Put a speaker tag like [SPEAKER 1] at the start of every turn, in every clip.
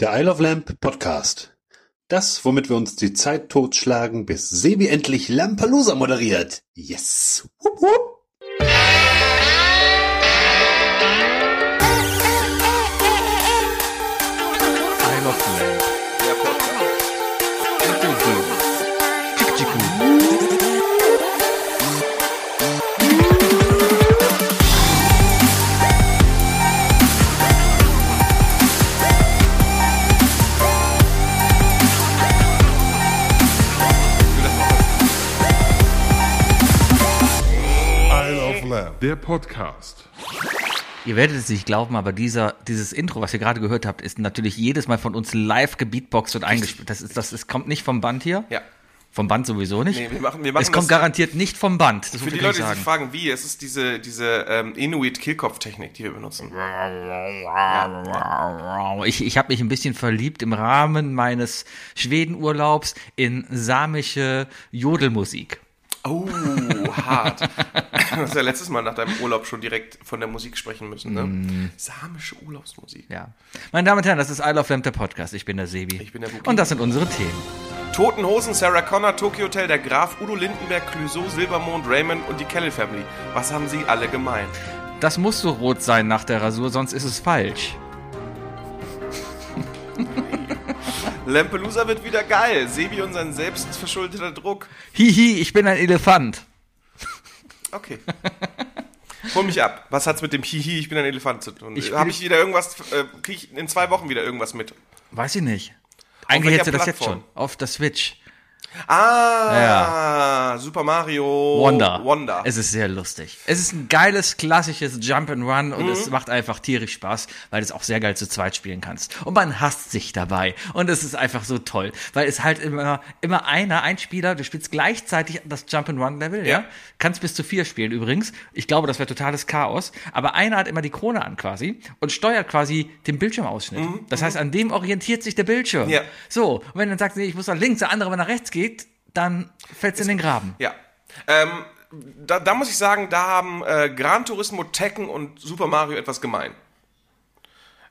[SPEAKER 1] Der Isle of Lamp Podcast. Das, womit wir uns die Zeit totschlagen, bis Sebi endlich Lampaloosa moderiert. Yes. Wupp, wupp.
[SPEAKER 2] Isle of Lamp. Der Podcast. Tick, tick, tick.
[SPEAKER 3] Isle of Lamb.
[SPEAKER 4] Der Podcast.
[SPEAKER 2] Ihr werdet es nicht glauben, aber dieser, dieses Intro, was ihr gerade gehört habt, ist natürlich jedes Mal von uns live gebeatboxt und eingespielt. Das, ist, das, das kommt nicht vom Band hier.
[SPEAKER 5] Ja.
[SPEAKER 2] Vom Band sowieso nicht.
[SPEAKER 5] Nee, wir machen- wir machen
[SPEAKER 2] es kommt
[SPEAKER 5] das-
[SPEAKER 2] garantiert nicht vom Band. Das
[SPEAKER 5] Für die Leute, die sich fragen, wie, es ist diese, diese ähm, Inuit-Kehlkopftechnik, die wir benutzen.
[SPEAKER 2] Ich, ich habe mich ein bisschen verliebt im Rahmen meines Schwedenurlaubs in samische Jodelmusik.
[SPEAKER 5] Oh, hart. Du hast ja letztes Mal nach deinem Urlaub schon direkt von der Musik sprechen müssen, ne?
[SPEAKER 2] Mm.
[SPEAKER 5] Samische Urlaubsmusik.
[SPEAKER 2] Ja. Meine Damen und Herren, das ist I Love Lamp, der Podcast. Ich bin der Sebi.
[SPEAKER 5] Ich bin der Wookie.
[SPEAKER 2] Und das sind unsere Themen.
[SPEAKER 5] Toten Hosen, Sarah Connor, Tokyo Hotel, der Graf, Udo Lindenberg, Clouseau, Silbermond, Raymond und die Kelly Family. Was haben sie alle gemein?
[SPEAKER 2] Das muss so rot sein nach der Rasur, sonst ist es falsch.
[SPEAKER 5] Lampelusa wird wieder geil. Sebi und sein selbstverschuldeter Druck.
[SPEAKER 2] Hihi, ich bin ein Elefant.
[SPEAKER 5] Okay. Hol mich ab. Was hat's mit dem Hihi, ich bin ein Elefant zu tun?
[SPEAKER 2] Ich-
[SPEAKER 5] Ich, Habe ich wieder irgendwas, äh, krieg ich in zwei Wochen wieder irgendwas mit?
[SPEAKER 2] Weiß ich nicht. Eigentlich
[SPEAKER 5] welcher
[SPEAKER 2] hättest du das jetzt schon.
[SPEAKER 5] Plattform?
[SPEAKER 2] Auf der Switch.
[SPEAKER 5] Ah, Super Mario
[SPEAKER 2] Wonder.
[SPEAKER 5] Wonder.
[SPEAKER 2] Es ist sehr lustig. Es ist ein geiles, klassisches Jump and Run und es macht einfach tierisch Spaß, weil du es auch sehr geil zu zweit spielen kannst. Und man hasst sich dabei. Und es ist einfach so toll, weil es halt immer, immer einer, ein Spieler, du spielst gleichzeitig das Jump and Run Level, ja?
[SPEAKER 5] Ja.
[SPEAKER 2] Kannst bis zu vier spielen übrigens. Ich glaube, das wäre totales Chaos. Aber einer hat immer die Krone an quasi und steuert quasi den Bildschirmausschnitt. Das heißt, an dem orientiert sich der Bildschirm.
[SPEAKER 5] Ja.
[SPEAKER 2] So. Und wenn du dann sagst, nee, ich muss nach links, der andere aber nach rechts geht, dann fällt's in den Graben.
[SPEAKER 5] ja. Ähm, da, da muss ich sagen, da haben äh, Gran Turismo, Tekken und Super Mario etwas gemein.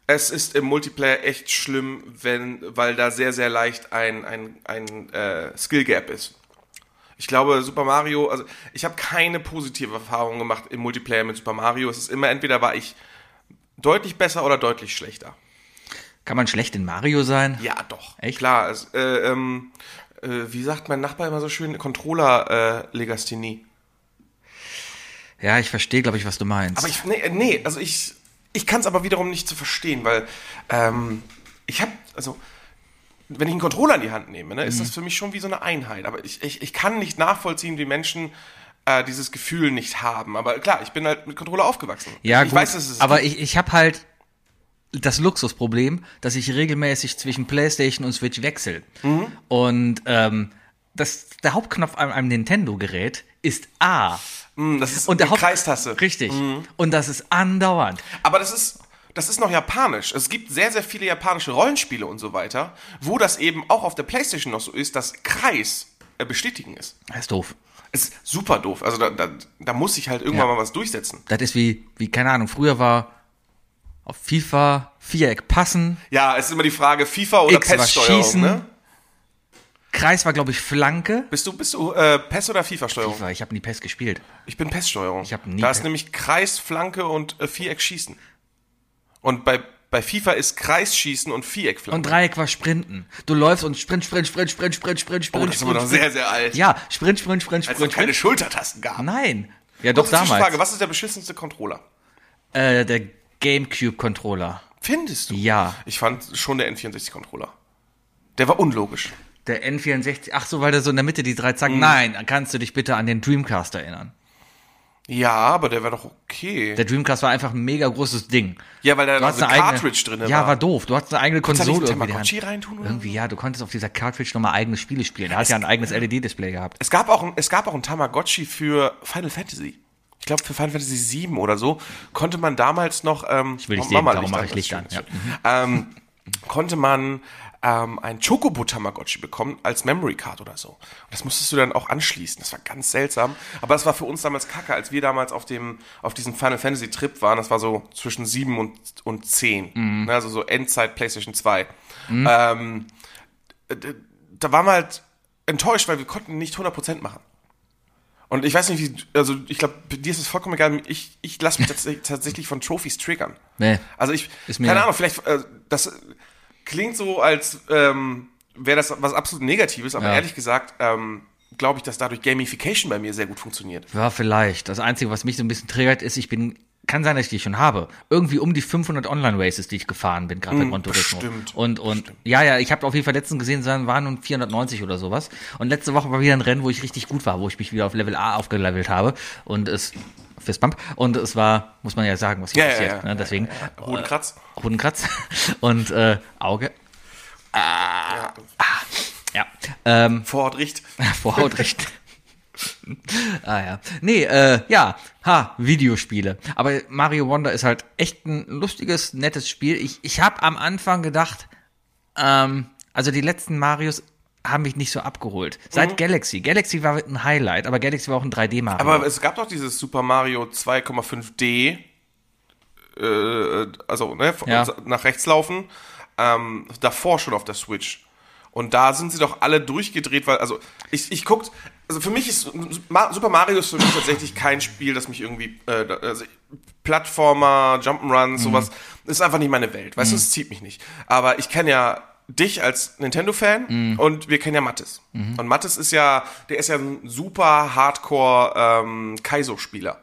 [SPEAKER 5] Es ist im Multiplayer echt schlimm, wenn, weil da sehr, sehr leicht ein, ein, ein äh, Skill Gap ist. Ich glaube, Super Mario, also ich habe keine positive Erfahrung gemacht im Multiplayer mit Super Mario. Es ist immer, entweder war ich deutlich besser oder deutlich schlechter.
[SPEAKER 2] Kann man schlecht in Mario sein?
[SPEAKER 5] Ja, doch.
[SPEAKER 2] Echt?
[SPEAKER 5] Klar. Es, äh, ähm, äh, wie sagt mein Nachbar immer so schön? äh, Controller-Legasthenie.
[SPEAKER 2] Ja, ich verstehe, glaube ich, was du meinst.
[SPEAKER 5] aber ich, nee, äh, nee also ich, ich kann es aber wiederum nicht zu verstehen, weil ähm, ich habe, also wenn ich einen Controller in die Hand nehme, ne,
[SPEAKER 2] Mhm.
[SPEAKER 5] ist das für mich schon wie so eine Einheit. Aber ich, ich, ich kann nicht nachvollziehen, wie Menschen äh, dieses Gefühl nicht haben. Aber klar, ich bin halt mit Controller aufgewachsen.
[SPEAKER 2] ja,
[SPEAKER 5] ich
[SPEAKER 2] gut,
[SPEAKER 5] weiß, dass es
[SPEAKER 2] aber ich, ich habe halt das Luxusproblem, dass ich regelmäßig zwischen Playstation und Switch wechsle.
[SPEAKER 5] Mhm.
[SPEAKER 2] Und ähm, das, der Hauptknopf an einem Nintendo-Gerät ist A.
[SPEAKER 5] Hm, das ist
[SPEAKER 2] Und der
[SPEAKER 5] eine
[SPEAKER 2] Haupt
[SPEAKER 5] Kreistaste. Mhm.
[SPEAKER 2] Richtig. Und das ist andauernd.
[SPEAKER 5] Aber das ist, das ist noch japanisch. Es gibt sehr, sehr viele japanische Rollenspiele und so weiter, wo das eben auch auf der Playstation noch so ist, dass Kreis äh, bestätigen ist.
[SPEAKER 2] Das ist doof.
[SPEAKER 5] Ist super doof. Also da, da, da muss sich halt irgendwann
[SPEAKER 2] Ja.
[SPEAKER 5] mal was durchsetzen.
[SPEAKER 2] Das ist wie, wie, keine Ahnung, früher war auf FIFA Viereck passen,
[SPEAKER 5] Ja, es ist immer die Frage FIFA oder
[SPEAKER 2] X war
[SPEAKER 5] PES-Steuerung,
[SPEAKER 2] Schießen.
[SPEAKER 5] ne?
[SPEAKER 2] Kreis war, glaube ich, Flanke.
[SPEAKER 5] Bist du, bist du äh, PES oder FIFA-Steuerung?
[SPEAKER 2] Ich habe nie PES gespielt.
[SPEAKER 5] Ich bin PES-Steuerung. Ich
[SPEAKER 2] hab nie
[SPEAKER 5] Da
[SPEAKER 2] PES
[SPEAKER 5] ist nämlich Kreis, Flanke und äh, Viereck schießen. Und bei, bei FIFA ist Kreis schießen und Viereck
[SPEAKER 2] Und
[SPEAKER 5] Flanke.
[SPEAKER 2] Dreieck war Sprinten. Du läufst und sprint, sprint, sprint, sprint, sprint, sprint,
[SPEAKER 5] oh,
[SPEAKER 2] sprint,
[SPEAKER 5] das ist aber
[SPEAKER 2] sprint.
[SPEAKER 5] noch sehr, sehr alt.
[SPEAKER 2] Ja, sprint, sprint, sprint,
[SPEAKER 5] als es noch
[SPEAKER 2] sprint,
[SPEAKER 5] keine
[SPEAKER 2] sprint.
[SPEAKER 5] Schultertasten gab.
[SPEAKER 2] Nein. Ja, doch
[SPEAKER 5] Kurze
[SPEAKER 2] damals.
[SPEAKER 5] Frage, was ist der beschissenste Controller?
[SPEAKER 2] Äh, der Gamecube-Controller.
[SPEAKER 5] Findest du?
[SPEAKER 2] Ja.
[SPEAKER 5] Ich fand schon der N64-Controller. Der war unlogisch.
[SPEAKER 2] Der N64. Ach so, weil da so in der Mitte die drei Zacken.
[SPEAKER 5] Mhm.
[SPEAKER 2] Nein, kannst du dich bitte an den Dreamcast erinnern.
[SPEAKER 5] Ja, aber der war doch okay.
[SPEAKER 2] Der Dreamcast war einfach ein mega großes Ding.
[SPEAKER 5] ja, weil da
[SPEAKER 2] Du
[SPEAKER 5] noch
[SPEAKER 2] hattest
[SPEAKER 5] so
[SPEAKER 2] eine
[SPEAKER 5] eine
[SPEAKER 2] eigene,
[SPEAKER 5] Cartridge drin
[SPEAKER 2] ja, war
[SPEAKER 5] war.
[SPEAKER 2] doof. Du hattest eine eigene
[SPEAKER 5] da nicht
[SPEAKER 2] Konsole
[SPEAKER 5] einen
[SPEAKER 2] irgendwie. in der Hand.
[SPEAKER 5] Tamagotchi reintun oder so? äh,
[SPEAKER 2] Irgendwie, ja, du konntest auf dieser Cartridge nochmal eigene Spiele spielen. Er hat ja ein eigenes LED-Display gehabt.
[SPEAKER 5] es, gab auch ein, es gab auch ein Tamagotchi für Final Fantasy. Ich glaube, für Final Fantasy 7 oder so konnte man damals noch. Ähm, ich Mhm.
[SPEAKER 2] will dich sehen, darum mache ich Licht an,
[SPEAKER 5] Ähm, konnte man ähm, ein Chocobo-Tamagotchi bekommen als Memory Card oder so. Und das musstest du dann auch anschließen. Das war ganz seltsam. Aber das war für uns damals kacke, als wir damals auf dem, auf diesem Final Fantasy Trip waren. Das war so zwischen sieben und, und zehn. Ne, also so Endzeit PlayStation 2. Ähm, äh, d- da waren wir halt enttäuscht, weil wir konnten nicht 100% machen. Und ich weiß nicht, wie, also ich glaube, dir ist es vollkommen egal, ich, ich lasse mich tats tatsächlich von Trophies triggern.
[SPEAKER 2] Nee.
[SPEAKER 5] Also ich,
[SPEAKER 2] Ist mir-
[SPEAKER 5] keine Ahnung, vielleicht, äh, das äh, klingt so, als ähm, wäre das was absolut Negatives, aber
[SPEAKER 2] Ja.
[SPEAKER 5] ehrlich gesagt, ähm, glaube ich, dass dadurch Gamification bei mir sehr gut funktioniert.
[SPEAKER 2] Ja, vielleicht. Das Einzige, was mich so ein bisschen triggert, ist, ich bin, kann sein, dass ich die schon habe. Irgendwie um die 500 Online-Races, die ich gefahren bin, gerade bei Gran Turismo.
[SPEAKER 5] Hm, bestimmt,
[SPEAKER 2] Und, und, ja, ja, ich habe auf jeden Fall letztens gesehen, es waren nun 490 oder sowas. Und letzte Woche war wieder ein Rennen, wo ich richtig gut war, wo ich mich wieder auf Level A aufgelevelt habe. Und es, Fistbump. Und es war, muss man ja sagen, was hier
[SPEAKER 5] Ja, ja,
[SPEAKER 2] passiert.
[SPEAKER 5] ja,
[SPEAKER 2] ne?
[SPEAKER 5] ja,
[SPEAKER 2] Deswegen,
[SPEAKER 5] Hodenkratz.
[SPEAKER 2] Hodenkratz und äh, Auge. Ah,
[SPEAKER 5] Ja.
[SPEAKER 2] Ja, ähm,
[SPEAKER 5] Vorort riecht.
[SPEAKER 2] Vorhaut recht. ah ja. Nee, äh, ja, ha, Videospiele. Aber Mario Wonder ist halt echt ein lustiges, nettes Spiel. Ich, ich habe am Anfang gedacht, ähm, also die letzten Marios haben mich nicht so abgeholt. Seit
[SPEAKER 5] Mhm.
[SPEAKER 2] Galaxy. Galaxy war ein Highlight, aber Galaxy war auch ein 3D-Mario.
[SPEAKER 5] Aber es gab doch dieses Super Mario 2,5D, äh, also ne, von-
[SPEAKER 2] Ja.
[SPEAKER 5] nach rechts laufen, ähm, davor schon auf der Switch. Und da sind sie doch alle durchgedreht, weil, also ich, ich guckt, also für mich ist Ma- Super Mario ist für mich tatsächlich kein Spiel, das mich irgendwie, äh, da- also Plattformer,
[SPEAKER 2] Mhm.
[SPEAKER 5] Jump'n'Runs, sowas, ist einfach nicht meine Welt, weißt du, es zieht mich nicht. Aber ich kenne ja dich als Nintendo-Fan
[SPEAKER 2] Mhm.
[SPEAKER 5] und wir kennen ja Mattis. Und Mattis ist ja, der ist ja ein super Hardcore ähm, Kaizo-Spieler.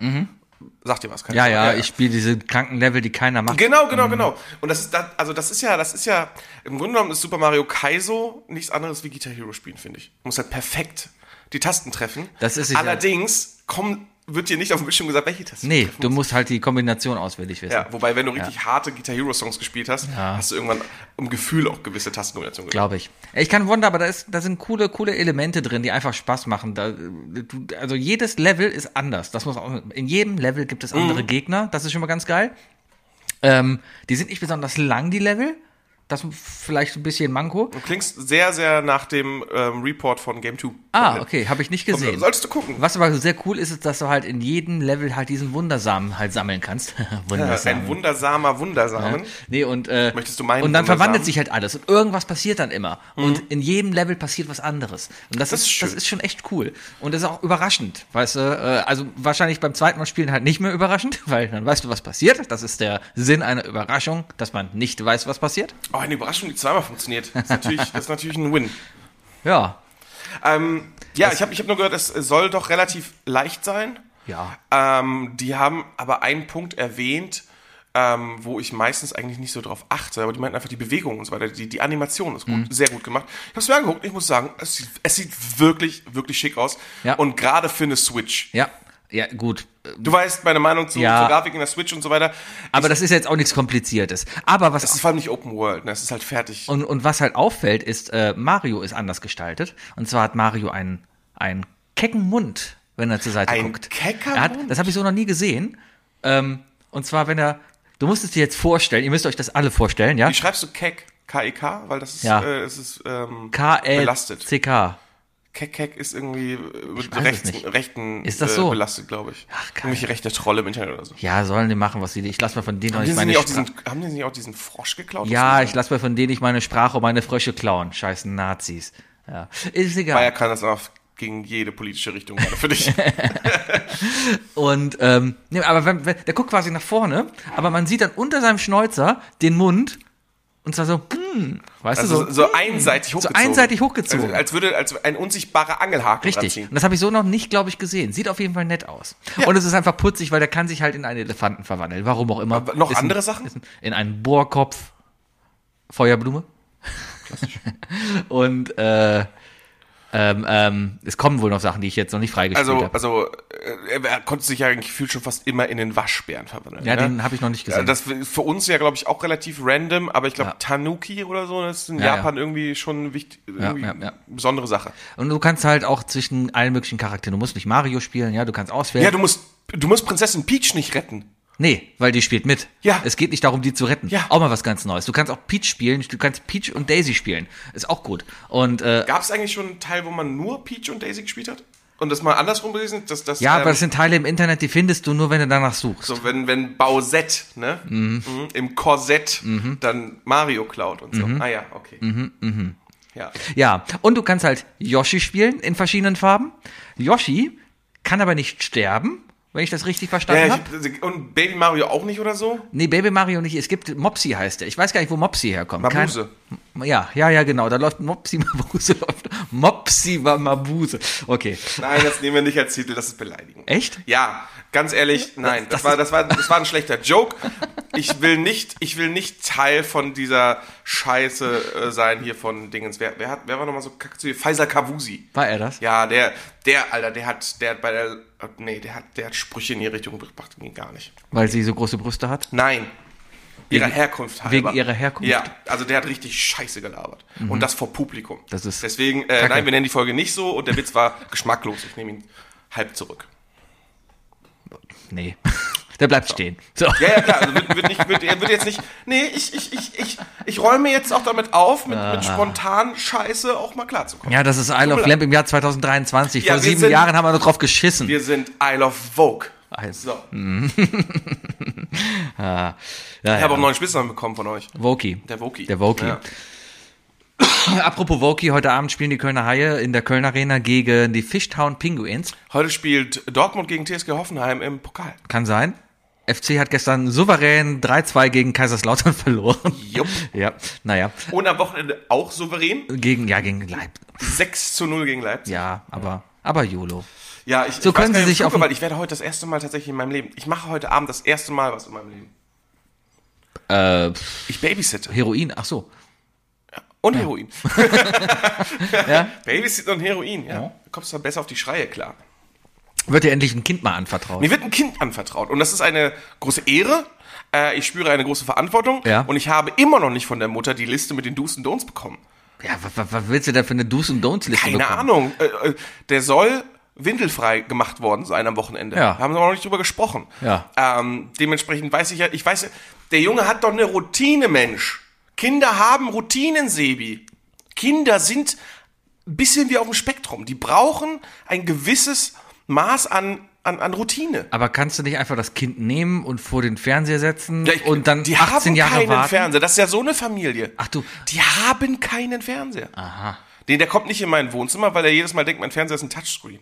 [SPEAKER 5] Sagt dir was? Kaizo?
[SPEAKER 2] Mhm. ja, ja, ich spiele diese kranken Level, die keiner macht.
[SPEAKER 5] Genau, genau, genau. Und das ist da, also das ist ja, das ist ja, im Grunde genommen ist Super Mario Kaizo nichts anderes wie Guitar Hero spielen, finde ich. Muss halt perfekt die Tasten treffen.
[SPEAKER 2] Das ist es ja.
[SPEAKER 5] Allerdings kommen, wird dir nicht auf dem Bildschirm gesagt, welche Tasten
[SPEAKER 2] nee,
[SPEAKER 5] treffen
[SPEAKER 2] du musst halt die Kombination auswendig wissen.
[SPEAKER 5] ja, wobei, wenn du richtig harte Guitar Hero Songs gespielt hast, hast du irgendwann im Gefühl auch gewisse Tastenkombinationen gespielt.
[SPEAKER 2] Glaube ich. Ich kann Wonder, aber da, ist, da sind coole, coole Elemente drin, die einfach Spaß machen. Da, du, also jedes Level ist anders. Das muss auch, in jedem Level gibt es andere Gegner. Das ist schon mal ganz geil. Ähm, die sind nicht besonders lang, die Level. Das ist vielleicht ein bisschen Manko.
[SPEAKER 5] Du klingst sehr, sehr nach dem ähm, Report von Game 2.
[SPEAKER 2] Ah, okay, habe ich nicht gesehen.
[SPEAKER 5] Solltest du gucken.
[SPEAKER 2] Was aber sehr cool ist, ist, dass du halt in jedem Level halt diesen Wundersamen halt sammeln kannst.
[SPEAKER 5] Ein wundersamer Wundersamen.
[SPEAKER 2] Nee, und, äh,
[SPEAKER 5] Möchtest du meinen
[SPEAKER 2] und dann
[SPEAKER 5] Wundersamen?
[SPEAKER 2] verwandelt sich halt alles und irgendwas passiert dann immer. Und in jedem Level passiert was anderes. Und das, ist,
[SPEAKER 5] ist
[SPEAKER 2] das
[SPEAKER 5] schön.
[SPEAKER 2] ist schon echt cool. Und das ist auch überraschend, weißt du, äh, also wahrscheinlich beim zweiten Mal spielen halt nicht mehr überraschend, weil dann weißt du, was passiert. Das ist der Sinn einer Überraschung, dass man nicht weiß, was passiert.
[SPEAKER 5] Oh, eine Überraschung, die zweimal funktioniert. Das ist natürlich, das ist natürlich ein Win.
[SPEAKER 2] Ja.
[SPEAKER 5] Ähm, ja, ich habe ich hab nur gehört, es soll doch relativ leicht sein.
[SPEAKER 2] Ja.
[SPEAKER 5] Ähm, die haben aber einen Punkt erwähnt, ähm, wo ich meistens eigentlich nicht so drauf achte, aber die meinten einfach die Bewegung und so weiter. Die, die Animation ist gut,
[SPEAKER 2] Mhm.
[SPEAKER 5] sehr gut gemacht. Ich habe es mir angeguckt und ich muss sagen, es sieht, es sieht wirklich, wirklich schick aus.
[SPEAKER 2] Ja.
[SPEAKER 5] Und gerade für eine Switch.
[SPEAKER 2] Ja. Ja, gut.
[SPEAKER 5] Du weißt meine Meinung zu,
[SPEAKER 2] Ja.
[SPEAKER 5] zur Grafik in der Switch und so weiter.
[SPEAKER 2] Aber das ist jetzt auch nichts Kompliziertes. Aber was
[SPEAKER 5] Es ist vor allem nicht Open World, ne? es ist halt fertig.
[SPEAKER 2] Und, und was halt auffällt, ist, äh, Mario ist anders gestaltet. Und zwar hat Mario einen, einen kecken Mund, wenn er zur Seite
[SPEAKER 5] Ein
[SPEAKER 2] guckt.
[SPEAKER 5] kecker
[SPEAKER 2] er hat,
[SPEAKER 5] Mund?
[SPEAKER 2] Das habe ich so noch nie gesehen. Ähm, und zwar, wenn er. Du musst es dir jetzt vorstellen, ihr müsst euch das alle vorstellen, ja?
[SPEAKER 5] Wie schreibst du Keck? K-E-K? Weil das ist,
[SPEAKER 2] Ja. E
[SPEAKER 5] äh, es ist ähm, belastet.
[SPEAKER 2] K-L-C-K.
[SPEAKER 5] Keck Keck ist irgendwie äh, mit
[SPEAKER 2] weiß es
[SPEAKER 5] rechts,
[SPEAKER 2] nicht.
[SPEAKER 5] rechten
[SPEAKER 2] Ist das so?
[SPEAKER 5] äh, belastet, glaube ich.
[SPEAKER 2] Ach, geil.
[SPEAKER 5] Irgendwelche rechte Trolle im Internet oder so.
[SPEAKER 2] Ja, sollen die machen, was sie. Ich lasse mal von denen noch
[SPEAKER 5] Haben die,
[SPEAKER 2] nicht
[SPEAKER 5] sie
[SPEAKER 2] meine
[SPEAKER 5] nicht auch
[SPEAKER 2] Sprache.
[SPEAKER 5] diesen, haben die nicht auch diesen Frosch geklaut?
[SPEAKER 2] Ja,
[SPEAKER 5] Das
[SPEAKER 2] ich lasse mal von denen nicht meine Sprache und meine Frösche klauen. Scheißen Nazis. Ja. Ist egal.
[SPEAKER 5] Bayer Ah, kann das auch gegen jede politische Richtung gerade für dich.
[SPEAKER 2] Und ähm, nee, aber wenn, wenn, der guckt quasi nach vorne, aber man sieht dann unter seinem Schnäuzer den Mund und zwar so, hm, weißt
[SPEAKER 5] Also
[SPEAKER 2] du so.
[SPEAKER 5] so einseitig hochgezogen.
[SPEAKER 2] einseitig hochgezogen.
[SPEAKER 5] Also, als würde als ein unsichtbarer Angelhaken
[SPEAKER 2] Richtig.
[SPEAKER 5] ranziehen.
[SPEAKER 2] Und das habe ich so noch nicht, glaube ich, gesehen. Sieht auf jeden Fall nett aus. Und es ist einfach putzig, weil der kann sich halt in einen Elefanten verwandeln. Warum auch immer.
[SPEAKER 5] Aber noch
[SPEAKER 2] Ist ein-
[SPEAKER 5] andere Sachen?
[SPEAKER 2] ist ein- In einen Bohrkopf. Feuerblume. und äh, ähm, ähm, es kommen wohl noch Sachen, die ich jetzt noch nicht freigespielt
[SPEAKER 5] Also,
[SPEAKER 2] habe.
[SPEAKER 5] also äh, er konnte sich ja eigentlich gefühlt schon fast immer in den Waschbären verwandeln.
[SPEAKER 2] Ja,
[SPEAKER 5] ne?
[SPEAKER 2] den habe ich noch nicht
[SPEAKER 5] Ja,
[SPEAKER 2] gesehen.
[SPEAKER 5] Das ist für uns ja, glaube ich, auch relativ random, aber ich glaube,
[SPEAKER 2] Ja.
[SPEAKER 5] Tanuki oder so, ne, das ist in
[SPEAKER 2] Ja, ja.
[SPEAKER 5] Japan irgendwie schon wichtig, irgendwie
[SPEAKER 2] ja, ja.
[SPEAKER 5] besondere Sache.
[SPEAKER 2] Und du kannst halt auch zwischen allen möglichen Charakteren. Du musst nicht Mario spielen, ja, du kannst auswählen.
[SPEAKER 5] Ja, du musst, du musst Prinzessin Peach nicht retten.
[SPEAKER 2] Nee, weil die spielt mit.
[SPEAKER 5] Ja.
[SPEAKER 2] Es geht nicht darum, die zu retten.
[SPEAKER 5] Ja.
[SPEAKER 2] Auch mal was ganz Neues. Du kannst auch Peach spielen, du kannst Peach und Daisy spielen. Ist auch gut. Und äh,
[SPEAKER 5] Gab es eigentlich schon einen Teil, wo man nur Peach und Daisy gespielt hat? Und das mal andersrum gelesen? ist, Dass, dass,
[SPEAKER 2] ja,
[SPEAKER 5] ähm,
[SPEAKER 2] aber das sind Teile im Internet, die findest du nur, wenn du danach suchst.
[SPEAKER 5] so wenn, wenn Bausett, ne? Mhm. Im Korsett
[SPEAKER 2] Mhm.
[SPEAKER 5] dann Mario klaut und so. Ah ja, okay. Ja.
[SPEAKER 2] Ja, und du kannst halt Yoshi spielen in verschiedenen Farben. Yoshi kann aber nicht sterben, wenn ich das richtig verstanden
[SPEAKER 5] ja
[SPEAKER 2] habe.
[SPEAKER 5] ich, und Baby Mario auch nicht oder so?
[SPEAKER 2] Nee, Baby Mario nicht. Es gibt Mopsy heißt der. Ich weiß gar nicht, wo Mopsy herkommt.
[SPEAKER 5] Mabuse.
[SPEAKER 2] Kein, ja, ja, ja, genau. Da läuft Mopsy Mabuse. läuft- Mopsy Mabuse. Okay.
[SPEAKER 5] Nein, das nehmen wir nicht als Titel, das ist beleidigend.
[SPEAKER 2] Echt?
[SPEAKER 5] Ja, ganz ehrlich, nein, das,
[SPEAKER 2] das
[SPEAKER 5] war, das war, das war ein schlechter Joke. Ich will nicht, ich will nicht Teil von dieser Scheiße äh, sein hier von Dingens. Wer, wer hat, wer war nochmal so kack zu dir? Faisal Kavusi.
[SPEAKER 2] War er das?
[SPEAKER 5] Ja, der, der, Alter, der hat, der hat bei der, äh, nee, der hat, der hat Sprüche in die Richtung gebracht, ging gar nicht.
[SPEAKER 2] Weil sie so große Brüste hat?
[SPEAKER 5] Nein. Ihrer
[SPEAKER 2] Wegen-
[SPEAKER 5] Herkunft halber.
[SPEAKER 2] wegen ihrer Herkunft? Mhm.
[SPEAKER 5] Ja, also der hat richtig scheiße gelabert. Und das vor Publikum.
[SPEAKER 2] Das ist
[SPEAKER 5] Deswegen, äh,
[SPEAKER 2] Kacke.
[SPEAKER 5] nein, wir nennen die Folge nicht so und der Witz war geschmacklos. Ich nehme ihn halb zurück.
[SPEAKER 2] Nee. Der bleibt stehen. So.
[SPEAKER 5] Ja, ja, klar. Also wird, wird nicht, wird, er wird jetzt nicht. Nee, ich, ich, ich, ich, ich räume jetzt auch damit auf, mit, mit spontan Scheiße auch mal klarzukommen.
[SPEAKER 2] Ah. Ja, das ist Isle of Lamp im Jahr 2023.
[SPEAKER 5] Ja,
[SPEAKER 2] Vor
[SPEAKER 5] wir
[SPEAKER 2] sieben
[SPEAKER 5] sind-
[SPEAKER 2] Jahren haben wir noch drauf geschissen.
[SPEAKER 5] Wir sind Isle of Vogue.
[SPEAKER 2] Also,
[SPEAKER 5] So.
[SPEAKER 2] ja,
[SPEAKER 5] Ich
[SPEAKER 2] ja.
[SPEAKER 5] habe auch einen neuen Spitznamen bekommen von euch.
[SPEAKER 2] Woki.
[SPEAKER 5] Der Woki.
[SPEAKER 2] Der Woki.
[SPEAKER 5] Ja.
[SPEAKER 2] Apropos Woki, heute Abend spielen die Kölner Haie in der Köln Arena gegen die Fishtown Penguins.
[SPEAKER 5] Heute spielt Dortmund gegen TSG Hoffenheim im Pokal.
[SPEAKER 2] Kann sein. FC hat gestern souverän 3-2 gegen Kaiserslautern verloren.
[SPEAKER 5] Jupp.
[SPEAKER 2] Ja, naja.
[SPEAKER 5] Und am Wochenende auch souverän.
[SPEAKER 2] Gegen, ja, gegen Leipzig.
[SPEAKER 5] 6 zu 0 gegen Leipzig.
[SPEAKER 2] Ja, aber, aber YOLO.
[SPEAKER 5] Ja, ich,
[SPEAKER 2] So
[SPEAKER 5] ich weiß
[SPEAKER 2] können
[SPEAKER 5] gar
[SPEAKER 2] Sie
[SPEAKER 5] nicht, ob ich
[SPEAKER 2] sich auf-
[SPEAKER 5] gucke, weil ich werde heute das erste Mal tatsächlich in meinem Leben. Ich mache heute Abend das erste Mal was in meinem Leben.
[SPEAKER 2] Äh,
[SPEAKER 5] Ich babysitte
[SPEAKER 2] Heroin, ach so.
[SPEAKER 5] und Heroin. Babysitten und Heroin, ja. Da kommst du halt besser auf die Schreie klar.
[SPEAKER 2] Wird dir endlich ein Kind mal anvertraut.
[SPEAKER 5] Mir wird ein Kind anvertraut und das ist eine große Ehre. Äh, ich spüre eine große Verantwortung
[SPEAKER 2] Ja.
[SPEAKER 5] und ich habe immer noch nicht von der Mutter die Liste mit den Do's und Don'ts bekommen.
[SPEAKER 2] Ja, was, was, was willst du da für eine Do's und Don'ts Liste
[SPEAKER 5] Keine
[SPEAKER 2] bekommen?
[SPEAKER 5] Ahnung. Äh, äh, der soll windelfrei gemacht worden sein am Wochenende.
[SPEAKER 2] Ja.
[SPEAKER 5] Da haben wir noch nicht drüber gesprochen.
[SPEAKER 2] Ja.
[SPEAKER 5] Ähm, dementsprechend weiß ich ja, ich weiß, ja, der Junge hat doch eine Routine, Mensch. Kinder haben Routinen, Sebi. Kinder sind ein bisschen wie auf dem Spektrum. Die brauchen ein gewisses Maß an, an, an Routine.
[SPEAKER 2] Aber kannst du nicht einfach das Kind nehmen und vor den Fernseher setzen
[SPEAKER 5] Ja, ich-
[SPEAKER 2] und dann
[SPEAKER 5] die
[SPEAKER 2] 18
[SPEAKER 5] haben
[SPEAKER 2] Jahre
[SPEAKER 5] keinen
[SPEAKER 2] warten?
[SPEAKER 5] Fernseher. Das ist ja so eine Familie.
[SPEAKER 2] Ach du.
[SPEAKER 5] Die haben keinen Fernseher.
[SPEAKER 2] Aha.
[SPEAKER 5] Nee, der kommt nicht in mein Wohnzimmer, weil er jedes Mal denkt, mein Fernseher ist ein Touchscreen.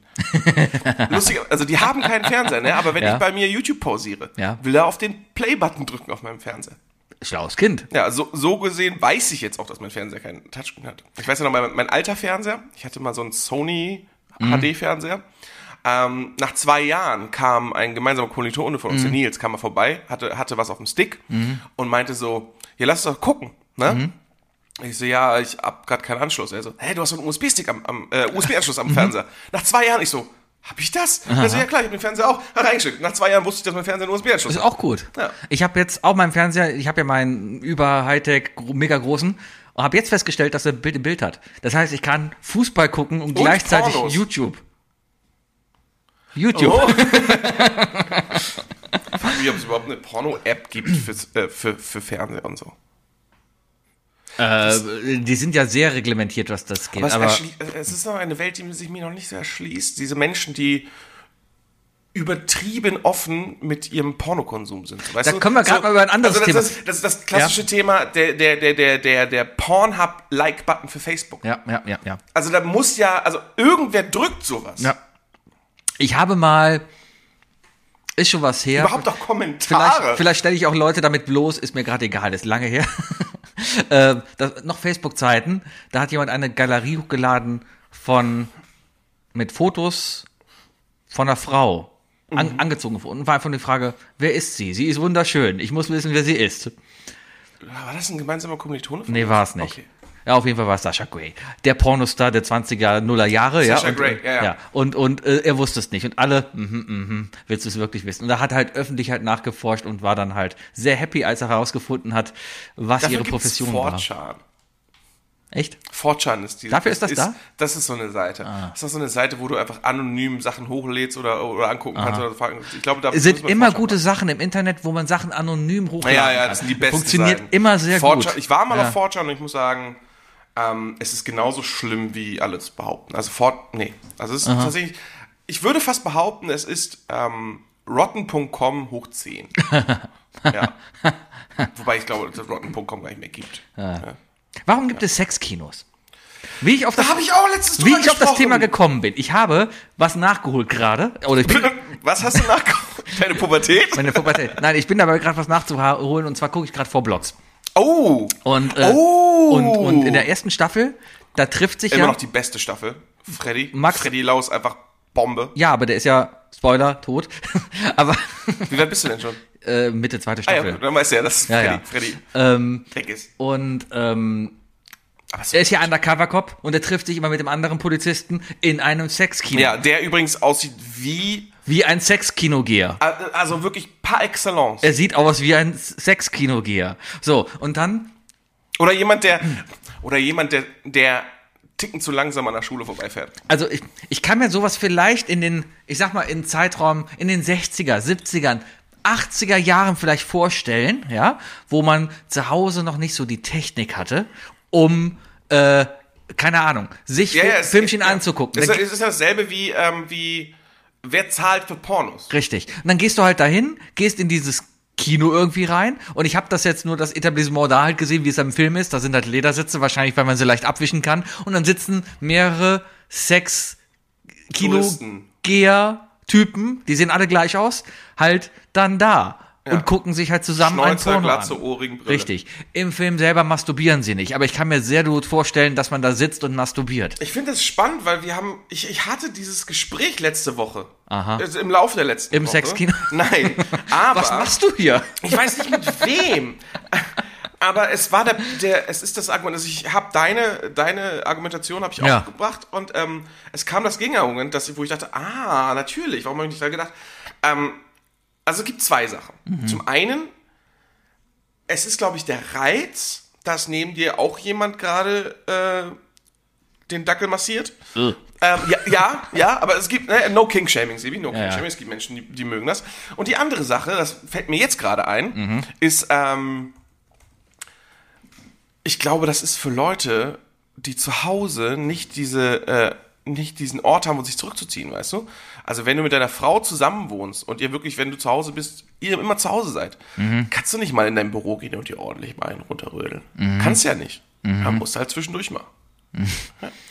[SPEAKER 5] Lustig, also die haben keinen Fernseher, ne? Aber wenn
[SPEAKER 2] Ja.
[SPEAKER 5] ich bei mir YouTube pausiere,
[SPEAKER 2] Ja.
[SPEAKER 5] will er auf den Play-Button drücken auf meinem Fernseher.
[SPEAKER 2] Schlaues Kind.
[SPEAKER 5] Ja, so, so gesehen weiß ich jetzt auch, dass mein Fernseher keinen Touchscreen hat. Ich weiß ja noch, mein, mein alter Fernseher, ich hatte mal so einen Sony HD-Fernseher. Ähm, nach zwei Jahren kam ein gemeinsamer Kommilitone von uns, der Nils, kam mal vorbei, hatte, hatte was auf dem Stick und meinte so, ja, lass doch gucken, ne? Ich so, ja, ich hab grad keinen Anschluss. Er so, hä, du hast so einen USB-Stick am, am äh, USB-Anschluss am Fernseher. Nach zwei Jahren, ich so, hab ich das? Er so, ja klar, ich hab den Fernseher auch. Hat reingeschickt. Nach zwei Jahren wusste ich, dass mein Fernseher einen USB-Anschluss
[SPEAKER 2] Ist
[SPEAKER 5] hat.
[SPEAKER 2] auch gut.
[SPEAKER 5] Ja.
[SPEAKER 2] Ich habe jetzt auch meinen Fernseher, ich habe ja meinen über Hightech gro- mega großen und habe jetzt festgestellt, dass er Bild im Bild hat. Das heißt, ich kann Fußball gucken und, gleichzeitig
[SPEAKER 5] Pornos.
[SPEAKER 2] YouTube. YouTube.
[SPEAKER 5] Oh. ich frage mich, ob es überhaupt eine Porno-App gibt fürs, äh, für, für Fernseher und so.
[SPEAKER 2] Äh, die sind ja sehr reglementiert, was das geht.
[SPEAKER 5] Oh. Aber, es,
[SPEAKER 2] Aber,
[SPEAKER 5] erschli- äh, es ist noch eine Welt, die sich mir noch nicht so erschließt. Diese Menschen, die übertrieben offen mit ihrem Pornokonsum sind. Weißt
[SPEAKER 2] Da
[SPEAKER 5] du?
[SPEAKER 2] können wir grad mal über ein anderes
[SPEAKER 5] also das
[SPEAKER 2] Thema-
[SPEAKER 5] Ist, das ist das klassische Thema, der, der, der, der, der, der Pornhub-Like-Button für Facebook.
[SPEAKER 2] ja, ja, ja, ja.
[SPEAKER 5] Also da muss ja, also irgendwer drückt sowas.
[SPEAKER 2] Ja. Ich habe mal, ist schon was her.
[SPEAKER 5] Überhaupt auch
[SPEAKER 2] Vielleicht,
[SPEAKER 5] Kommentare.
[SPEAKER 2] vielleicht stelle ich auch Leute damit bloß, ist mir gerade egal, ist lange her. äh, das, noch Facebook-Zeiten, da hat jemand eine Galerie hochgeladen von, mit Fotos von einer Frau. An, angezogen und war einfach die Frage, wer ist sie? Sie ist wunderschön. Ich muss wissen, wer sie ist.
[SPEAKER 5] War das ein gemeinsamer Kommilitone? von
[SPEAKER 2] Nee,
[SPEAKER 5] uns?
[SPEAKER 2] war es nicht.
[SPEAKER 5] Okay.
[SPEAKER 2] Ja, auf jeden Fall war es Sascha Gray. Der Pornostar der 20er, Nuller Jahre.
[SPEAKER 5] Sascha
[SPEAKER 2] ja, und,
[SPEAKER 5] Grey, ja, ja.
[SPEAKER 2] Und, und äh, er wusste es nicht. Und alle, mhm, mhm, willst du es wirklich wissen? Und da hat halt öffentlich halt nachgeforscht und war dann halt sehr happy, als er herausgefunden hat, was
[SPEAKER 5] Dafür
[SPEAKER 2] ihre
[SPEAKER 5] gibt's
[SPEAKER 2] Profession war.
[SPEAKER 5] 4chan.
[SPEAKER 2] Echt?
[SPEAKER 5] Fortran ist die.
[SPEAKER 2] Dafür ist das da? Ah.
[SPEAKER 5] Das ist so eine Seite. Das ist so eine Seite, wo du einfach anonym Sachen hochlädst oder, oder angucken kannst oder fragen. kannst. Ich glaube, da
[SPEAKER 2] Es sind
[SPEAKER 5] muss man
[SPEAKER 2] immer
[SPEAKER 5] Fortran
[SPEAKER 2] gute
[SPEAKER 5] machen.
[SPEAKER 2] Sachen im Internet, wo man Sachen anonym hochladen
[SPEAKER 5] Ja, ja,
[SPEAKER 2] kann.
[SPEAKER 5] das sind die besten.
[SPEAKER 2] Funktioniert
[SPEAKER 5] Seiten.
[SPEAKER 2] immer sehr
[SPEAKER 5] Fortran-
[SPEAKER 2] gut.
[SPEAKER 5] Ich war mal
[SPEAKER 2] Ja.
[SPEAKER 5] auf Fortran und ich muss sagen, ähm, es ist genauso schlimm wie alles behaupten. Also Fort, nee, also es ist tatsächlich. Ich würde fast behaupten, es ist ähm, rotten.com hoch 10. ja. Wobei ich glaube, dass es rotten.com gar nicht mehr gibt.
[SPEAKER 2] Warum gibt es Sexkinos? Wie ich auf das,
[SPEAKER 5] Da habe ich auch letztes
[SPEAKER 2] wie ich auf das Thema gekommen bin. Ich habe was nachgeholt gerade. Oder ich bin,
[SPEAKER 5] Was hast du nachgeholt? Deine Pubertät?
[SPEAKER 2] meine Pubertät. Nein, ich bin dabei gerade was nachzuholen und zwar gucke ich gerade vor Blogs.
[SPEAKER 5] Oh!
[SPEAKER 2] Und, äh,
[SPEAKER 5] Oh.
[SPEAKER 2] und, und in der ersten Staffel, da trifft sich
[SPEAKER 5] Immer
[SPEAKER 2] ja.
[SPEAKER 5] noch die beste Staffel. Freddy.
[SPEAKER 2] Max-
[SPEAKER 5] Freddy Lau ist einfach Bombe.
[SPEAKER 2] Ja, aber der ist ja, Spoiler, tot. aber
[SPEAKER 5] Wie weit bist du denn schon?
[SPEAKER 2] äh, Mitte, zweite
[SPEAKER 5] Ah ja,
[SPEAKER 2] Staffel.
[SPEAKER 5] gut, dann weißt du ja, dass
[SPEAKER 2] Ja,
[SPEAKER 5] Freddy,
[SPEAKER 2] ja.
[SPEAKER 5] Freddy
[SPEAKER 2] ähm,
[SPEAKER 5] weg ist.
[SPEAKER 2] und ähm,
[SPEAKER 5] Aber es-
[SPEAKER 2] der ist ja Undercover-Cop und der trifft sich immer mit dem anderen Polizisten in einem Sexkino.
[SPEAKER 5] ja, der übrigens aussieht wie,
[SPEAKER 2] Wie ein Sexkinogeher.
[SPEAKER 5] also wirklich par excellence.
[SPEAKER 2] Er sieht aus wie ein Sexkinogeher. So, und dann
[SPEAKER 5] Oder jemand, der, oder jemand, der, der ticken zu langsam an der Schule vorbeifährt.
[SPEAKER 2] also ich, ich kann mir sowas vielleicht in den, ich sag mal, in Zeitraum in den 60er, 70ern, 80er Jahren vielleicht vorstellen, ja, wo man zu Hause noch nicht so die Technik hatte, um, äh, keine Ahnung, sich Fi-
[SPEAKER 5] es-
[SPEAKER 2] Filmchen
[SPEAKER 5] ja.
[SPEAKER 2] anzugucken.
[SPEAKER 5] Es
[SPEAKER 2] Dann
[SPEAKER 5] ist, es ist ja dasselbe wie, ähm, wie, wer zahlt für Pornos?
[SPEAKER 2] Richtig. Und dann gehst du halt dahin, gehst in dieses Kino irgendwie rein und ich habe das jetzt nur das Etablissement da halt gesehen, wie es am Film ist. Da sind halt Ledersitze, wahrscheinlich weil man sie leicht abwischen kann und dann sitzen mehrere Sex Kino
[SPEAKER 5] Touristen.
[SPEAKER 2] Typen, die sehen alle gleich aus, halt dann da und gucken sich halt zusammen ein
[SPEAKER 5] Schnäuzer,
[SPEAKER 2] Porno
[SPEAKER 5] Glatze,
[SPEAKER 2] an.
[SPEAKER 5] Ohrring, Brille.
[SPEAKER 2] Richtig. Im Film selber masturbieren sie nicht, aber ich kann mir sehr gut vorstellen, dass man da sitzt und masturbiert.
[SPEAKER 5] Ich finde das spannend, weil wir haben, ich, ich hatte dieses Gespräch letzte Woche. Aha. Also Im Laufe der letzten
[SPEAKER 2] Im
[SPEAKER 5] Woche.
[SPEAKER 2] Sexkino?
[SPEAKER 5] Nein. Aber.
[SPEAKER 2] Was machst du hier?
[SPEAKER 5] Ich weiß nicht mit wem. Aber es war der, der es ist das Argument, also ich habe deine, deine Argumentation habe ich
[SPEAKER 2] Ja.
[SPEAKER 5] auch gebracht und ähm, es kam das Gegenargument, dass ich, wo ich dachte, ah, natürlich, warum habe ich nicht da gedacht? Ähm, also es gibt zwei Sachen. Zum einen, es ist, glaube ich, der Reiz, dass neben dir auch jemand gerade äh, den Dackel massiert. Ähm, ja, ja, ja, aber es gibt, ne, no King Shaming, Sebi, no King
[SPEAKER 2] ja.
[SPEAKER 5] Shaming, es gibt Menschen, die, die mögen das. Und die andere Sache, das fällt mir jetzt gerade ein,
[SPEAKER 2] Mhm.
[SPEAKER 5] ist, ähm, ich glaube, das ist für Leute, die zu Hause nicht diese, äh, nicht diesen Ort haben, um sich zurückzuziehen, weißt du? Also wenn du mit deiner Frau zusammen wohnst und ihr wirklich, wenn du zu Hause bist, ihr immer zu Hause seid,
[SPEAKER 2] Mhm.
[SPEAKER 5] kannst du nicht mal in dein Büro gehen und dir ordentlich mal einen runterrödeln.
[SPEAKER 2] Mhm.
[SPEAKER 5] Kannst ja nicht. Man muss halt zwischendurch mal.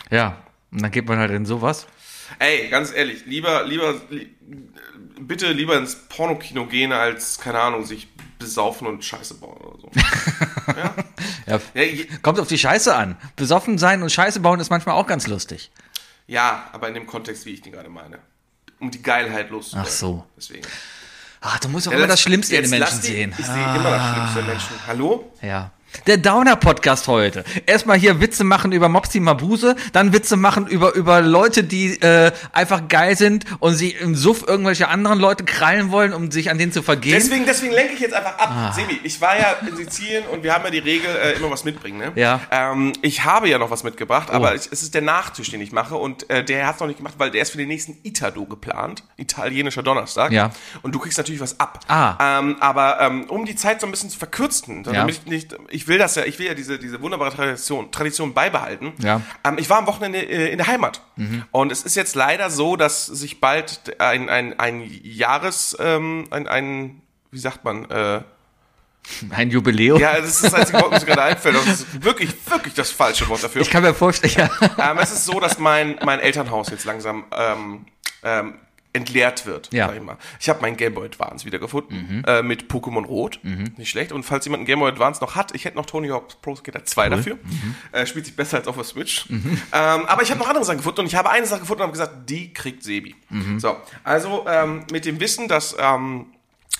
[SPEAKER 2] Ja. Und dann geht man halt in sowas.
[SPEAKER 5] Ey, ganz ehrlich, lieber, lieber, li bitte lieber ins Pornokino gehen, als, keine Ahnung, sich besaufen und Scheiße bauen oder so.
[SPEAKER 2] Ja.
[SPEAKER 5] ja, je-
[SPEAKER 2] Kommt auf die Scheiße an. Besoffen sein und Scheiße bauen ist manchmal auch ganz lustig.
[SPEAKER 5] ja, aber in dem Kontext, wie ich den gerade meine. Um die Geilheit loszuwerden.
[SPEAKER 2] Ach so.
[SPEAKER 5] Deswegen.
[SPEAKER 2] Ach, du musst Ah, auch
[SPEAKER 5] Ja,
[SPEAKER 2] immer
[SPEAKER 5] lass-
[SPEAKER 2] das Schlimmste in den
[SPEAKER 5] jetzt
[SPEAKER 2] Menschen
[SPEAKER 5] lass die-
[SPEAKER 2] sehen. Ah.
[SPEAKER 5] Ich sehe immer das Schlimmste in Menschen. Hallo?
[SPEAKER 2] Ja. Der Downer-Podcast heute. Erstmal hier Witze machen über Mopsi Mabuse, dann Witze machen über, über Leute, die äh, einfach geil sind und sie im Suff irgendwelche anderen Leute krallen wollen, um sich an denen zu vergehen.
[SPEAKER 5] Deswegen, deswegen lenke ich jetzt einfach ab.
[SPEAKER 2] Ah.
[SPEAKER 5] Sebi, ich war ja in Sizilien und wir haben ja die Regel, äh, immer was mitbringen, ne?
[SPEAKER 2] Ja. Oh.
[SPEAKER 5] Ähm, ich habe ja noch was mitgebracht, aber ich, es ist der Nachtisch, den ich mache und äh, der hat es noch nicht gemacht, weil der ist für den nächsten Itado geplant. Italienischer Donnerstag.
[SPEAKER 2] Ja.
[SPEAKER 5] Und du kriegst natürlich was ab.
[SPEAKER 2] Ah.
[SPEAKER 5] Ähm, aber ähm, um die Zeit so ein bisschen zu verkürzen,
[SPEAKER 2] Ja.
[SPEAKER 5] damit ich nicht, ich will das ja, ich will ja diese, diese wunderbare Tradition, Tradition beibehalten.
[SPEAKER 2] Ja. Mhm.
[SPEAKER 5] Ähm, ich war am Wochenende äh, in der Heimat. Und es ist jetzt leider so, dass sich bald ein, ein, ein Jahres, ähm, ein, ein, wie sagt man, äh,
[SPEAKER 2] Ein Jubiläum.
[SPEAKER 5] ja, das ist das einzige Wort, was mir gerade einfällt. Das ist wirklich, wirklich das falsche Wort dafür.
[SPEAKER 2] Ich kann mir vorstellen, ja.
[SPEAKER 5] Ähm, es ist so, dass mein, mein Elternhaus jetzt langsam ähm, ähm, entleert wird.
[SPEAKER 2] Ja.
[SPEAKER 5] Sag ich mal. ich habe meinen Game Boy Advance wiedergefunden äh, mit Pokémon Rot. Nicht schlecht. Und falls jemand einen Game Boy Advance noch hat, ich hätte noch Tony Hawk's Pro Skater 2 dafür. Äh, spielt sich besser als auf der Switch. Ähm, aber ich habe noch andere Sachen gefunden und ich habe eine Sache gefunden und habe gesagt, die kriegt Sebi. So, also ähm, mit dem Wissen, dass ähm,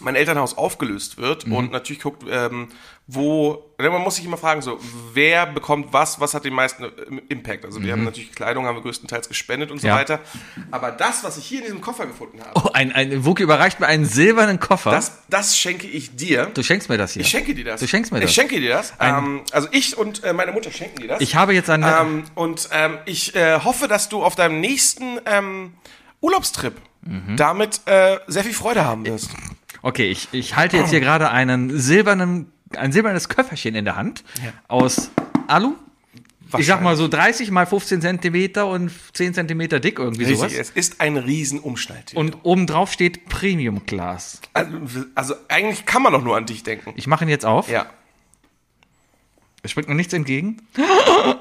[SPEAKER 5] mein Elternhaus aufgelöst wird und natürlich guckt, ähm, wo, man muss sich immer fragen, so, wer bekommt was, was hat den meisten ähm, Impact? Also wir haben natürlich Kleidung, haben wir größtenteils gespendet und so
[SPEAKER 2] Ja.
[SPEAKER 5] weiter. Aber das, was ich hier in diesem Koffer gefunden habe,
[SPEAKER 2] Oh, ein, ein Wookie überreicht mir einen silbernen Koffer.
[SPEAKER 5] das, das schenke ich dir.
[SPEAKER 2] du schenkst mir das hier.
[SPEAKER 5] Ich schenke dir das.
[SPEAKER 2] Du schenkst mir das.
[SPEAKER 5] Ich schenke dir das.
[SPEAKER 2] Ein-
[SPEAKER 5] ähm, also ich und äh, meine Mutter schenken dir das.
[SPEAKER 2] Ich habe jetzt einen.
[SPEAKER 5] Ähm, und ähm, ich äh, hoffe, dass du auf deinem nächsten ähm, Urlaubstrip
[SPEAKER 2] Mhm.
[SPEAKER 5] damit äh, sehr viel Freude haben wirst.
[SPEAKER 2] Okay, ich, ich halte jetzt hier gerade einen silbernen, ein silbernes Köfferchen in der Hand aus Alu. Ich sag mal so 30 mal 15 Zentimeter und 10 Zentimeter dick, irgendwie
[SPEAKER 5] Richtig,
[SPEAKER 2] sowas.
[SPEAKER 5] es ist ein Riesenumschneid. hier.
[SPEAKER 2] Und obendrauf steht Premium Glas.
[SPEAKER 5] Also, also eigentlich kann man doch nur an dich denken.
[SPEAKER 2] Ich mache ihn jetzt auf.
[SPEAKER 5] Ja.
[SPEAKER 2] Es springt noch nichts entgegen.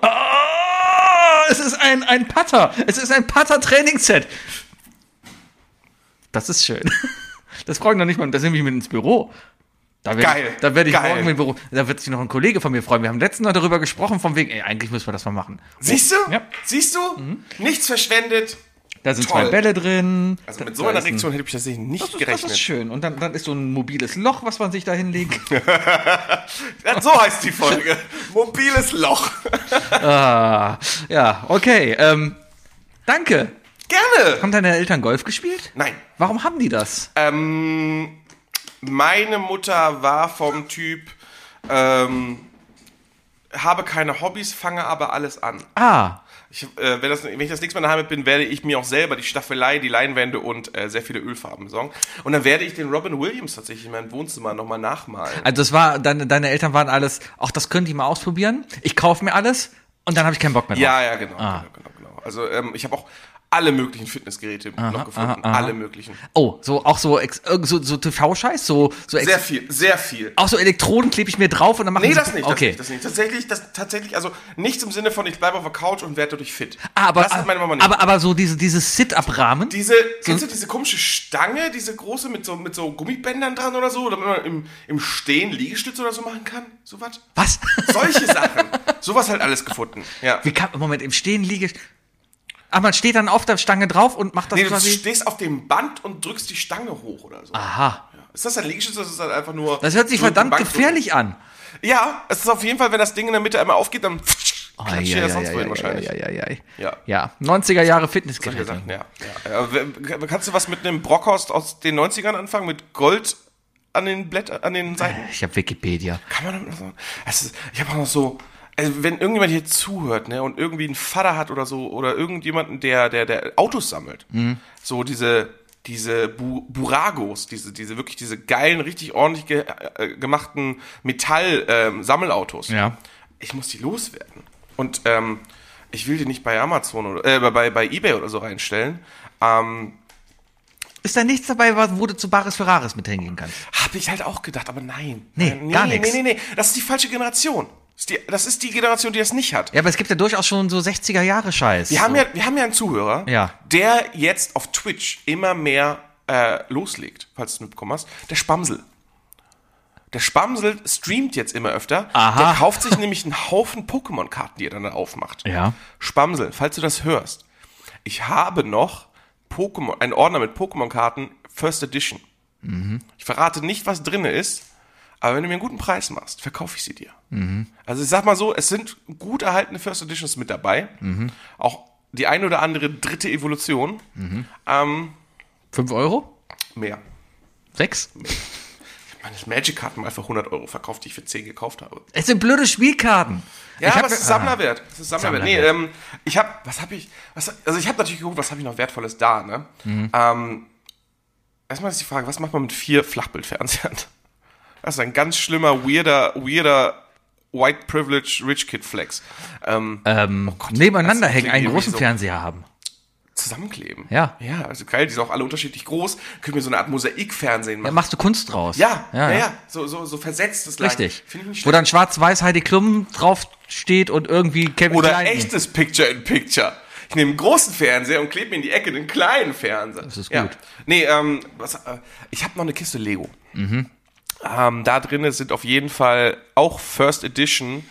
[SPEAKER 2] Ah, Es ist ein, ein Putter. Es ist ein Putter-Trainingsset. Das ist schön. Das brauche ich noch nicht mal. Das nehme ich mit ins Büro. Da werd
[SPEAKER 5] Geil.
[SPEAKER 2] Ich, da werde ich
[SPEAKER 5] Geil.
[SPEAKER 2] morgen mit dem Büro. Da wird sich noch ein Kollege von mir freuen. Wir haben letztens noch darüber gesprochen, von wegen, ey, eigentlich müssen wir das mal machen.
[SPEAKER 5] Siehst du?
[SPEAKER 2] Ja. Mhm.
[SPEAKER 5] Siehst du? Nichts verschwendet.
[SPEAKER 2] Da sind
[SPEAKER 5] Toll.
[SPEAKER 2] zwei Bälle drin.
[SPEAKER 5] Also
[SPEAKER 2] Da-
[SPEAKER 5] mit so
[SPEAKER 2] da
[SPEAKER 5] einer
[SPEAKER 2] ist ein-
[SPEAKER 5] Reaktion hätte ich tatsächlich nicht
[SPEAKER 2] Das ist, das
[SPEAKER 5] gerechnet.
[SPEAKER 2] ist schön. Und dann, dann ist so ein mobiles Loch, was man sich da hinlegt.
[SPEAKER 5] Ja, so heißt die Folge. Mobiles Loch.
[SPEAKER 2] ah, ja, okay. Ähm, danke.
[SPEAKER 5] Gerne.
[SPEAKER 2] Haben deine Eltern Golf gespielt?
[SPEAKER 5] Nein.
[SPEAKER 2] Warum haben die das?
[SPEAKER 5] Ähm, meine Mutter war vom Typ, ähm, habe keine Hobbys, fange aber alles an.
[SPEAKER 2] Ah,
[SPEAKER 5] Ich, äh, wenn, das, wenn ich das nächste Mal daheim bin, werde ich mir auch selber die Staffelei, die Leinwände und äh, sehr viele Ölfarben besorgen. Und dann werde ich den Robin Williams tatsächlich in meinem Wohnzimmer nochmal nachmalen.
[SPEAKER 2] also das war, deine, deine Eltern waren alles, ach, das könnte ich mal ausprobieren. Ich kaufe mir alles und dann habe ich keinen Bock mehr drauf.
[SPEAKER 5] Ja, ja, genau.
[SPEAKER 2] ah.
[SPEAKER 5] genau, genau, genau. Also ähm, ich habe auch alle möglichen Fitnessgeräte noch gefunden.
[SPEAKER 2] aha, aha.
[SPEAKER 5] Alle möglichen.
[SPEAKER 2] Oh, so auch so ex, irgend so, so TV-Scheiß, so, so ex,
[SPEAKER 5] Sehr viel, sehr viel.
[SPEAKER 2] auch so Elektroden klebe ich mir drauf und dann mache
[SPEAKER 5] Nee,
[SPEAKER 2] ich
[SPEAKER 5] das nicht, das
[SPEAKER 2] Okay.
[SPEAKER 5] nicht, das nicht. Tatsächlich, das, tatsächlich, also nichts im Sinne von, ich bleibe auf der Couch und werde dadurch fit.
[SPEAKER 2] ah, aber,
[SPEAKER 5] das hat meine Mama nicht.
[SPEAKER 2] aber Hm? aber so diese dieses Sit-up-Rahmen.
[SPEAKER 5] diese, kennst du diese komische Stange, diese große mit so, mit so Gummibändern dran oder so, damit man im, im Stehen Liegestütze oder so machen kann? So was?
[SPEAKER 2] Was?
[SPEAKER 5] Solche Sachen. Sowas halt alles gefunden. Ja.
[SPEAKER 2] Wie kann Moment im Stehen liege? Ah, man steht dann auf der Stange drauf und macht das
[SPEAKER 5] Nee, du
[SPEAKER 2] quasi.
[SPEAKER 5] stehst auf dem Band und drückst die Stange hoch oder so.
[SPEAKER 2] Aha,
[SPEAKER 5] Ist das ein Liegestütz oder ist das halt einfach nur.
[SPEAKER 2] Ah. das hört sich
[SPEAKER 5] drücken,
[SPEAKER 2] verdammt
[SPEAKER 5] Bankdrücken?
[SPEAKER 2] gefährlich an.
[SPEAKER 5] Ja, es ist auf jeden Fall, wenn das Ding in der Mitte einmal aufgeht, dann klatscht dir das sonst wohin wahrscheinlich.
[SPEAKER 2] ja, ja, ja,
[SPEAKER 5] Ja.
[SPEAKER 2] ja. Ja, 90er Jahre
[SPEAKER 5] Solche
[SPEAKER 2] Fitnessgeräte.
[SPEAKER 5] Sachen, ja. ja. Aber wer- Kannst du was mit einem Brockhorst aus den 90ern anfangen? Mit Gold an den Blättern, an den Seiten?
[SPEAKER 2] Ich habe Wikipedia.
[SPEAKER 5] Kann man damit noch so. Es ist, ich habe auch noch so. Also wenn irgendjemand hier zuhört, ne, und irgendwie einen Vater hat oder so, oder irgendjemanden, der, der, der Autos sammelt, so diese, diese Bu Buragos, diese, diese wirklich diese geilen, richtig ordentlich ge äh, gemachten Metall-Sammelautos.
[SPEAKER 2] Ja.
[SPEAKER 5] Ich muss die loswerden. Und ähm, ich will die nicht bei Amazon oder äh, bei, bei Ebay oder so reinstellen. Ähm,
[SPEAKER 2] Ist da nichts dabei, was- wo du zu Bares für Rares mit hingehen kannst?
[SPEAKER 5] Habe ich halt auch gedacht, aber nein.
[SPEAKER 2] Nee,
[SPEAKER 5] Nein,
[SPEAKER 2] gar
[SPEAKER 5] nee,
[SPEAKER 2] nix.
[SPEAKER 5] nee, nee, nee. Das ist die falsche Generation. Das ist die, das ist die Generation, die das nicht hat.
[SPEAKER 2] Ja, aber es gibt ja durchaus schon so 60er Jahre Scheiß.
[SPEAKER 5] Wir, haben, ja, wir haben ja einen Zuhörer,
[SPEAKER 2] Ja.
[SPEAKER 5] der jetzt auf Twitch immer mehr äh, loslegt, falls du es mitbekommen hast. Der Spamsel. Der Spamsel streamt jetzt immer öfter.
[SPEAKER 2] Aha.
[SPEAKER 5] Der kauft sich nämlich einen Haufen Pokémon-Karten, die er dann aufmacht.
[SPEAKER 2] Ja.
[SPEAKER 5] Spamsel, falls du das hörst. Ich habe noch Pokémon, einen Ordner mit Pokémon-Karten, First Edition. Ich verrate nicht, was drin ist, aber wenn du mir einen guten Preis machst, verkaufe ich sie dir. Also ich sag mal so, es sind gut erhaltene First Editions mit dabei. Auch die eine oder andere dritte Evolution. Ähm,
[SPEAKER 2] Fünf Euro?
[SPEAKER 5] mehr.
[SPEAKER 2] Sechs?
[SPEAKER 5] Meine Magic-Karten mal für 100 Euro verkauft, die ich für 10 gekauft habe.
[SPEAKER 2] Es sind blöde Spielkarten.
[SPEAKER 5] Ja,
[SPEAKER 2] Ich hab Ah,
[SPEAKER 5] aber es ist
[SPEAKER 2] mir-
[SPEAKER 5] Sammlerwert. Es ist Sammlerwert. Nee, ähm, ich habe, was habe ich, was, also ich habe natürlich geguckt, was habe ich noch Wertvolles da, ne?
[SPEAKER 2] Mhm.
[SPEAKER 5] Ähm, erstmal ist die Frage, was macht man mit vier Flachbildfernsehern? Das ist ein ganz schlimmer, weirder, weirder White Privilege Rich Kid Flex. Ähm,
[SPEAKER 2] ähm, nebeneinander
[SPEAKER 5] das
[SPEAKER 2] hängen,
[SPEAKER 5] klingt
[SPEAKER 2] einen
[SPEAKER 5] irgendwie
[SPEAKER 2] großen
[SPEAKER 5] so.
[SPEAKER 2] Fernseher haben.
[SPEAKER 5] zusammenkleben.
[SPEAKER 2] Ja.
[SPEAKER 5] Ja, also geil, die sind auch alle unterschiedlich groß. Können wir so eine Art Mosaikfernsehen
[SPEAKER 2] Da
[SPEAKER 5] machen.
[SPEAKER 2] machst du Kunst draus.
[SPEAKER 5] Ja, ja,
[SPEAKER 2] ja.
[SPEAKER 5] ja, So, so, so versetztes Leid.
[SPEAKER 2] Richtig.
[SPEAKER 5] Finde ich nicht
[SPEAKER 2] Wo
[SPEAKER 5] schlecht.
[SPEAKER 2] dann schwarz-weiß Heidi Klum draufsteht und irgendwie Kevin
[SPEAKER 5] Oder
[SPEAKER 2] Klein.
[SPEAKER 5] echtes Picture in Picture. Ich nehme einen großen Fernseher und klebe mir in die Ecke einen kleinen Fernseher. Das
[SPEAKER 2] ist gut.
[SPEAKER 5] Nee, ähm, was, äh, ich habe noch eine Kiste Lego.
[SPEAKER 2] Mhm.
[SPEAKER 5] Ähm, da drin sind auf jeden Fall auch First Edition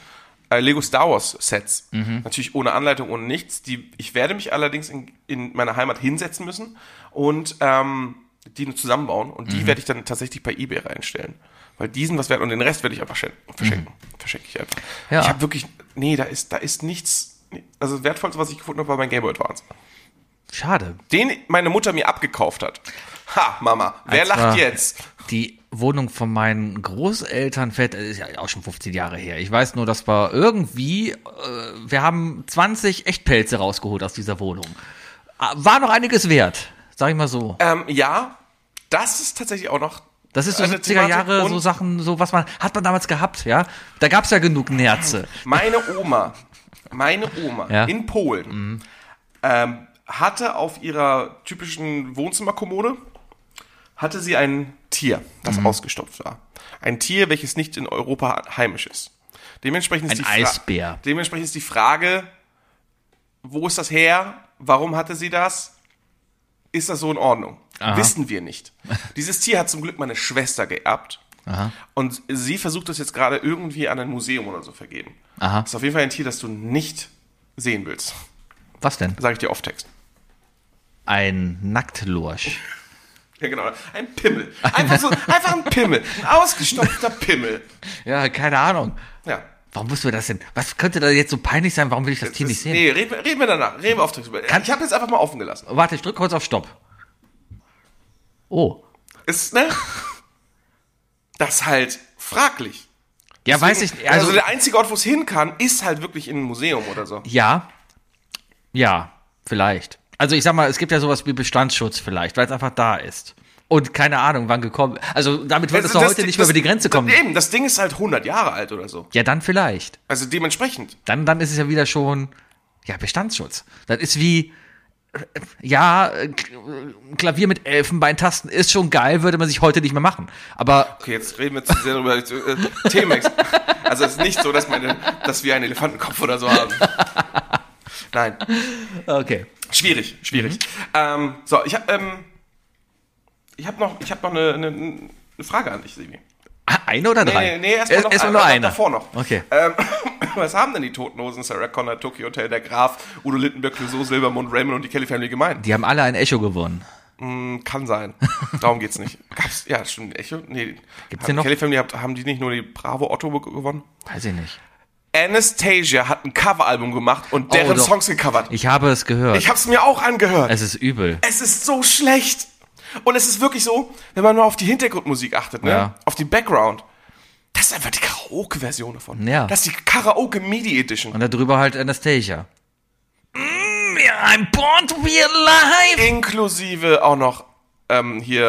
[SPEAKER 5] äh, Lego Star Wars Sets. Natürlich ohne Anleitung, ohne nichts. Die, ich werde mich allerdings in, in meiner Heimat hinsetzen müssen und ähm, die zusammenbauen und die werde ich dann tatsächlich bei eBay reinstellen. Weil diesen was wert und den Rest werde ich einfach schen- verschenken. Verschenke ich einfach.
[SPEAKER 2] Ja.
[SPEAKER 5] Ich habe wirklich, nee, da ist, da ist nichts, also das Wertvollste, was ich gefunden habe, war mein Game Boy Advance.
[SPEAKER 2] Schade.
[SPEAKER 5] Den meine Mutter mir abgekauft hat. Ha, Mama, wer
[SPEAKER 2] Als war-
[SPEAKER 5] lacht jetzt?
[SPEAKER 2] Die Wohnung von meinen Großeltern fällt, das ist ja auch schon 15 Jahre her. Ich weiß nur, dass wir irgendwie, äh, wir haben 20 Echtpelze rausgeholt aus dieser Wohnung. Ah, War noch einiges wert, sag ich mal so.
[SPEAKER 5] Ähm, ja, das ist tatsächlich auch noch.
[SPEAKER 2] Das ist so
[SPEAKER 5] eine
[SPEAKER 2] 70er Jahre,
[SPEAKER 5] Also Thematik.
[SPEAKER 2] so
[SPEAKER 5] Und
[SPEAKER 2] Sachen, so was man, hat man damals gehabt, ja? Da gab's ja genug Nerze.
[SPEAKER 5] Meine Oma, meine Oma
[SPEAKER 2] Ja. Mhm.
[SPEAKER 5] in Polen ähm, hatte auf ihrer typischen Wohnzimmerkommode hatte sie ein Tier, das
[SPEAKER 2] Mhm.
[SPEAKER 5] ausgestopft war. Ein Tier, welches nicht in Europa heimisch ist. Dementsprechend ist
[SPEAKER 2] Ein
[SPEAKER 5] die Fra-
[SPEAKER 2] Eisbär.
[SPEAKER 5] Dementsprechend ist die Frage, wo ist das her? Warum hatte sie das? Ist das so in Ordnung? Wissen wir nicht. Dieses Tier hat zum Glück meine Schwester geerbt. Und sie versucht das jetzt gerade irgendwie an ein Museum oder so vergeben.
[SPEAKER 2] Aha.
[SPEAKER 5] Das ist auf jeden Fall ein Tier, das du nicht sehen willst.
[SPEAKER 2] Was denn?
[SPEAKER 5] Sage ich dir off-text.
[SPEAKER 2] Ein Nacktlurch.
[SPEAKER 5] Ja, genau. Ein Pimmel. Einfach so, einfach ein Pimmel. Ein ausgestopfter Pimmel.
[SPEAKER 2] Ja, keine Ahnung.
[SPEAKER 5] Ja.
[SPEAKER 2] Warum müssen wir das denn? Was könnte da jetzt so peinlich sein? Warum will ich das Tier nicht
[SPEAKER 5] Das-
[SPEAKER 2] sehen?
[SPEAKER 5] Nee, reden, wir- reden wir danach. Reden wir off-text über. Ich habe jetzt einfach mal offen gelassen.
[SPEAKER 2] Warte, ich drücke kurz auf Stopp. Oh.
[SPEAKER 5] Ist, ne? Das ist halt fraglich.
[SPEAKER 2] Ja, weiß ich nicht.
[SPEAKER 5] Also,
[SPEAKER 2] Also,
[SPEAKER 5] der einzige Ort, wo es hin kann, ist halt wirklich in ein Museum oder so.
[SPEAKER 2] ja. Ja, vielleicht. Also ich sag mal, es gibt ja sowas wie Bestandsschutz vielleicht, weil es einfach da ist. Und keine Ahnung, wann gekommen. Also damit wird es doch heute nicht mehr über die Grenze kommen.
[SPEAKER 5] Eben, das Ding ist halt 100 Jahre alt oder so.
[SPEAKER 2] Ja, dann vielleicht.
[SPEAKER 5] Also dementsprechend.
[SPEAKER 2] dann, dann ist es ja wieder schon, ja, Bestandsschutz. Das ist wie, äh, ja, äh, K- äh, Klavier mit Elfenbeintasten ist schon geil, würde man sich heute nicht mehr machen. Aber
[SPEAKER 5] Okay, jetzt reden wir zu sehr darüber. Äh, T-Max. Also es ist nicht so, dass, meine, dass wir einen Elefantenkopf oder so haben. Nein,
[SPEAKER 2] okay.
[SPEAKER 5] schwierig, schwierig.
[SPEAKER 2] Mhm.
[SPEAKER 5] Ähm, so, ich habe ähm, ich hab noch, ich hab noch eine, eine, eine Frage an dich, Sebi.
[SPEAKER 2] Ah, Eine oder
[SPEAKER 5] Nee,
[SPEAKER 2] drei?
[SPEAKER 5] nee, erstmal noch,
[SPEAKER 2] Erst mal
[SPEAKER 5] äh,
[SPEAKER 2] nur
[SPEAKER 5] da-
[SPEAKER 2] eine.
[SPEAKER 5] davor noch.
[SPEAKER 2] Okay.
[SPEAKER 5] Ähm, was haben denn die Totenhosen, Sarah Connor, Tokyo Hotel, der Graf, Udo Lindenberg, Clouseau, Silbermond, Raymond und die Kelly Family gemeint? Hm,
[SPEAKER 2] Die haben alle ein Echo gewonnen.
[SPEAKER 5] Kann sein. Darum geht's nicht. Gab's, ja, stimmt, Echo? Nee.
[SPEAKER 2] Gibt's
[SPEAKER 5] Haben
[SPEAKER 2] den noch?
[SPEAKER 5] Kelly Family, habt- haben die nicht nur die Bravo Otto ge- gewonnen?
[SPEAKER 2] Weiß ich nicht.
[SPEAKER 5] Anastasia hat ein Coveralbum gemacht und deren
[SPEAKER 2] Oh, doch.
[SPEAKER 5] Songs gecovert.
[SPEAKER 2] Ich habe es gehört.
[SPEAKER 5] Ich hab's mir auch angehört.
[SPEAKER 2] es ist übel.
[SPEAKER 5] Es ist so schlecht. Und es ist wirklich so, wenn man nur auf die Hintergrundmusik achtet, ne?
[SPEAKER 2] Ja.
[SPEAKER 5] Auf die Background. Das ist einfach die Karaoke-Version davon.
[SPEAKER 2] Ja.
[SPEAKER 5] Das ist die Karaoke Midi Edition.
[SPEAKER 2] Und darüber halt Anastasia. Mm, yeah, I'm born to be alive.
[SPEAKER 5] Inklusive auch noch ähm, hier,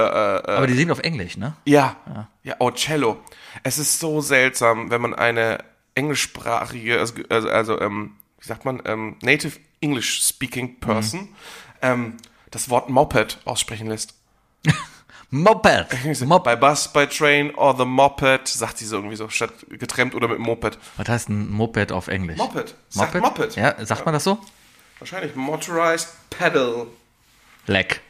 [SPEAKER 5] äh, äh,
[SPEAKER 2] Aber die singen auf Englisch, ne?
[SPEAKER 5] ja. ja. oh, Cello. Es ist so seltsam, wenn man eine englischsprachige, also, also, also ähm, wie sagt man, ähm, Native English Speaking Person, ähm, das Wort Moped aussprechen lässt.
[SPEAKER 2] Moped. Mop
[SPEAKER 5] By Bus, by Train or the Moped, sagt sie so irgendwie so, statt getrennt oder mit dem Moped.
[SPEAKER 2] Was heißt ein Moped auf Englisch?
[SPEAKER 5] Moped. Sagt Moped.
[SPEAKER 2] Ja, sagt man das so?
[SPEAKER 5] Wahrscheinlich Motorized Pedal.
[SPEAKER 2] Leck.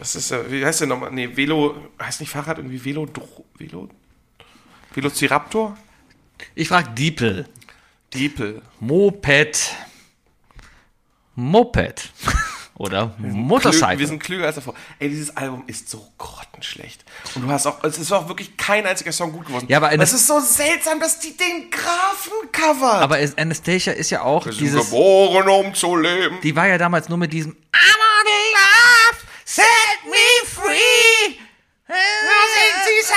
[SPEAKER 5] Das ist, äh, wie heißt der nochmal? Nee, Velo, heißt nicht Fahrrad irgendwie Velo, Velo? Velociraptor?
[SPEAKER 2] Ich frage Diepel.
[SPEAKER 5] Diepel.
[SPEAKER 2] Moped. Moped. Oder
[SPEAKER 5] Klü- Wir
[SPEAKER 2] Motorcycle.
[SPEAKER 5] sind klüger als davor. Ey, dieses Album ist so grottenschlecht. Und du hast auch, es ist auch wirklich kein einziger Song gut geworden.
[SPEAKER 2] Ja, aber
[SPEAKER 5] es
[SPEAKER 2] Anas-
[SPEAKER 5] ist so seltsam, dass die den Grafen covern.
[SPEAKER 2] Aber es- Anastasia ist ja auch
[SPEAKER 5] Wir sind
[SPEAKER 2] dieses.
[SPEAKER 5] geboren, um zu leben.
[SPEAKER 2] Die war ja damals nur mit diesem I want love, set me free. So sind sie's
[SPEAKER 5] "Oh."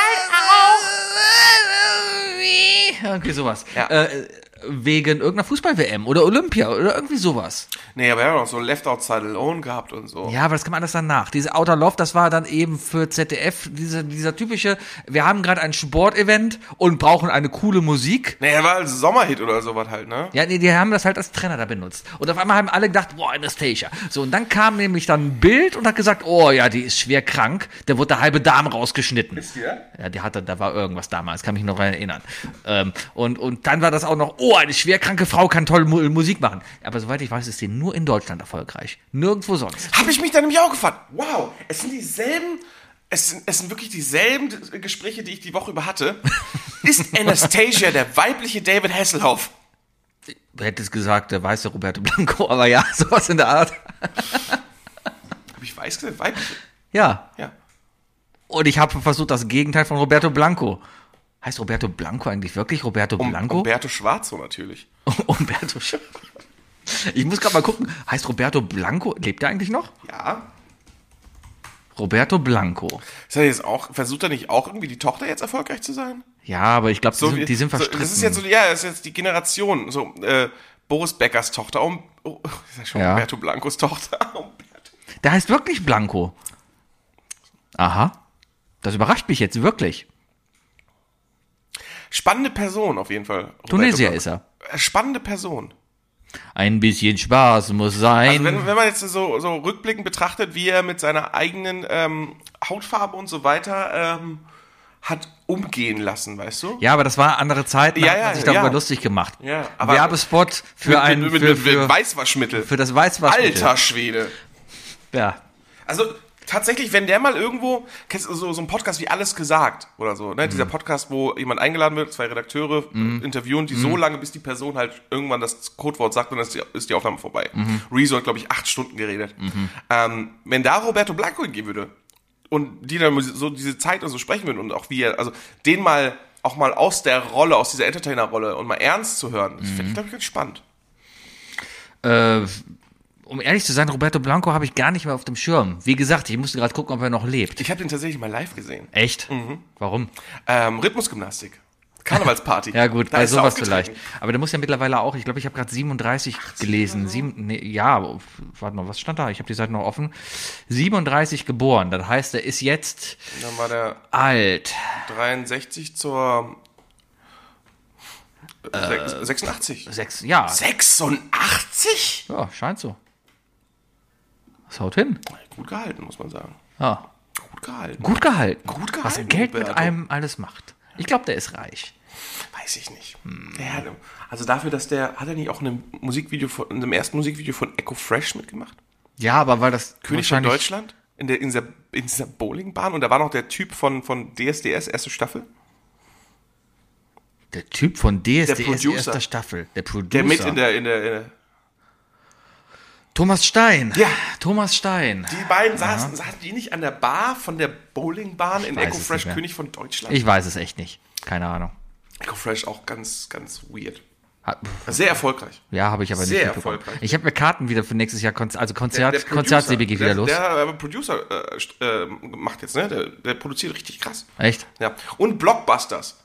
[SPEAKER 2] halt auch. Irgendwie sowas.
[SPEAKER 5] Ja.
[SPEAKER 2] Äh, wegen irgendeiner Fußball-WM oder Olympia oder irgendwie sowas.
[SPEAKER 5] nee, aber wir haben auch so Left Outside Alone gehabt und so.
[SPEAKER 2] Ja, aber das kam alles danach. Diese Outer Love, das war dann eben für ZDF diese, dieser typische, wir haben gerade ein Sportevent und brauchen eine coole Musik.
[SPEAKER 5] Nee, er war ein Sommerhit oder sowas halt, ne?
[SPEAKER 2] Ja, nee, die haben das halt als Trainer da benutzt. Und auf einmal haben alle gedacht, boah, Anastasia. So, und dann kam nämlich dann ein Bild und hat gesagt, oh ja, die ist schwer krank. Da wurde der halbe Darm rausgeschnitten. Ist
[SPEAKER 5] die, ja?
[SPEAKER 2] Ja, die hatte, da war irgendwas damals, kann mich noch daran erinnern. Ähm, und, und dann war das auch noch, oh, eine schwerkranke Frau kann tolle Mu Musik machen. Aber soweit ich weiß, ist die nur in Deutschland erfolgreich. Nirgendwo sonst.
[SPEAKER 5] Habe ich mich dann nämlich auch gefragt. Wow, es sind dieselben, es sind, es sind wirklich dieselben D- Gespräche, die ich die Woche über hatte. Ist Anastasia der weibliche David Hasselhoff?
[SPEAKER 2] Du hättest gesagt, der weiße Roberto Blanco, aber ja, sowas in der Art.
[SPEAKER 5] Habe ich weiß gesagt, weibliche?
[SPEAKER 2] Ja,
[SPEAKER 5] Ja.
[SPEAKER 2] Und ich habe versucht, das Gegenteil von Roberto Blanco. Heißt Roberto Blanco eigentlich wirklich Roberto
[SPEAKER 5] Um,
[SPEAKER 2] Blanco?
[SPEAKER 5] Umberto Schwarzo natürlich.
[SPEAKER 2] Umberto Sch Ich muss gerade mal gucken. Heißt Roberto Blanco? Lebt er eigentlich noch?
[SPEAKER 5] Ja.
[SPEAKER 2] Roberto Blanco.
[SPEAKER 5] Ist er jetzt auch, versucht er nicht auch irgendwie die Tochter jetzt erfolgreich zu sein?
[SPEAKER 2] Ja, aber ich glaube, die,
[SPEAKER 5] wie-
[SPEAKER 2] sind- die sind verstritten.
[SPEAKER 5] So, das ist jetzt so, ja, das ist jetzt die Generation. So, äh, Boris Beckers Tochter, um, oh, ich sag schon,
[SPEAKER 2] Ja.
[SPEAKER 5] Umberto Blancos Tochter. um. Umberto.
[SPEAKER 2] Der heißt wirklich Blanco. Aha. Das überrascht mich jetzt wirklich.
[SPEAKER 5] Spannende Person auf jeden Fall. Roberto
[SPEAKER 2] Tunesier
[SPEAKER 5] Blanco.
[SPEAKER 2] ist er.
[SPEAKER 5] Äh, Spannende Person.
[SPEAKER 2] Ein bisschen Spaß muss sein.
[SPEAKER 5] Also wenn, wenn man jetzt so, so rückblickend betrachtet, wie er mit seiner eigenen ähm, Hautfarbe und so weiter ähm, hat umgehen lassen, weißt du?
[SPEAKER 2] ja, aber das war andere Zeiten, da
[SPEAKER 5] Ja,
[SPEAKER 2] hat man
[SPEAKER 5] ja,
[SPEAKER 2] sich darüber
[SPEAKER 5] ja.
[SPEAKER 2] lustig gemacht.
[SPEAKER 5] Ja, aber-
[SPEAKER 2] Werbespot für
[SPEAKER 5] mit,
[SPEAKER 2] einen
[SPEAKER 5] mit, mit,
[SPEAKER 2] für,
[SPEAKER 5] mit, mit
[SPEAKER 2] für,
[SPEAKER 5] Weißwaschmittel.
[SPEAKER 2] für das Weißwaschmittel.
[SPEAKER 5] Alter Schwede.
[SPEAKER 2] Ja.
[SPEAKER 5] Also tatsächlich, wenn der mal irgendwo, kennst du so, so ein Podcast wie Alles gesagt oder so, ne? dieser Podcast, wo jemand eingeladen wird, zwei Redakteure äh, interviewen, die so lange, bis die Person halt irgendwann das Codewort sagt und dann ist die, ist die Aufnahme vorbei. Rezo hat, glaube ich, acht Stunden geredet. Ähm, wenn da Roberto Blanco hingehen würde und die dann so diese Zeit und so sprechen würden und auch wie er, also den mal auch mal aus der Rolle, aus dieser Entertainer-Rolle und mal ernst zu hören, das finde ich, glaube ich, ganz spannend.
[SPEAKER 2] Äh, um ehrlich zu sein, Roberto Blanco habe ich gar nicht mehr auf dem Schirm. Wie gesagt, ich musste gerade gucken, ob er noch lebt.
[SPEAKER 5] Ich habe den tatsächlich mal live gesehen.
[SPEAKER 2] Echt?
[SPEAKER 5] Mhm.
[SPEAKER 2] Warum?
[SPEAKER 5] Ähm, Rhythmusgymnastik. Karnevalsparty.
[SPEAKER 2] Ja gut,
[SPEAKER 5] Da
[SPEAKER 2] bei
[SPEAKER 5] ist er
[SPEAKER 2] sowas
[SPEAKER 5] aufgetreten.
[SPEAKER 2] vielleicht. Aber der muss ja mittlerweile auch, ich glaube, ich habe gerade 37 gelesen. Sieben, nee, ja, warte mal, was stand da? Ich habe die Seite noch offen. 37 geboren, das heißt, er ist jetzt
[SPEAKER 5] Dann war der
[SPEAKER 2] alt.
[SPEAKER 5] 63 zur äh, sech- 86.
[SPEAKER 2] Sechs, ja,
[SPEAKER 5] 86?
[SPEAKER 2] ja scheint so. Das haut hin.
[SPEAKER 5] Gut gehalten, muss man sagen.
[SPEAKER 2] Ja.
[SPEAKER 5] Gut gehalten.
[SPEAKER 2] Gut gehalten.
[SPEAKER 5] Gut
[SPEAKER 2] Was
[SPEAKER 5] gehalten,
[SPEAKER 2] Geld mit
[SPEAKER 5] Roberto.
[SPEAKER 2] einem alles macht. Ich glaube, der ist reich.
[SPEAKER 5] Weiß ich nicht.
[SPEAKER 2] Hm.
[SPEAKER 5] Der hat, also dafür, dass der, hat er nicht auch in einem Musikvideo von, in dem ersten Musikvideo von Echo Fresh mitgemacht?
[SPEAKER 2] Ja, aber weil das
[SPEAKER 5] König von
[SPEAKER 2] wahrscheinlich-
[SPEAKER 5] Deutschland? In, der, in, dieser, in dieser Bowlingbahn? Und da war noch der Typ von, von DSDS, erste Staffel?
[SPEAKER 2] Der Typ von DSDS
[SPEAKER 5] Der Producer.
[SPEAKER 2] erster Staffel. Der Producer.
[SPEAKER 5] Der mit in der, in der, in der
[SPEAKER 2] Thomas Stein.
[SPEAKER 5] Ja.
[SPEAKER 2] Thomas Stein.
[SPEAKER 5] Die beiden saßen, saßen die nicht an der Bar von der Bowlingbahn in
[SPEAKER 2] weiß
[SPEAKER 5] Echo
[SPEAKER 2] es
[SPEAKER 5] Fresh
[SPEAKER 2] nicht mehr.
[SPEAKER 5] König von Deutschland?
[SPEAKER 2] Ich weiß es echt nicht. Keine Ahnung.
[SPEAKER 5] Echo Fresh auch ganz, ganz weird.
[SPEAKER 2] Hat-
[SPEAKER 5] Sehr erfolgreich.
[SPEAKER 2] Ja, habe ich aber
[SPEAKER 5] Sehr
[SPEAKER 2] nicht mitbekommen.
[SPEAKER 5] erfolgreich.
[SPEAKER 2] Ich habe mir Karten wieder für nächstes Jahr, Konz also Konzert,
[SPEAKER 5] Der Producer,
[SPEAKER 2] Konzert-CB geht wieder
[SPEAKER 5] der,
[SPEAKER 2] los.
[SPEAKER 5] Der äh, Producer äh, st- äh, macht jetzt, ne? Der, der produziert richtig krass.
[SPEAKER 2] Echt?
[SPEAKER 5] Ja. Und Blockbusters.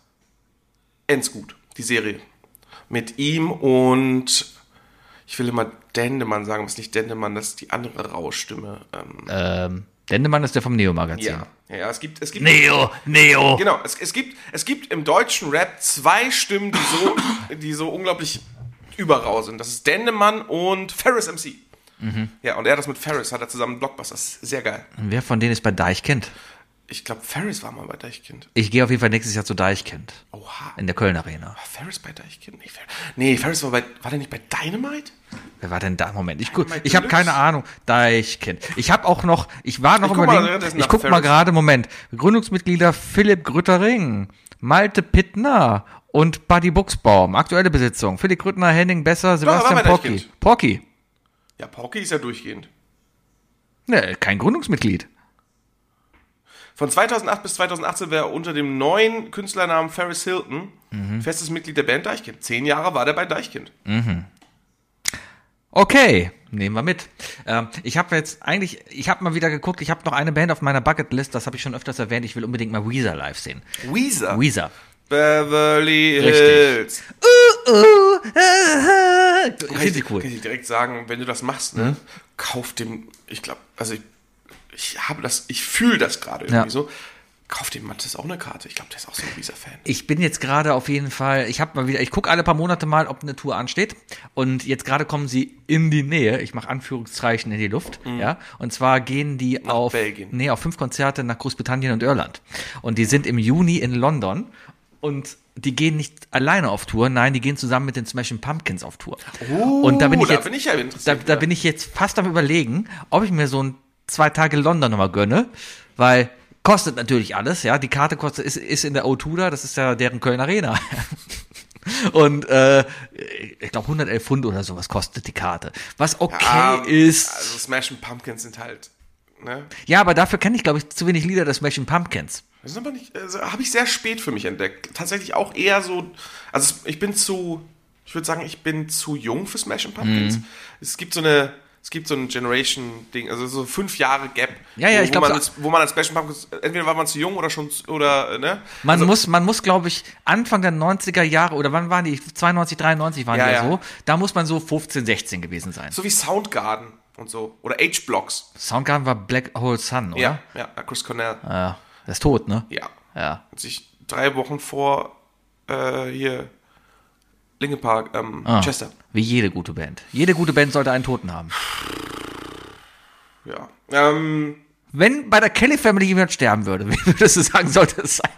[SPEAKER 5] Ends gut, die Serie. Mit ihm und ich will immer Dendemann sagen, was nicht Dendemann, das ist die andere Rauschstimme. Ähm,
[SPEAKER 2] Ähm, Dendemann ist der vom Neo-Magazin.
[SPEAKER 5] ja. ja, ja, es gibt, es gibt
[SPEAKER 2] Neo, Neo.
[SPEAKER 5] Genau, es, es, gibt, es gibt im deutschen Rap zwei Stimmen, die so, die so unglaublich überrau sind. Das ist Dendemann und Ferris MC. Ja, und er hat das mit Ferris, hat er zusammen einen Blockbuster. Das ist sehr geil.
[SPEAKER 2] Und wer von denen ist bei Deichkind?
[SPEAKER 5] Ich glaube, Ferris war mal bei Deichkind.
[SPEAKER 2] Ich gehe auf jeden Fall nächstes Jahr zu Deichkind.
[SPEAKER 5] Oha.
[SPEAKER 2] In der Köln Arena.
[SPEAKER 5] War Ferris bei Deichkind? Nee, Ferris, nee, Ferris war bei. War der nicht bei Dynamite?
[SPEAKER 2] Wer war denn da? Moment, ich, gu-
[SPEAKER 5] Dynamite
[SPEAKER 2] ich habe
[SPEAKER 5] Deluxe?
[SPEAKER 2] keine Ahnung. Deichkind. Ich habe auch noch, ich war
[SPEAKER 5] Ich
[SPEAKER 2] noch
[SPEAKER 5] guck mal
[SPEAKER 2] überlegen,
[SPEAKER 5] währenddessen
[SPEAKER 2] ich
[SPEAKER 5] nach
[SPEAKER 2] guck mal
[SPEAKER 5] Ferris.
[SPEAKER 2] gerade, Moment. Gründungsmitglieder Philipp Grüttering, Malte Pittner und Buddy Buchsbaum. Aktuelle Besitzung. Philipp Grüttner, Henning Besser, Sebastian
[SPEAKER 5] war bei
[SPEAKER 2] Porky.
[SPEAKER 5] Deichkind.
[SPEAKER 2] Porky.
[SPEAKER 5] Ja, Porky ist ja durchgehend.
[SPEAKER 2] Ne, kein Gründungsmitglied.
[SPEAKER 5] Von 2008 bis 2018 war er unter dem neuen Künstlernamen Ferris Hilton festes Mitglied der Band Deichkind. Zehn Jahre war der bei Deichkind.
[SPEAKER 2] Okay, nehmen wir mit. Ähm, ich habe jetzt eigentlich, ich habe mal wieder geguckt, ich habe noch eine Band auf meiner Bucketlist, das habe ich schon öfters erwähnt, ich will unbedingt mal Weezer live sehen.
[SPEAKER 5] Weezer.
[SPEAKER 2] Weezer.
[SPEAKER 5] Beverly
[SPEAKER 2] Richtig.
[SPEAKER 5] Hills.
[SPEAKER 2] Äh, Finde ich cool. Mhm.
[SPEAKER 5] Kann ich direkt sagen, wenn du das machst, ne, kauf dem, ich glaube, also ich, ich habe das, ich fühle das gerade irgendwie
[SPEAKER 2] Ja.
[SPEAKER 5] so. Kauf dem Mattes auch eine Karte. Ich glaube, der ist auch so ein Visa-Fan.
[SPEAKER 2] Ich bin jetzt gerade auf jeden Fall, ich habe mal wieder, ich gucke alle paar Monate mal, ob eine Tour ansteht. Und jetzt gerade kommen sie in die Nähe. Ich mache Anführungszeichen in die Luft, ja. Und zwar gehen die auf
[SPEAKER 5] Mhm. Belgien.
[SPEAKER 2] nee, auf fünf Konzerte nach Großbritannien und Irland. Und die sind im Juni in London und die gehen nicht alleine auf Tour, nein, die gehen zusammen mit den Smashing Pumpkins auf Tour. und da bin
[SPEAKER 5] Oh,
[SPEAKER 2] ich
[SPEAKER 5] da
[SPEAKER 2] jetzt
[SPEAKER 5] bin ich ja
[SPEAKER 2] da,
[SPEAKER 5] interessiert.
[SPEAKER 2] da bin ich jetzt fast am überlegen, ob ich mir so ein zwei Tage London nochmal gönne, weil kostet natürlich alles, ja. Die Karte kostet, ist, ist in der O2 da, das ist ja deren Köln Arena. Und äh, ich glaube 111 Pfund oder sowas kostet die Karte. Was okay
[SPEAKER 5] Ah,
[SPEAKER 2] ist.
[SPEAKER 5] Also Smashing Pumpkins sind halt Ne?
[SPEAKER 2] Ja, aber dafür kenne ich, glaube ich, zu wenig Lieder des Smashing Pumpkins.
[SPEAKER 5] Das ist aber nicht, also, habe ich sehr spät für mich entdeckt. Tatsächlich auch eher so, also es- ich bin zu, ich würde sagen, ich bin zu jung für Smashing Pumpkins.
[SPEAKER 2] Mhm.
[SPEAKER 5] Es gibt so eine, es gibt so ein Generation-Ding, also so fünf Jahre Gap,
[SPEAKER 2] Ja, ja,
[SPEAKER 5] wo,
[SPEAKER 2] ich
[SPEAKER 5] wo,
[SPEAKER 2] glaub,
[SPEAKER 5] man,
[SPEAKER 2] so-
[SPEAKER 5] als- wo man als Smashing Pumpkins, entweder war man zu jung oder schon, zu- oder, ne?
[SPEAKER 2] Man muss, man muss, glaube ich, Anfang der 90er Jahre, oder wann waren die? 92, 93 waren
[SPEAKER 5] Ja,
[SPEAKER 2] die ja,
[SPEAKER 5] ja.
[SPEAKER 2] so. Da muss man so 15, 16 gewesen sein.
[SPEAKER 5] So wie Soundgarden und so, oder H-Blocks.
[SPEAKER 2] Soundgarden war Black Hole Sun, oder?
[SPEAKER 5] Ja, ja, Chris Cornell.
[SPEAKER 2] Ja. Das ist tot, ne?
[SPEAKER 5] Ja.
[SPEAKER 2] Ja.
[SPEAKER 5] Hat sich drei Wochen vor, äh, hier, Linkin Park, ähm,
[SPEAKER 2] Ah.
[SPEAKER 5] Chester.
[SPEAKER 2] Wie jede gute Band. Jede gute Band sollte einen Toten haben.
[SPEAKER 5] Ja. Ähm,
[SPEAKER 2] Wenn bei der Kelly Family jemand sterben würde, wie würdest du sagen, sollte es sein?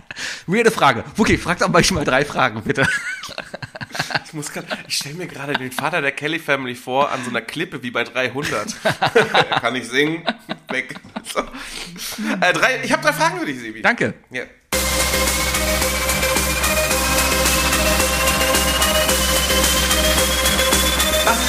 [SPEAKER 2] Weirde Frage. Okay, frag doch mal, mal drei Fragen, bitte.
[SPEAKER 5] Ich muss grad, ich stelle mir gerade den Vater der Kelly Family vor an so einer Klippe wie bei 300. er kann nicht singen. Weg. So. Äh, drei, ich habe drei Fragen für dich, Sebi.
[SPEAKER 2] Danke.
[SPEAKER 5] Ja.
[SPEAKER 2] Das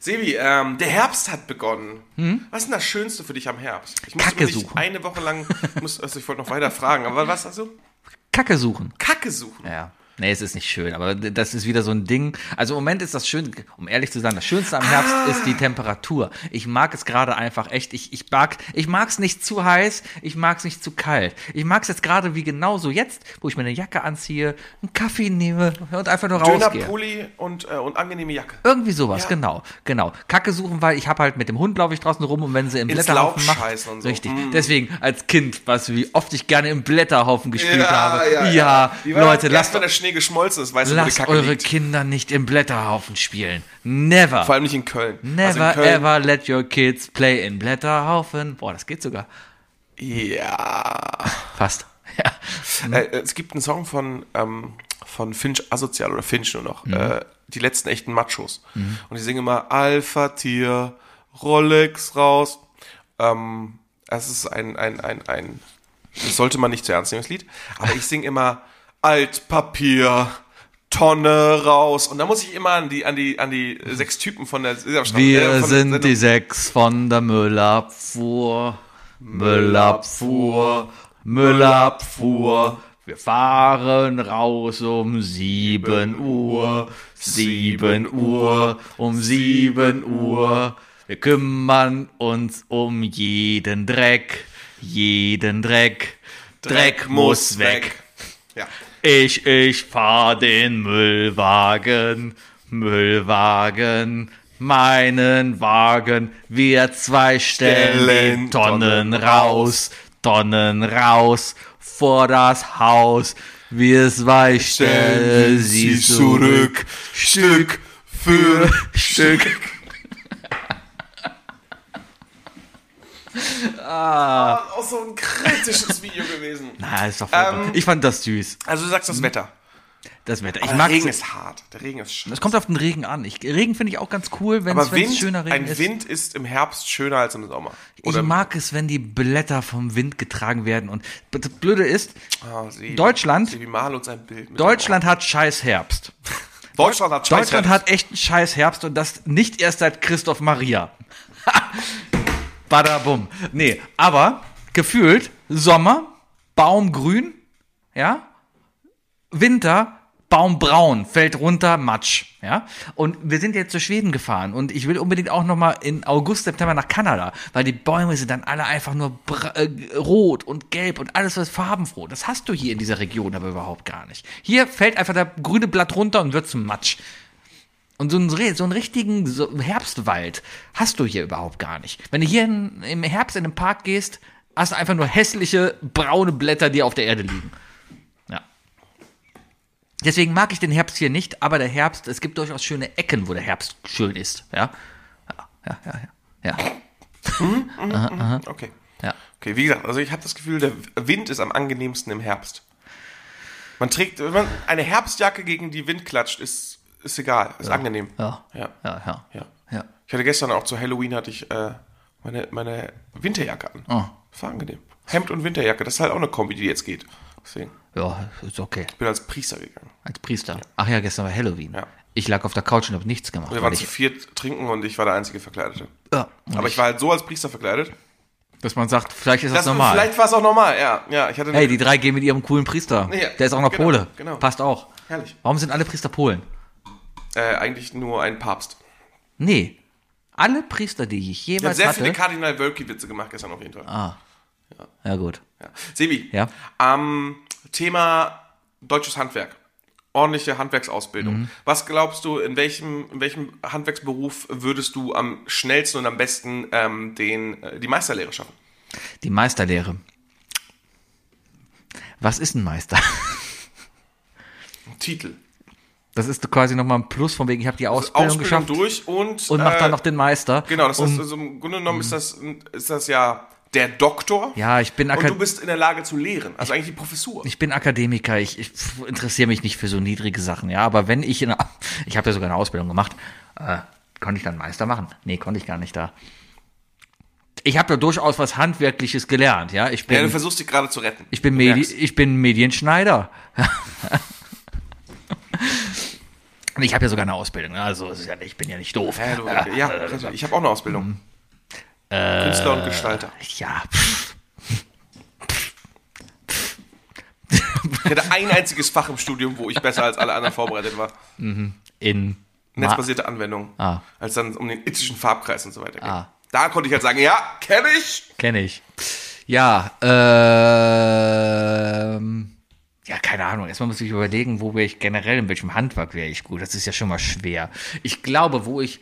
[SPEAKER 5] Sebi, ähm, der Herbst hat begonnen. Was ist denn das Schönste für dich am Herbst? Ich muss
[SPEAKER 2] Hm? Kacke
[SPEAKER 5] wirklich
[SPEAKER 2] suchen.
[SPEAKER 5] eine Woche lang, muss, also ich wollte noch weiter fragen, aber was also?
[SPEAKER 2] Kacke suchen.
[SPEAKER 5] Kacke suchen.
[SPEAKER 2] Ja. Nee, es ist nicht schön, aber d- das ist wieder so ein Ding. Also im Moment ist das schön, um ehrlich zu sein, das Schönste am Herbst ist die Temperatur. Ich mag es gerade einfach echt. Ich, ich mag ich mag's nicht zu heiß, ich mag's nicht zu kalt. Ich mag's jetzt gerade wie genauso jetzt, wo ich mir eine Jacke anziehe, einen Kaffee nehme und einfach nur
[SPEAKER 5] Döner,
[SPEAKER 2] rausgehe.
[SPEAKER 5] Pulli und, äh, und angenehme Jacke.
[SPEAKER 2] Irgendwie sowas,
[SPEAKER 5] Ja.
[SPEAKER 2] genau, genau. Kacke suchen, weil ich hab halt mit dem Hund laufe ich draußen rum und wenn sie im
[SPEAKER 5] Ins
[SPEAKER 2] Blätterhaufen
[SPEAKER 5] Laub
[SPEAKER 2] macht,
[SPEAKER 5] scheißen und so.
[SPEAKER 2] richtig.
[SPEAKER 5] Mm.
[SPEAKER 2] Deswegen als Kind, was wie oft ich gerne im Blätterhaufen gespielt habe. Ja,
[SPEAKER 5] Wie war
[SPEAKER 2] Leute,
[SPEAKER 5] das,
[SPEAKER 2] lasst
[SPEAKER 5] Erst, wenn der Schnee geschmolzen ist, weißt du, wo die
[SPEAKER 2] Lasst
[SPEAKER 5] Kacke
[SPEAKER 2] eure
[SPEAKER 5] liegt.
[SPEAKER 2] Kinder nicht im Blätterhaufen spielen. Never.
[SPEAKER 5] Vor allem nicht in Köln. Also
[SPEAKER 2] Never
[SPEAKER 5] in Köln,
[SPEAKER 2] ever let your kids play in Blätterhaufen. Boah, das geht sogar.
[SPEAKER 5] Ja.
[SPEAKER 2] Fast. Ja. Hm?
[SPEAKER 5] Äh, es gibt einen Song von, ähm, von Finch Asozial oder Finch nur noch.
[SPEAKER 2] Mhm.
[SPEAKER 5] Äh, die letzten echten Machos. Und die singen immer Alpha Tier, Rolex raus. Ähm, das ist ein, ein, ein, ein. Das sollte man nicht zu ernst nehmen, das Lied. Aber ich singe immer Altpapier. Tonne raus. Und da muss ich immer an die, an die, an die sechs Typen von der Sesamstraße- äh,
[SPEAKER 2] Wir
[SPEAKER 5] von der
[SPEAKER 2] sind
[SPEAKER 5] Sendung-
[SPEAKER 2] die sechs von der Müllabfuhr. Müllabfuhr. Müllabfuhr. Wir fahren raus um 7 Uhr. 7 Uhr. Um 7 Uhr. Wir kümmern uns um jeden Dreck. Jeden Dreck. Dreck muss weg.
[SPEAKER 5] Ja.
[SPEAKER 2] Ich, ich fahr den Müllwagen, Müllwagen, meinen Wagen. Wir zwei stellen
[SPEAKER 5] Stellen
[SPEAKER 2] die Tonnen
[SPEAKER 5] Tonnen
[SPEAKER 2] raus, Tonnen raus vor das Haus. Wir zwei stellen sie zurück,
[SPEAKER 5] Stück für
[SPEAKER 2] Stück.
[SPEAKER 5] Ah, auch so ein kritisches Video gewesen.
[SPEAKER 2] Ah, ist doch vollkommen-
[SPEAKER 5] Ähm.
[SPEAKER 2] ich fand das süß,
[SPEAKER 5] Also du sagst
[SPEAKER 2] Hm.
[SPEAKER 5] das Wetter.
[SPEAKER 2] das Wetter. Ich
[SPEAKER 5] Aber
[SPEAKER 2] mag
[SPEAKER 5] der Regen
[SPEAKER 2] es.
[SPEAKER 5] ist hart. Der Regen ist scheiße.
[SPEAKER 2] Es kommt auf den Regen an. Ich, Regen finde ich auch ganz cool, wenn
[SPEAKER 5] Aber
[SPEAKER 2] es
[SPEAKER 5] Wind,
[SPEAKER 2] schöner Regen
[SPEAKER 5] ein
[SPEAKER 2] ist.
[SPEAKER 5] Wind ist im Herbst schöner als im Sommer. Oder
[SPEAKER 2] ich mag es, wenn die Blätter vom Wind getragen werden. Und das Blöde ist,
[SPEAKER 5] Ah, sie-
[SPEAKER 2] Deutschland-
[SPEAKER 5] Sie, wie mal uns ein Bild. mit
[SPEAKER 2] Deutschland hat scheiß Herbst.
[SPEAKER 5] dem Auge. Deutschland hat scheiß
[SPEAKER 2] Deutschland
[SPEAKER 5] Herbst.
[SPEAKER 2] hat echt einen scheiß Herbst und das nicht erst seit Christoph Maria. Badabum. Nee, aber gefühlt Sommer, Baumgrün, ja, Winter, Baumbraun, fällt runter, Matsch, ja. Und wir sind jetzt zu Schweden gefahren und ich will unbedingt auch nochmal in August, September nach Kanada, weil die Bäume sind dann alle einfach nur br- äh, rot und gelb und alles was farbenfroh. Das hast du hier in dieser Region aber überhaupt gar nicht. Hier fällt einfach der grüne Blatt runter und wird zum Matsch. Und so einen, re- so einen richtigen so Herbstwald hast du hier überhaupt gar nicht. Wenn du hier in, im Herbst in den Park gehst, hast du einfach nur hässliche braune Blätter, die auf der Erde liegen. Ja. Deswegen mag ich den Herbst hier nicht, aber der Herbst, es gibt durchaus schöne Ecken, wo der Herbst schön ist. Ja. Ja, ja, ja. ja.
[SPEAKER 5] Okay.
[SPEAKER 2] Ja.
[SPEAKER 5] Okay, wie gesagt, also ich habe das Gefühl, der Wind ist am angenehmsten im Herbst. Man trägt, wenn man eine Herbstjacke gegen die Wind klatscht, ist, ist egal, ist angenehm.
[SPEAKER 2] Ja.
[SPEAKER 5] Ja.
[SPEAKER 2] Ja, ja.
[SPEAKER 5] Ja.
[SPEAKER 2] Ja.
[SPEAKER 5] Ich hatte gestern auch zu Halloween hatte ich äh, meine, meine Winterjacke an.
[SPEAKER 2] Ah.
[SPEAKER 5] Das war angenehm. Hemd und Winterjacke, das ist halt auch eine Kombi, die jetzt geht. Deswegen
[SPEAKER 2] Ja, ist okay.
[SPEAKER 5] bin als Priester gegangen.
[SPEAKER 2] Als Priester. Ach ja, gestern war Halloween.
[SPEAKER 5] Ja.
[SPEAKER 2] Ich lag auf der Couch und habe nichts gemacht.
[SPEAKER 5] Wir
[SPEAKER 2] weil
[SPEAKER 5] waren zu
[SPEAKER 2] ich,
[SPEAKER 5] viert trinken und ich war der einzige Verkleidete.
[SPEAKER 2] ja, und
[SPEAKER 5] Aber ich war halt so als Priester verkleidet.
[SPEAKER 2] dass man sagt, vielleicht ist das,
[SPEAKER 5] Das,
[SPEAKER 2] normal.
[SPEAKER 5] Vielleicht war es auch normal, ja. ja ich hatte
[SPEAKER 2] Hey, die drei gehen mit ihrem coolen Priester.
[SPEAKER 5] Ja,
[SPEAKER 2] Der ist auch noch
[SPEAKER 5] genau,
[SPEAKER 2] Pole.
[SPEAKER 5] genau.
[SPEAKER 2] Passt auch.
[SPEAKER 5] Herrlich.
[SPEAKER 2] Warum sind alle Priester Polen?
[SPEAKER 5] äh, eigentlich nur ein Papst.
[SPEAKER 2] Nee. Alle Priester, die ich
[SPEAKER 5] Ich habe
[SPEAKER 2] jemals
[SPEAKER 5] sehr
[SPEAKER 2] hatte.
[SPEAKER 5] viele Kardinal Wölki-Witze gemacht gestern auf jeden Fall.
[SPEAKER 2] ja, gut.
[SPEAKER 5] Ja. Sebi,
[SPEAKER 2] Ja.
[SPEAKER 5] ähm, Thema deutsches Handwerk. Ordentliche Handwerksausbildung.
[SPEAKER 2] Mhm.
[SPEAKER 5] Was glaubst du, in welchem, in welchem Handwerksberuf würdest du am schnellsten und am besten ähm, den, äh, die Meisterlehre schaffen?
[SPEAKER 2] Die Meisterlehre. Was ist ein Meister?
[SPEAKER 5] Titel.
[SPEAKER 2] Das ist quasi nochmal ein Plus von wegen, ich habe die Ausbildung,
[SPEAKER 5] Also Ausbildung
[SPEAKER 2] Genau, geschafft
[SPEAKER 5] durch und,
[SPEAKER 2] und mach
[SPEAKER 5] äh,
[SPEAKER 2] dann noch den Meister.
[SPEAKER 5] Genau, das
[SPEAKER 2] um,
[SPEAKER 5] ist also im Grunde genommen ist das, ist das ja der Doktor.
[SPEAKER 2] Ja, ich bin,
[SPEAKER 5] Und
[SPEAKER 2] Akad
[SPEAKER 5] du bist in der Lage zu lehren. Also eigentlich die Professur.
[SPEAKER 2] ich bin Akademiker, ich, ich pff, interessiere mich nicht für so niedrige Sachen, ja, aber wenn ich in einer- ich habe ja sogar eine Ausbildung gemacht, äh, konnte ich dann Meister machen? Nee, konnte ich gar nicht da. Ich habe ja durchaus was Handwerkliches gelernt, ja. Ich
[SPEAKER 5] Ja, du
[SPEAKER 2] bin,
[SPEAKER 5] versuchst dich gerade zu retten.
[SPEAKER 2] ich bin,
[SPEAKER 5] Du
[SPEAKER 2] Medi
[SPEAKER 5] merkst.
[SPEAKER 2] ich bin Medienschneider. Und ich habe ja sogar eine Ausbildung, also es ist ja, nicht- ich bin ja nicht doof. Äh,
[SPEAKER 5] Ja, du, ja ich habe auch eine
[SPEAKER 2] Mhm.
[SPEAKER 5] Ausbildung. Künstler und Gestalter.
[SPEAKER 2] Ja, pff,
[SPEAKER 5] Ich hatte ein einziges Fach im Studium, wo ich besser als alle anderen vorbereitet war.
[SPEAKER 2] in Ma-
[SPEAKER 5] Netzbasierte Anwendung.
[SPEAKER 2] Ah.
[SPEAKER 5] Als dann um den itzischen Farbkreis und so weiter ging.
[SPEAKER 2] Ah.
[SPEAKER 5] Da konnte ich halt sagen, ja, kenne ich.
[SPEAKER 2] Kenne ich. Ja, ähm, ja, keine Ahnung. Erstmal muss ich überlegen, wo wäre ich generell, in welchem Handwerk wäre ich gut. Das ist ja schon mal schwer. Ich glaube, wo ich,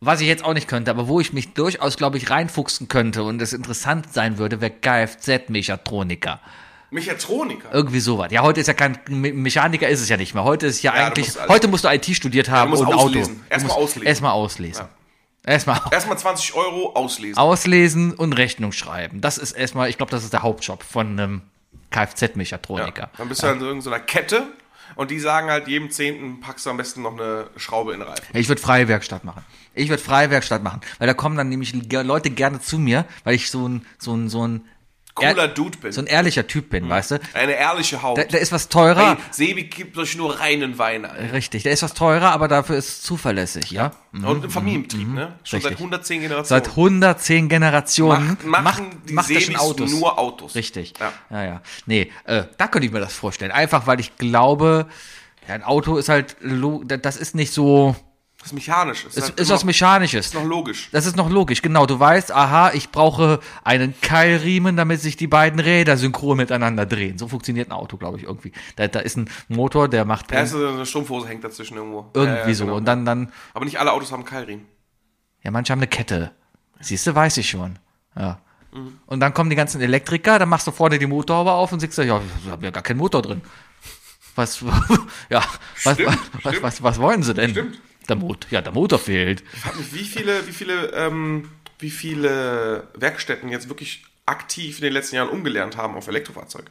[SPEAKER 2] was ich jetzt auch nicht könnte, aber wo ich mich durchaus, glaube ich, reinfuchsen könnte und es interessant sein würde, wäre Kfz-Mechatroniker.
[SPEAKER 5] Mechatroniker.
[SPEAKER 2] Irgendwie sowas. Ja, heute ist ja kein Me- Mechaniker, ist es ja nicht mehr. Heute ist ja,
[SPEAKER 5] du
[SPEAKER 2] eigentlich,
[SPEAKER 5] musst alles-
[SPEAKER 2] heute musst du IT studiert haben
[SPEAKER 5] musst
[SPEAKER 2] und ein
[SPEAKER 5] auslesen.
[SPEAKER 2] Auto. Du
[SPEAKER 5] Erstmal
[SPEAKER 2] musst
[SPEAKER 5] auslesen.
[SPEAKER 2] Erstmal auslesen. Erstmal
[SPEAKER 5] Erstmal 20 Euro auslesen.
[SPEAKER 2] Auslesen und Rechnung schreiben. Das ist erstmal, ich glaube, das ist der Hauptjob von einem Kfz-Mechatroniker.
[SPEAKER 5] Dann bist du dann in irgendeiner Kette und die sagen halt, jedem Zehnten packst du am besten noch eine Schraube in den Reifen.
[SPEAKER 2] Ich würde freie Werkstatt machen. Ich würde freie Werkstatt machen, weil da kommen dann nämlich ge- Leute gerne zu mir, weil ich so ein so ein so ein
[SPEAKER 5] Cooler
[SPEAKER 2] ehr-
[SPEAKER 5] Dude bin.
[SPEAKER 2] so ein ehrlicher Typ
[SPEAKER 5] Mhm.
[SPEAKER 2] bin, weißt du?
[SPEAKER 5] Eine ehrliche Haut.
[SPEAKER 2] Da, da ist was teurer,
[SPEAKER 5] hey, Sebi gibt euch nur reinen Wein an.
[SPEAKER 2] richtig. Da ist was teurer, aber dafür ist es zuverlässig, ja?
[SPEAKER 5] Und im Familienbetrieb, ne? Schon seit
[SPEAKER 2] Mhm. Richtig.
[SPEAKER 5] 110 Generationen.
[SPEAKER 2] Seit 110 Generationen
[SPEAKER 5] Macht- machen die
[SPEAKER 2] macht er schon
[SPEAKER 5] Sebis nur Autos.
[SPEAKER 2] Richtig.
[SPEAKER 5] Ja.
[SPEAKER 2] Ja, ja. Nee, äh, da könnte ich mir das vorstellen. Einfach, weil ich glaube, ja, ein Auto ist halt, lo- da- das ist nicht so,
[SPEAKER 5] Das ist mechanisch. Das
[SPEAKER 2] es
[SPEAKER 5] halt
[SPEAKER 2] ist
[SPEAKER 5] immer
[SPEAKER 2] was Mechanisches.
[SPEAKER 5] noch logisch.
[SPEAKER 2] Das ist noch logisch, genau. Du weißt, aha, ich brauche einen Keilriemen, damit sich die beiden Räder synchron miteinander drehen. So funktioniert ein Auto, glaube ich, irgendwie. Da, da ist ein Motor, der macht
[SPEAKER 5] Da ist so eine Strumpfhose hängt dazwischen irgendwo.
[SPEAKER 2] irgendwie
[SPEAKER 5] Ja, ja,
[SPEAKER 2] so.
[SPEAKER 5] genau.
[SPEAKER 2] Und dann, dann,
[SPEAKER 5] Aber nicht alle Autos haben Keilriemen.
[SPEAKER 2] Ja, manche haben eine Kette. Siehst du, weiß ich schon. Ja. Und dann kommen die ganzen Elektriker, dann machst du vorne die Motorhaube auf und siehst, du, ja, ich habe ja gar keinen Motor drin. Was, ja, was,
[SPEAKER 5] Stimmt,
[SPEAKER 2] was,
[SPEAKER 5] stimmt.
[SPEAKER 2] Was, was, was wollen sie denn? Der Mot ja, der Motor fehlt.
[SPEAKER 5] Wie viele, wie viele, ähm, wie viele Werkstätten jetzt wirklich aktiv in den letzten Jahren umgelernt haben auf Elektrofahrzeug?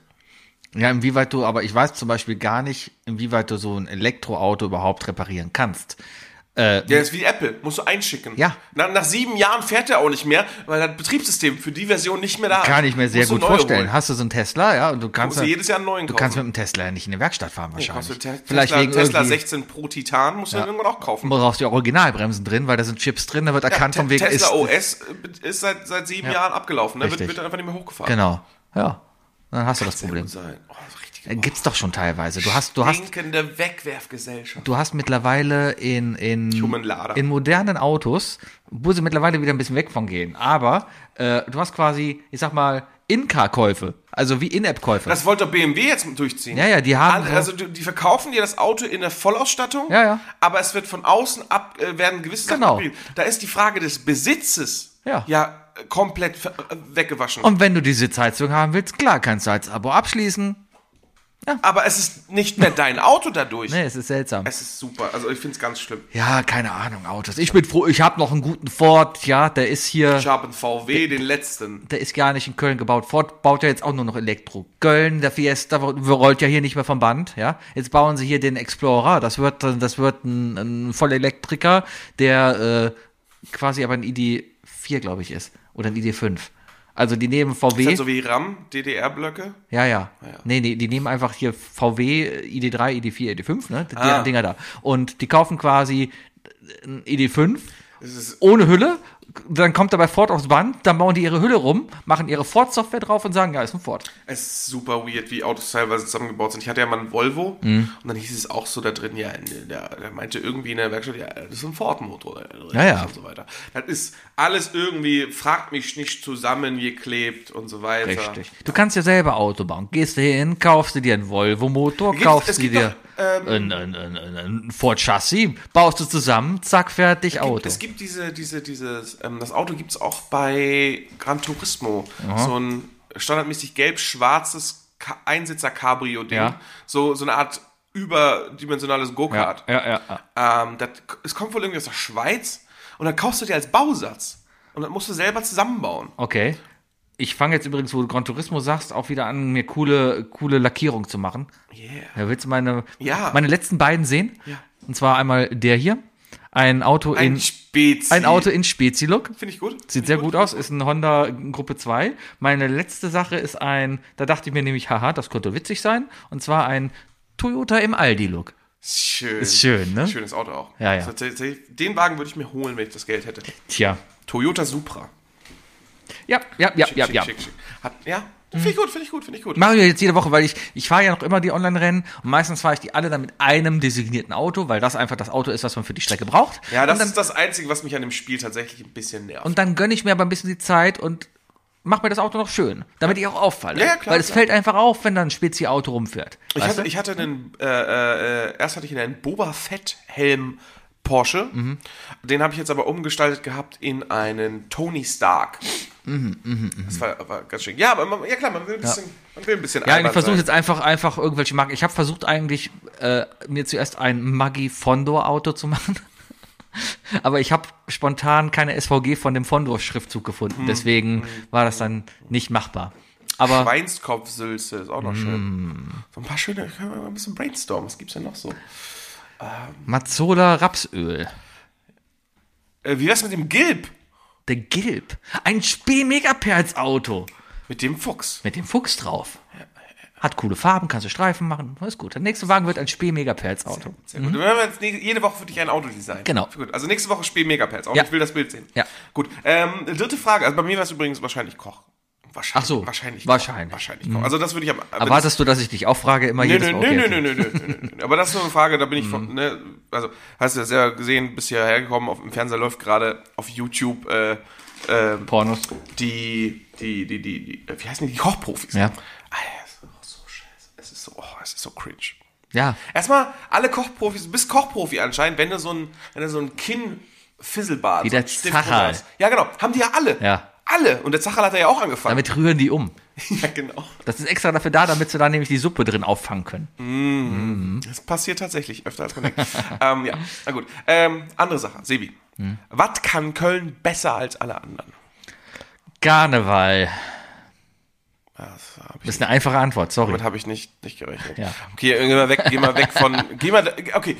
[SPEAKER 2] Ja, inwieweit du, aber ich weiß zum Beispiel gar nicht, inwieweit du so ein Elektroauto überhaupt reparieren kannst.
[SPEAKER 5] Der ist wie Apple, musst du einschicken.
[SPEAKER 2] Ja.
[SPEAKER 5] Na, nach sieben Jahren fährt er auch nicht mehr, weil das Betriebssystem für die Version nicht mehr da ist.
[SPEAKER 2] Kann ich mir sehr
[SPEAKER 5] Ah, Musst du
[SPEAKER 2] gut
[SPEAKER 5] neue
[SPEAKER 2] vorstellen.
[SPEAKER 5] holen.
[SPEAKER 2] Hast du so einen Tesla, ja, und du kannst,
[SPEAKER 5] Musst du
[SPEAKER 2] dann-
[SPEAKER 5] jedes Jahr einen neuen
[SPEAKER 2] du
[SPEAKER 5] kaufen. Oh,
[SPEAKER 2] kannst mit dem Tesla ja nicht in die Werkstatt fahren wahrscheinlich.
[SPEAKER 5] Kostet Te
[SPEAKER 2] Vielleicht
[SPEAKER 5] Tesla,
[SPEAKER 2] wegen
[SPEAKER 5] Tesla
[SPEAKER 2] irgendwie-
[SPEAKER 5] 16 Pro Titan musst du irgendwann auch kaufen.
[SPEAKER 2] brauchst du ja Originalbremsen drin, weil da sind Chips drin, da wird erkannt,
[SPEAKER 5] Te-
[SPEAKER 2] von wegen
[SPEAKER 5] Tesla
[SPEAKER 2] ist.
[SPEAKER 5] OS ist seit, seit sieben Jahren abgelaufen. Ne? Wird,
[SPEAKER 2] Richtig.
[SPEAKER 5] wird einfach nicht mehr hochgefahren.
[SPEAKER 2] Genau. Ja. Dann hast du das
[SPEAKER 5] Sehr
[SPEAKER 2] Problem.
[SPEAKER 5] gut sein. Oh, das ist richtig.
[SPEAKER 2] Äh, Gibt's doch schon teilweise. Du hast, du hast,
[SPEAKER 5] Stinkende Wegwerfgesellschaft.
[SPEAKER 2] du hast mittlerweile in, in,
[SPEAKER 5] Human Lader.
[SPEAKER 2] in modernen Autos, wo sie mittlerweile wieder ein bisschen weg von gehen, aber äh, du hast quasi, ich sag mal, In-Car-Käufe. Also wie In-App-Käufe.
[SPEAKER 5] Das wollte doch BMW jetzt durchziehen.
[SPEAKER 2] Ja, ja, die haben- äh,
[SPEAKER 5] An- Also die die verkaufen dir das Auto in der Vollausstattung,
[SPEAKER 2] Ja, ja.
[SPEAKER 5] aber es wird von außen ab, äh, werden gewisse
[SPEAKER 2] Genau.
[SPEAKER 5] Sachen abgegeben. Da ist die Frage des Besitzes
[SPEAKER 2] Ja.
[SPEAKER 5] äh, komplett ver- äh, weggewaschen.
[SPEAKER 2] Und wenn du die Sitzheizung haben willst, klar, kannst du als Abo abschließen.
[SPEAKER 5] Aber es ist nicht mehr dein Auto dadurch.
[SPEAKER 2] Nee, Ne, es ist seltsam.
[SPEAKER 5] Es ist super. Also ich finde es ganz schlimm.
[SPEAKER 2] Ja, keine Ahnung, Autos. Ich bin froh, ich habe noch einen guten Ford. Ja, der ist hier,
[SPEAKER 5] Ich habe einen
[SPEAKER 2] Äh,
[SPEAKER 5] VW, den letzten.
[SPEAKER 2] der ist gar nicht in Köln gebaut. Ford baut ja jetzt auch nur noch Elektro. Köln, der Fiesta w- rollt ja hier nicht mehr vom Band, ja. Jetzt bauen sie hier den Explorer. Das wird, dann- das wird ein, ein Vollelektriker, der äh, quasi aber ein ID4, glaube ich, ist. Oder ein ID5. Also die nehmen VW.
[SPEAKER 5] Ist das so wie RAM, DDR-Blöcke?
[SPEAKER 2] Ja, ja.
[SPEAKER 5] Ah,
[SPEAKER 2] Nee, nee, die nehmen einfach hier VW, ID3, ID4, ID5, ne? Die
[SPEAKER 5] Ah.
[SPEAKER 2] Dinger da. Und die kaufen quasi ein ID5
[SPEAKER 5] Es ist
[SPEAKER 2] ohne Hülle. Dann kommt dabei Ford aufs Band, dann bauen die ihre Hülle rum, machen ihre Ford-Software drauf und sagen, ja, ist ein Ford.
[SPEAKER 5] Es ist super weird, wie Autos teilweise zusammengebaut sind. Ich hatte ja mal einen Volvo
[SPEAKER 2] Mhm.
[SPEAKER 5] und dann hieß es auch so da drin, ja, der, der meinte irgendwie in der Werkstatt, ja, das ist ein Ford-Motor
[SPEAKER 2] Ja, ja.
[SPEAKER 5] und so weiter. Das ist alles irgendwie, fragt mich nicht zusammengeklebt und so weiter.
[SPEAKER 2] Richtig. Du kannst ja selber Auto bauen. Gehst du hier hin, kaufst du dir einen Volvo-Motor,
[SPEAKER 5] Gibt's- es
[SPEAKER 2] kaufst du
[SPEAKER 5] gibt
[SPEAKER 2] dir
[SPEAKER 5] doch, ähm,
[SPEAKER 2] ein, ein, ein, ein, ein Ford-Chassis, baust du zusammen, zack, fertig, Auto.
[SPEAKER 5] Es gibt diese, diese, dieses, ähm, das Auto gibt es auch bei Gran Turismo. So ein standardmäßig gelb-schwarzes Ka- Einsitzer-Cabrio-Ding.
[SPEAKER 2] Ja.
[SPEAKER 5] So, so eine Art überdimensionales Go-Kart.
[SPEAKER 2] ja, ja, ja.
[SPEAKER 5] Ähm, das, es kommt wohl irgendwie aus der Schweiz und dann kaufst du dir als Bausatz. Und dann musst du selber zusammenbauen.
[SPEAKER 2] Okay. Ich fange jetzt übrigens, wo du Gran Turismo sagst, auch wieder an, mir coole, coole Lackierung zu machen.
[SPEAKER 5] Yeah.
[SPEAKER 2] Ja, willst du meine,
[SPEAKER 5] Ja.
[SPEAKER 2] meine letzten beiden sehen? Ja. Und zwar einmal der hier. Ein Auto
[SPEAKER 5] Ein
[SPEAKER 2] in
[SPEAKER 5] Spezi.
[SPEAKER 2] ein Auto in Spezi-Look.
[SPEAKER 5] Finde ich gut.
[SPEAKER 2] Sieht sehr gut aus, ist ein Honda Gruppe 2. Meine letzte Sache ist ein, da dachte ich mir nämlich, haha, das könnte witzig sein. Und zwar ein Toyota im Aldi-Look.
[SPEAKER 5] Schön.
[SPEAKER 2] Ist schön, ne?
[SPEAKER 5] Schönes Auto auch.
[SPEAKER 2] Ja, ja.
[SPEAKER 5] Ist tatsächlich- Den Wagen würde ich mir holen, wenn ich das Geld hätte.
[SPEAKER 2] Tja.
[SPEAKER 5] Toyota Supra.
[SPEAKER 2] Ja, ja, ja,
[SPEAKER 5] Schick,
[SPEAKER 2] ja,
[SPEAKER 5] schick,
[SPEAKER 2] ja. Mhm.
[SPEAKER 5] schick, schick. Hat, ja, finde ich gut, finde ich gut, finde ich gut.
[SPEAKER 2] mache ich jetzt jede Woche, weil ich, ich fahre ja noch immer die Online-Rennen und meistens fahre ich die alle dann mit einem designierten Auto, weil das einfach das Auto ist, was man für die Strecke braucht.
[SPEAKER 5] Ja, das
[SPEAKER 2] und, dann,
[SPEAKER 5] ist das Einzige, was mich an dem Spiel tatsächlich ein bisschen nervt.
[SPEAKER 2] und dann gönne ich mir aber ein bisschen die Zeit und mache mir das Auto noch schön, damit ich auch auffalle.
[SPEAKER 5] Ja, ja, klar,
[SPEAKER 2] weil es
[SPEAKER 5] klar.
[SPEAKER 2] fällt einfach auf, wenn dann ein Spezi-Auto rumfährt.
[SPEAKER 5] ich, hatte, ich hatte einen, äh, äh, äh, erst hatte ich einen Boba Fett-Helm Porsche.
[SPEAKER 2] Mhm.
[SPEAKER 5] Den habe ich jetzt aber umgestaltet gehabt in einen Tony Stark.
[SPEAKER 2] Mhm,
[SPEAKER 5] Das war, war ganz schön. Ja, aber man, ja klar, man will ein bisschen, man will ein bisschen
[SPEAKER 2] Ja, ich
[SPEAKER 5] albern
[SPEAKER 2] versuche
[SPEAKER 5] sein.
[SPEAKER 2] jetzt einfach, einfach irgendwelche Marken. Ich habe versucht eigentlich, äh, mir zuerst ein Maggi Fondor Auto zu machen. Aber ich habe spontan keine SVG von dem Fondor-Schriftzug
[SPEAKER 5] Hm.
[SPEAKER 2] gefunden. Deswegen war das dann nicht machbar. Aber
[SPEAKER 5] Schweinskopfsülze ist
[SPEAKER 2] Mhm.
[SPEAKER 5] auch noch schön. So ein paar schöne, können wir mal ein bisschen brainstormen. Was gibt's denn noch so?
[SPEAKER 2] Mazzola Rapsöl.
[SPEAKER 5] Äh, wie wär's mit dem Gilb?
[SPEAKER 2] Der Gilb. Ein Spee-Megaperz-Auto.
[SPEAKER 5] Mit dem Fuchs.
[SPEAKER 2] Mit dem Fuchs drauf. Hat coole Farben, kannst du Streifen machen. Ist gut. Der nächste Wagen wird ein Spee-Megaperz-Auto.
[SPEAKER 5] Sehr gut. Dann werden wir jetzt ne- jede Woche für dich ein Auto designen.
[SPEAKER 2] Mhm. Genau.
[SPEAKER 5] Gut. Also nächste Woche Spiel Megapets. Auch
[SPEAKER 2] Ja.
[SPEAKER 5] ich will das Bild sehen.
[SPEAKER 2] Ja.
[SPEAKER 5] Gut. Ähm, dritte Frage. Also bei mir war es übrigens wahrscheinlich Koch. Wahrscheinlich.
[SPEAKER 2] Ach so.
[SPEAKER 5] Wahrscheinlich.
[SPEAKER 2] Wahrscheinlich. Mhm.
[SPEAKER 5] Koch. Wahrscheinlich Koch. Also das würde ich am. wenn das-
[SPEAKER 2] Erwartest du, dass ich dich auch frage? Immer
[SPEAKER 5] Nö,
[SPEAKER 2] jedes
[SPEAKER 5] nö,
[SPEAKER 2] Mal.
[SPEAKER 5] nö, nö,
[SPEAKER 2] Okay. Mhm.
[SPEAKER 5] nö, nö, nö, nö, nö. Aber das ist so eine Frage, da bin ich von, ne, also, hast du ja selber gesehen, bist hierher gekommen, auf dem Fernseher läuft gerade auf YouTube, äh, äh,
[SPEAKER 2] Pornos.
[SPEAKER 5] die, die, die, die, die, wie heißen die, die Kochprofis.
[SPEAKER 2] Ja.
[SPEAKER 5] Alter, das ist auch so scheiße. Es ist so, oh, es ist so cringe.
[SPEAKER 2] Ja.
[SPEAKER 5] Erstmal alle Kochprofis, du bist Kochprofi anscheinend, wenn du so ein, wenn du so ein Kinn Fizzlebart
[SPEAKER 2] Wie der
[SPEAKER 5] so einen Stift
[SPEAKER 2] Zacherl.
[SPEAKER 5] drin hast. Ja, genau. Haben die ja alle.
[SPEAKER 2] Ja.
[SPEAKER 5] Alle. Und der Zacherl hat er ja auch angefangen.
[SPEAKER 2] Damit rühren die um.
[SPEAKER 5] ja, genau.
[SPEAKER 2] Das ist extra dafür da, damit sie da nämlich die Suppe drin auffangen können.
[SPEAKER 5] Das passiert tatsächlich öfter als man denkt. ähm, ja, na gut. Ähm, andere Sache, Sebi.
[SPEAKER 2] Hm.
[SPEAKER 5] Was kann Köln besser als alle anderen?
[SPEAKER 2] Karneval.
[SPEAKER 5] Das hab ich,
[SPEAKER 2] Das ist eine einfache Antwort, sorry.
[SPEAKER 5] damit habe ich nicht, nicht gerechnet.
[SPEAKER 2] Ja.
[SPEAKER 5] Okay, äh, geh mal weg, geh mal weg von. Geh mal, okay.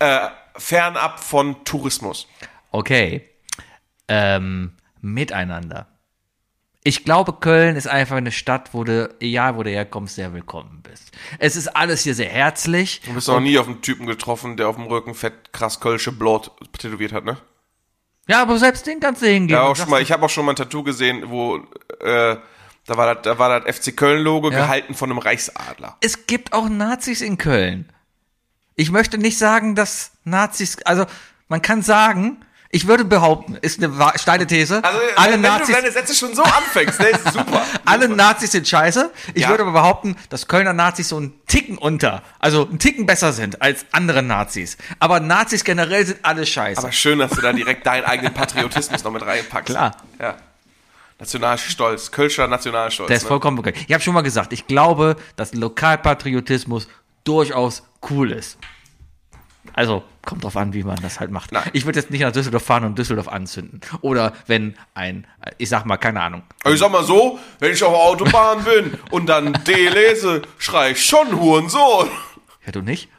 [SPEAKER 5] Äh, fernab von Tourismus.
[SPEAKER 2] Okay. Ähm, miteinander. Ich glaube, Köln ist einfach eine Stadt, wo du, egal wo du herkommst, sehr willkommen bist. Es ist alles hier sehr herzlich.
[SPEAKER 5] Du bist noch nie auf einen Typen getroffen, der auf dem Rücken fett krass Kölsche Blot tätowiert hat, ne?
[SPEAKER 2] Ja, aber selbst den kannst du hingehen.
[SPEAKER 5] Ja, auch
[SPEAKER 2] und
[SPEAKER 5] schon
[SPEAKER 2] sagst,
[SPEAKER 5] mal, ich habe auch schon mal ein Tattoo gesehen, wo äh, da war das, da war das FC Köln Logo
[SPEAKER 2] Ja.
[SPEAKER 5] gehalten von einem Reichsadler.
[SPEAKER 2] es gibt auch Nazis in Köln. Ich möchte nicht sagen, dass Nazis, also man kann sagen, ich würde behaupten, ist eine wa- steile These,
[SPEAKER 5] Also
[SPEAKER 2] alle
[SPEAKER 5] wenn,
[SPEAKER 2] Nazis
[SPEAKER 5] wenn du deine Sätze schon so anfängst, ne, ist super.
[SPEAKER 2] Alle Nazis sind scheiße. Ich
[SPEAKER 5] Ja.
[SPEAKER 2] würde aber behaupten, dass Kölner Nazis so einen Ticken unter, also einen Ticken besser sind als andere Nazis. Aber Nazis generell sind alle scheiße.
[SPEAKER 5] Aber schön, dass du da direkt deinen eigenen Patriotismus noch mit reinpackst.
[SPEAKER 2] Klar.
[SPEAKER 5] Ja. Nationalstolz, Kölscher Nationalstolz.
[SPEAKER 2] Der ist
[SPEAKER 5] ne?
[SPEAKER 2] vollkommen bekannt. Ich habe schon mal gesagt, ich glaube, dass Lokalpatriotismus durchaus cool ist. Also, kommt drauf an, wie man das halt macht.
[SPEAKER 5] Nein.
[SPEAKER 2] Ich würde jetzt nicht nach Düsseldorf fahren und Düsseldorf anzünden. Oder wenn ein, ich sag mal, keine Ahnung.
[SPEAKER 5] Aber Also, ich sag mal so, wenn ich auf der Autobahn bin und dann D lese, schrei ich schon Hurensohn.
[SPEAKER 2] Ja, du nicht?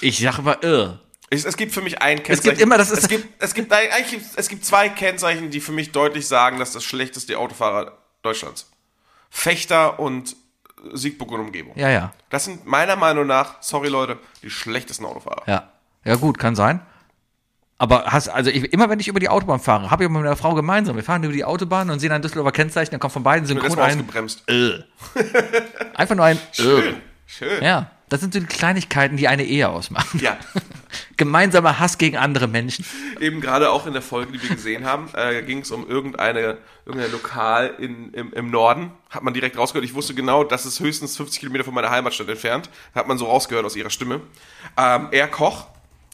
[SPEAKER 2] Ich sag äh. mal, irr.
[SPEAKER 5] Ich, es gibt für mich ein Kennzeichen.
[SPEAKER 2] immer, das ist-
[SPEAKER 5] es gibt, es gibt nein, eigentlich gibt's- es gibt zwei Kennzeichen, die für mich deutlich sagen, dass das schlechteste Autofahrer Deutschlands. Fechter und äh, Siegburg und Umgebung.
[SPEAKER 2] Ja, ja.
[SPEAKER 5] Das sind meiner Meinung nach, sorry Leute, die schlechtesten Autofahrer.
[SPEAKER 2] Ja. Ja, gut, kann sein. Aber hast, also ich, immer wenn ich über die Autobahn fahre, habe ich mit meiner Frau gemeinsam. Wir fahren über die Autobahn und sehen ein Düsseldorfer Kennzeichen, dann kommt von beiden
[SPEAKER 5] Wird
[SPEAKER 2] synchron
[SPEAKER 5] erstmal
[SPEAKER 2] ein.
[SPEAKER 5] ausgebremst.
[SPEAKER 2] Einfach nur ein. Irr.
[SPEAKER 5] Schön.
[SPEAKER 2] Ja, das sind so die Kleinigkeiten, die eine Ehe ausmachen.
[SPEAKER 5] Ja.
[SPEAKER 2] Gemeinsamer Hass gegen andere Menschen.
[SPEAKER 5] Eben gerade auch in der Folge, die wir gesehen haben, äh, ging es um irgendeine, irgendein Lokal in, im, im Norden. Hat man direkt rausgehört. Ich wusste genau, das ist höchstens 50 Kilometer von meiner Heimatstadt entfernt. Hat man so rausgehört aus ihrer Stimme. Ähm, er Koch,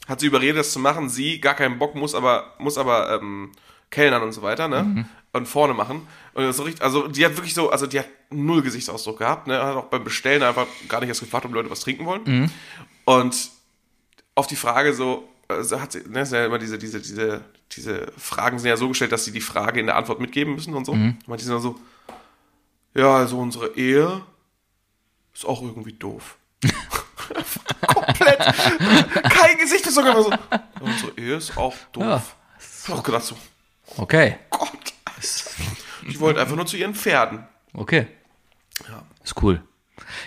[SPEAKER 5] hat sie überredet, das zu machen. Sie, gar keinen Bock, muss aber, muss aber ähm, Kellnern und so weiter, ne? Und vorne machen. Und das ist so richtig, also die hat wirklich so, also die hat null Gesichtsausdruck gehabt, ne? Hat auch beim Bestellen einfach gar nicht erst gefragt, ob Leute was trinken wollen. Und auf die Frage so, also hat sie, ne, ist ja immer diese, diese, diese, diese Fragen sind ja so gestellt, dass sie die Frage in der Antwort mitgeben müssen und so.
[SPEAKER 2] Mhm.
[SPEAKER 5] Und manche sind dann so, ja, also unsere Ehe ist auch irgendwie doof. Komplett. Kein Gesicht ist sogar so. "Ja, Unsere Ehe ist auch doof.
[SPEAKER 2] Ja.
[SPEAKER 5] Ich hab auch gedacht so,
[SPEAKER 2] Okay,
[SPEAKER 5] Gott. Die wollte einfach nur zu ihren Pferden.
[SPEAKER 2] okay. Ist cool.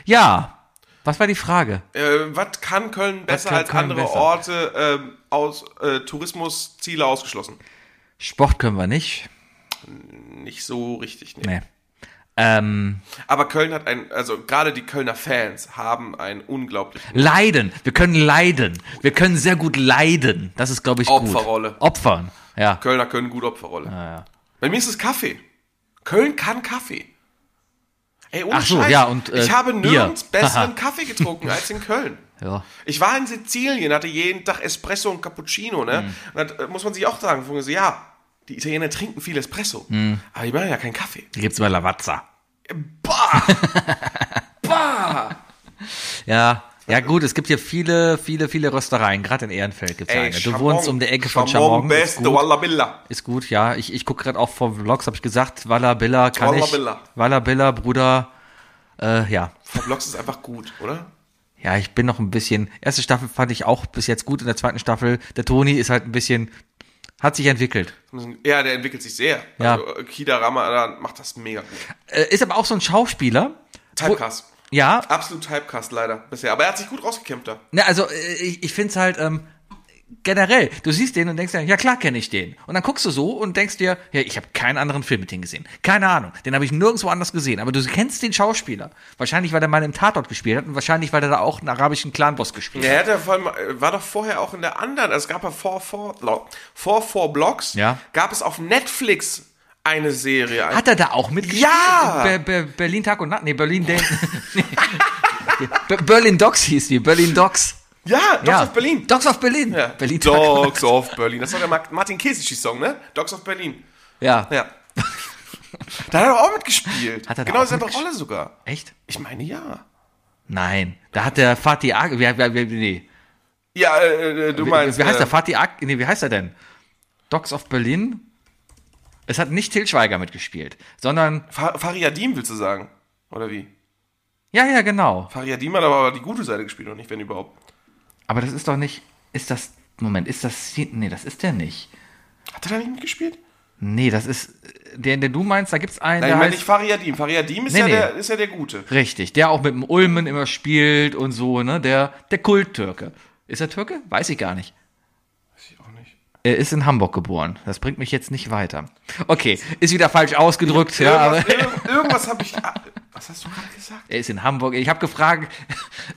[SPEAKER 2] Ja, was war die Frage?
[SPEAKER 5] Äh, was kann Köln besser
[SPEAKER 2] kann
[SPEAKER 5] als
[SPEAKER 2] Köln
[SPEAKER 5] andere
[SPEAKER 2] besser?
[SPEAKER 5] Orte ähm, aus äh, Tourismusziele ausgeschlossen?
[SPEAKER 2] Sport können wir nicht.
[SPEAKER 5] Nicht so richtig, nee.
[SPEAKER 2] Nee. Ähm,
[SPEAKER 5] Aber Köln hat ein, also gerade die Kölner Fans haben einen unglaublichen.
[SPEAKER 2] leiden. Wir können leiden. Wir können sehr gut leiden. Das ist, glaube ich, gut.
[SPEAKER 5] Opferrolle.
[SPEAKER 2] Opfern. Ja.
[SPEAKER 5] Kölner können gut Opferrolle. Bei mir ist es Kaffee. Köln kann Kaffee. Ey, ohne
[SPEAKER 2] Ach so,
[SPEAKER 5] Scheiß.
[SPEAKER 2] ja, und, äh,
[SPEAKER 5] ich habe
[SPEAKER 2] Bier.
[SPEAKER 5] nirgends besseren
[SPEAKER 2] Haha.
[SPEAKER 5] Kaffee getrunken als in Köln.
[SPEAKER 2] ja.
[SPEAKER 5] Ich war in Sizilien, hatte jeden Tag Espresso und Cappuccino, ne?
[SPEAKER 2] Mhm.
[SPEAKER 5] Und da äh, muss man sich auch sagen, so, ja, die Italiener trinken viel Espresso,
[SPEAKER 2] Mhm.
[SPEAKER 5] aber die machen ja keinen Kaffee.
[SPEAKER 2] Hier gibt's mal Lavazza.
[SPEAKER 5] Bah!
[SPEAKER 2] Ja. Ja gut, es gibt hier viele, viele, viele Röstereien. Gerade in Ehrenfeld gibt's eine. Du
[SPEAKER 5] Chamon,
[SPEAKER 2] wohnst um der Ecke von
[SPEAKER 5] Chamon
[SPEAKER 2] Chamon. ist
[SPEAKER 5] Beste,
[SPEAKER 2] gut.
[SPEAKER 5] Walla Billa.
[SPEAKER 2] Ist gut, ja. Ich, ich gucke gerade auch vor Vlogs, habe ich gesagt, Walla Billa kann
[SPEAKER 5] Walla
[SPEAKER 2] ich.
[SPEAKER 5] Billa.
[SPEAKER 2] Walla Billa, Bruder. Äh, ja.
[SPEAKER 5] Vlogs ist einfach gut, oder?
[SPEAKER 2] Ja, ich bin noch ein bisschen. Erste Staffel fand ich auch bis jetzt gut. In der zweiten Staffel, der Toni ist halt ein bisschen, hat sich entwickelt.
[SPEAKER 5] Ja, der entwickelt sich sehr.
[SPEAKER 2] Ja.
[SPEAKER 5] Also, äh, Kida Ramadan macht das mega gut.
[SPEAKER 2] Äh, ist aber auch so ein Schauspieler.
[SPEAKER 5] Typecast.
[SPEAKER 2] Ja,
[SPEAKER 5] Absolut Typecast leider bisher. Aber er hat sich gut rausgekämpft da.
[SPEAKER 2] ne, also äh, ich, ich find's halt ähm, generell. Du siehst den und denkst dir, ja klar kenne ich den. Und dann guckst du so und denkst dir, ja, ich habe keinen anderen Film mit dem gesehen. Keine Ahnung, den habe ich nirgendwo anders gesehen. Aber du kennst den Schauspieler. Wahrscheinlich, weil er mal im Tatort gespielt hat und wahrscheinlich, weil er da auch einen arabischen Clanboss gespielt
[SPEAKER 5] Ja,
[SPEAKER 2] hat.
[SPEAKER 5] er hat ja vor allem, äh, war doch vorher auch in der anderen, also es gab ja vor, vor, lau- vor, vor Blogs,
[SPEAKER 2] Ja.
[SPEAKER 5] gab es auf Netflix eine Serie. Ein-
[SPEAKER 2] Hat er da auch mitgespielt?
[SPEAKER 5] Ja!
[SPEAKER 2] Be Be Berlin Tag und Nacht, nee, Berlin Day. Nee. Be Berlin Docs hieß die, Berlin Docs.
[SPEAKER 5] ja, Dogs of Berlin.
[SPEAKER 2] Docs of Berlin.
[SPEAKER 5] ja.
[SPEAKER 2] Berlin Tag und Nacht.
[SPEAKER 5] Dogs of Berlin. Das war der Mark- Martin Kesici-Song, ne? Dogs of Berlin.
[SPEAKER 2] Ja.
[SPEAKER 5] Ja. da hat er auch mitgespielt.
[SPEAKER 2] Hat er da
[SPEAKER 5] genau
[SPEAKER 2] auch
[SPEAKER 5] dieselbe
[SPEAKER 2] mitgespielt?
[SPEAKER 5] Rolle sogar.
[SPEAKER 2] Echt?
[SPEAKER 5] Ich meine, ja.
[SPEAKER 2] Nein. Da hat der Fatih Ak, wie, wie, wie, nee.
[SPEAKER 5] Ja, äh, äh, du
[SPEAKER 2] Wie,
[SPEAKER 5] meinst.
[SPEAKER 2] wie heißt
[SPEAKER 5] äh,
[SPEAKER 2] der? Fatih Ak, nee, wie heißt er denn? Docs of Berlin? Es hat nicht Til Schweiger mitgespielt, sondern,
[SPEAKER 5] Fa- Fariadim willst du sagen? Oder wie?
[SPEAKER 2] ja, ja, genau.
[SPEAKER 5] Fariadim hat aber die gute Seite gespielt und nicht, wenn überhaupt.
[SPEAKER 2] Aber das ist doch nicht, ist das, Moment, ist das, nee, das ist der nicht.
[SPEAKER 5] Hat er da nicht mitgespielt?
[SPEAKER 2] Nee, das ist, der, der du meinst, da gibt's einen,
[SPEAKER 5] Nein,
[SPEAKER 2] der
[SPEAKER 5] ich meine
[SPEAKER 2] heißt-
[SPEAKER 5] nicht Fariadim. Fariadim ist,
[SPEAKER 2] Nee,
[SPEAKER 5] ja
[SPEAKER 2] nee.
[SPEAKER 5] Der, ist ja der Gute.
[SPEAKER 2] Richtig, der auch mit dem Ulmen immer spielt und so, ne? Der, der Kulttürke. Ist er Türke? Weiß ich gar nicht.
[SPEAKER 5] Weiß ich auch nicht.
[SPEAKER 2] Er ist in Hamburg geboren. Das bringt mich jetzt nicht weiter. Okay, ist wieder falsch ausgedrückt, ja, aber
[SPEAKER 5] irgendwas irg- irgendwas habe ich. ah, Was hast du gerade gesagt?
[SPEAKER 2] er ist in Hamburg. Ich habe gefragt,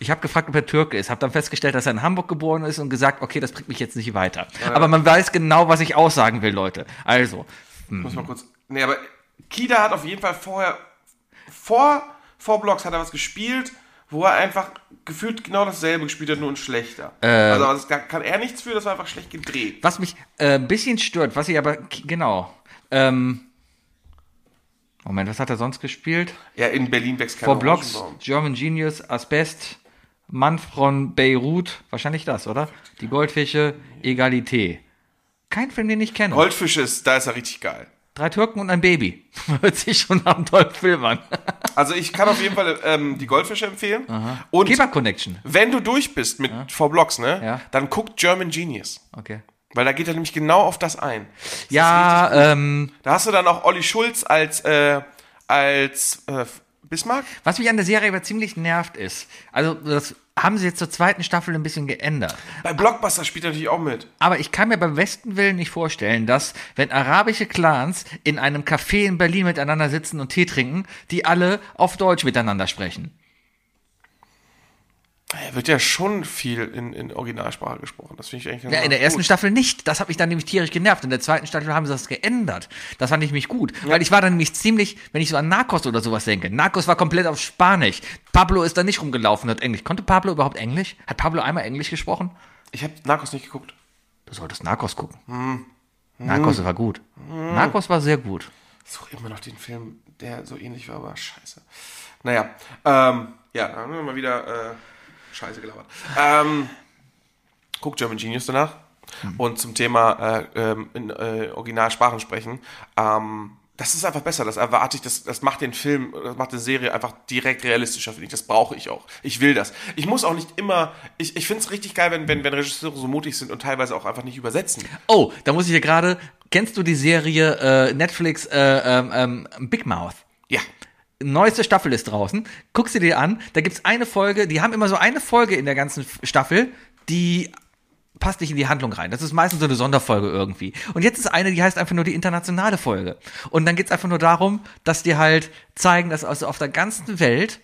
[SPEAKER 2] ich habe gefragt, ob er Türke ist. Habe dann festgestellt, dass er in Hamburg geboren ist und gesagt, okay, das bringt mich jetzt nicht weiter. Aber man weiß genau, was ich aussagen will, Leute. Also,
[SPEAKER 5] Muss mal kurz. Nee, aber Kida hat auf jeden Fall vorher. Vor, vor Blocks hat er was gespielt, wo er einfach gefühlt genau dasselbe gespielt hat, nur ein schlechter.
[SPEAKER 2] Ähm.
[SPEAKER 5] also, das kann, kann er nichts für, das war einfach schlecht gedreht.
[SPEAKER 2] was mich äh, ein bisschen stört, was ich aber genau. Ähm, Moment, was hat er sonst gespielt?
[SPEAKER 5] Ja, in Berlin wächst kein
[SPEAKER 2] Vor Blocks,
[SPEAKER 5] Orangenbaum.
[SPEAKER 2] German Genius, Asbest, Mann von Beirut, wahrscheinlich das, oder? Die Goldfische, Egalité. Kein Film, den ich kenne.
[SPEAKER 5] Goldfische ist, da ist er richtig geil.
[SPEAKER 2] Drei Türken und ein Baby. Hört sich schon nach einem tollen Film an.
[SPEAKER 5] Also ich kann auf jeden Fall ähm, die Goldfische empfehlen. Und
[SPEAKER 2] Keeper Connection.
[SPEAKER 5] wenn du durch bist mit vor Blocks, ne,
[SPEAKER 2] Ja.
[SPEAKER 5] dann guck German Genius.
[SPEAKER 2] Okay.
[SPEAKER 5] Weil da geht er nämlich genau auf das ein.
[SPEAKER 2] Ja, ähm,
[SPEAKER 5] Da hast du dann auch Olli Schulz als, äh, als äh, Bismarck.
[SPEAKER 2] was mich an der Serie aber ziemlich nervt ist, also das haben sie jetzt zur zweiten Staffel ein bisschen geändert.
[SPEAKER 5] Bei Blockbuster spielt er natürlich auch mit.
[SPEAKER 2] Aber ich kann mir beim besten Willen nicht vorstellen, dass, wenn arabische Clans in einem Café in Berlin miteinander sitzen und Tee trinken, die alle auf Deutsch miteinander sprechen.
[SPEAKER 5] Er wird ja schon viel in, in Originalsprache gesprochen. Das finde ich eigentlich ganz
[SPEAKER 2] Ja, in der
[SPEAKER 5] gut.
[SPEAKER 2] ersten Staffel nicht. Das hat mich dann nämlich tierisch genervt. In der zweiten Staffel haben sie das geändert. Das fand ich mich gut. Weil ich war dann nämlich ziemlich, wenn ich so an Narcos oder sowas denke. Narcos war komplett auf Spanisch. Pablo ist da nicht rumgelaufen und hat Englisch. Konnte Pablo überhaupt Englisch? Hat Pablo einmal Englisch gesprochen?
[SPEAKER 5] Ich habe Narcos nicht geguckt.
[SPEAKER 2] Du solltest Narcos gucken. Narcos war gut. Narcos war sehr gut.
[SPEAKER 5] Ich suche immer noch den Film, der so ähnlich war, aber scheiße. Naja, ähm, ja, da haben wir mal wieder äh, scheiße gelabert. Ähm, guck German Genius danach. Und zum Thema äh, ähm, in äh, Originalsprachen sprechen. Ähm, das ist einfach besser, das erwarte ich, das, das macht den Film, das macht die Serie einfach direkt realistischer, finde ich. Das brauche ich auch. Ich will das. Ich muss auch nicht immer, ich, ich finde es richtig geil, wenn, wenn, wenn Regisseure so mutig sind und teilweise auch einfach nicht übersetzen.
[SPEAKER 2] Oh, da muss ich hier gerade. Kennst du die Serie äh, Netflix äh, ähm, ähm, Big Mouth?
[SPEAKER 5] Ja.
[SPEAKER 2] Neueste Staffel ist draußen. Guck sie dir an. Da gibt's eine Folge. Die haben immer so eine Folge in der ganzen F- Staffel, die passt nicht in die Handlung rein. Das ist meistens so eine Sonderfolge irgendwie. Und jetzt ist eine, die heißt einfach nur die internationale Folge. Und dann geht's einfach nur darum, dass die halt zeigen, dass also auf der ganzen Welt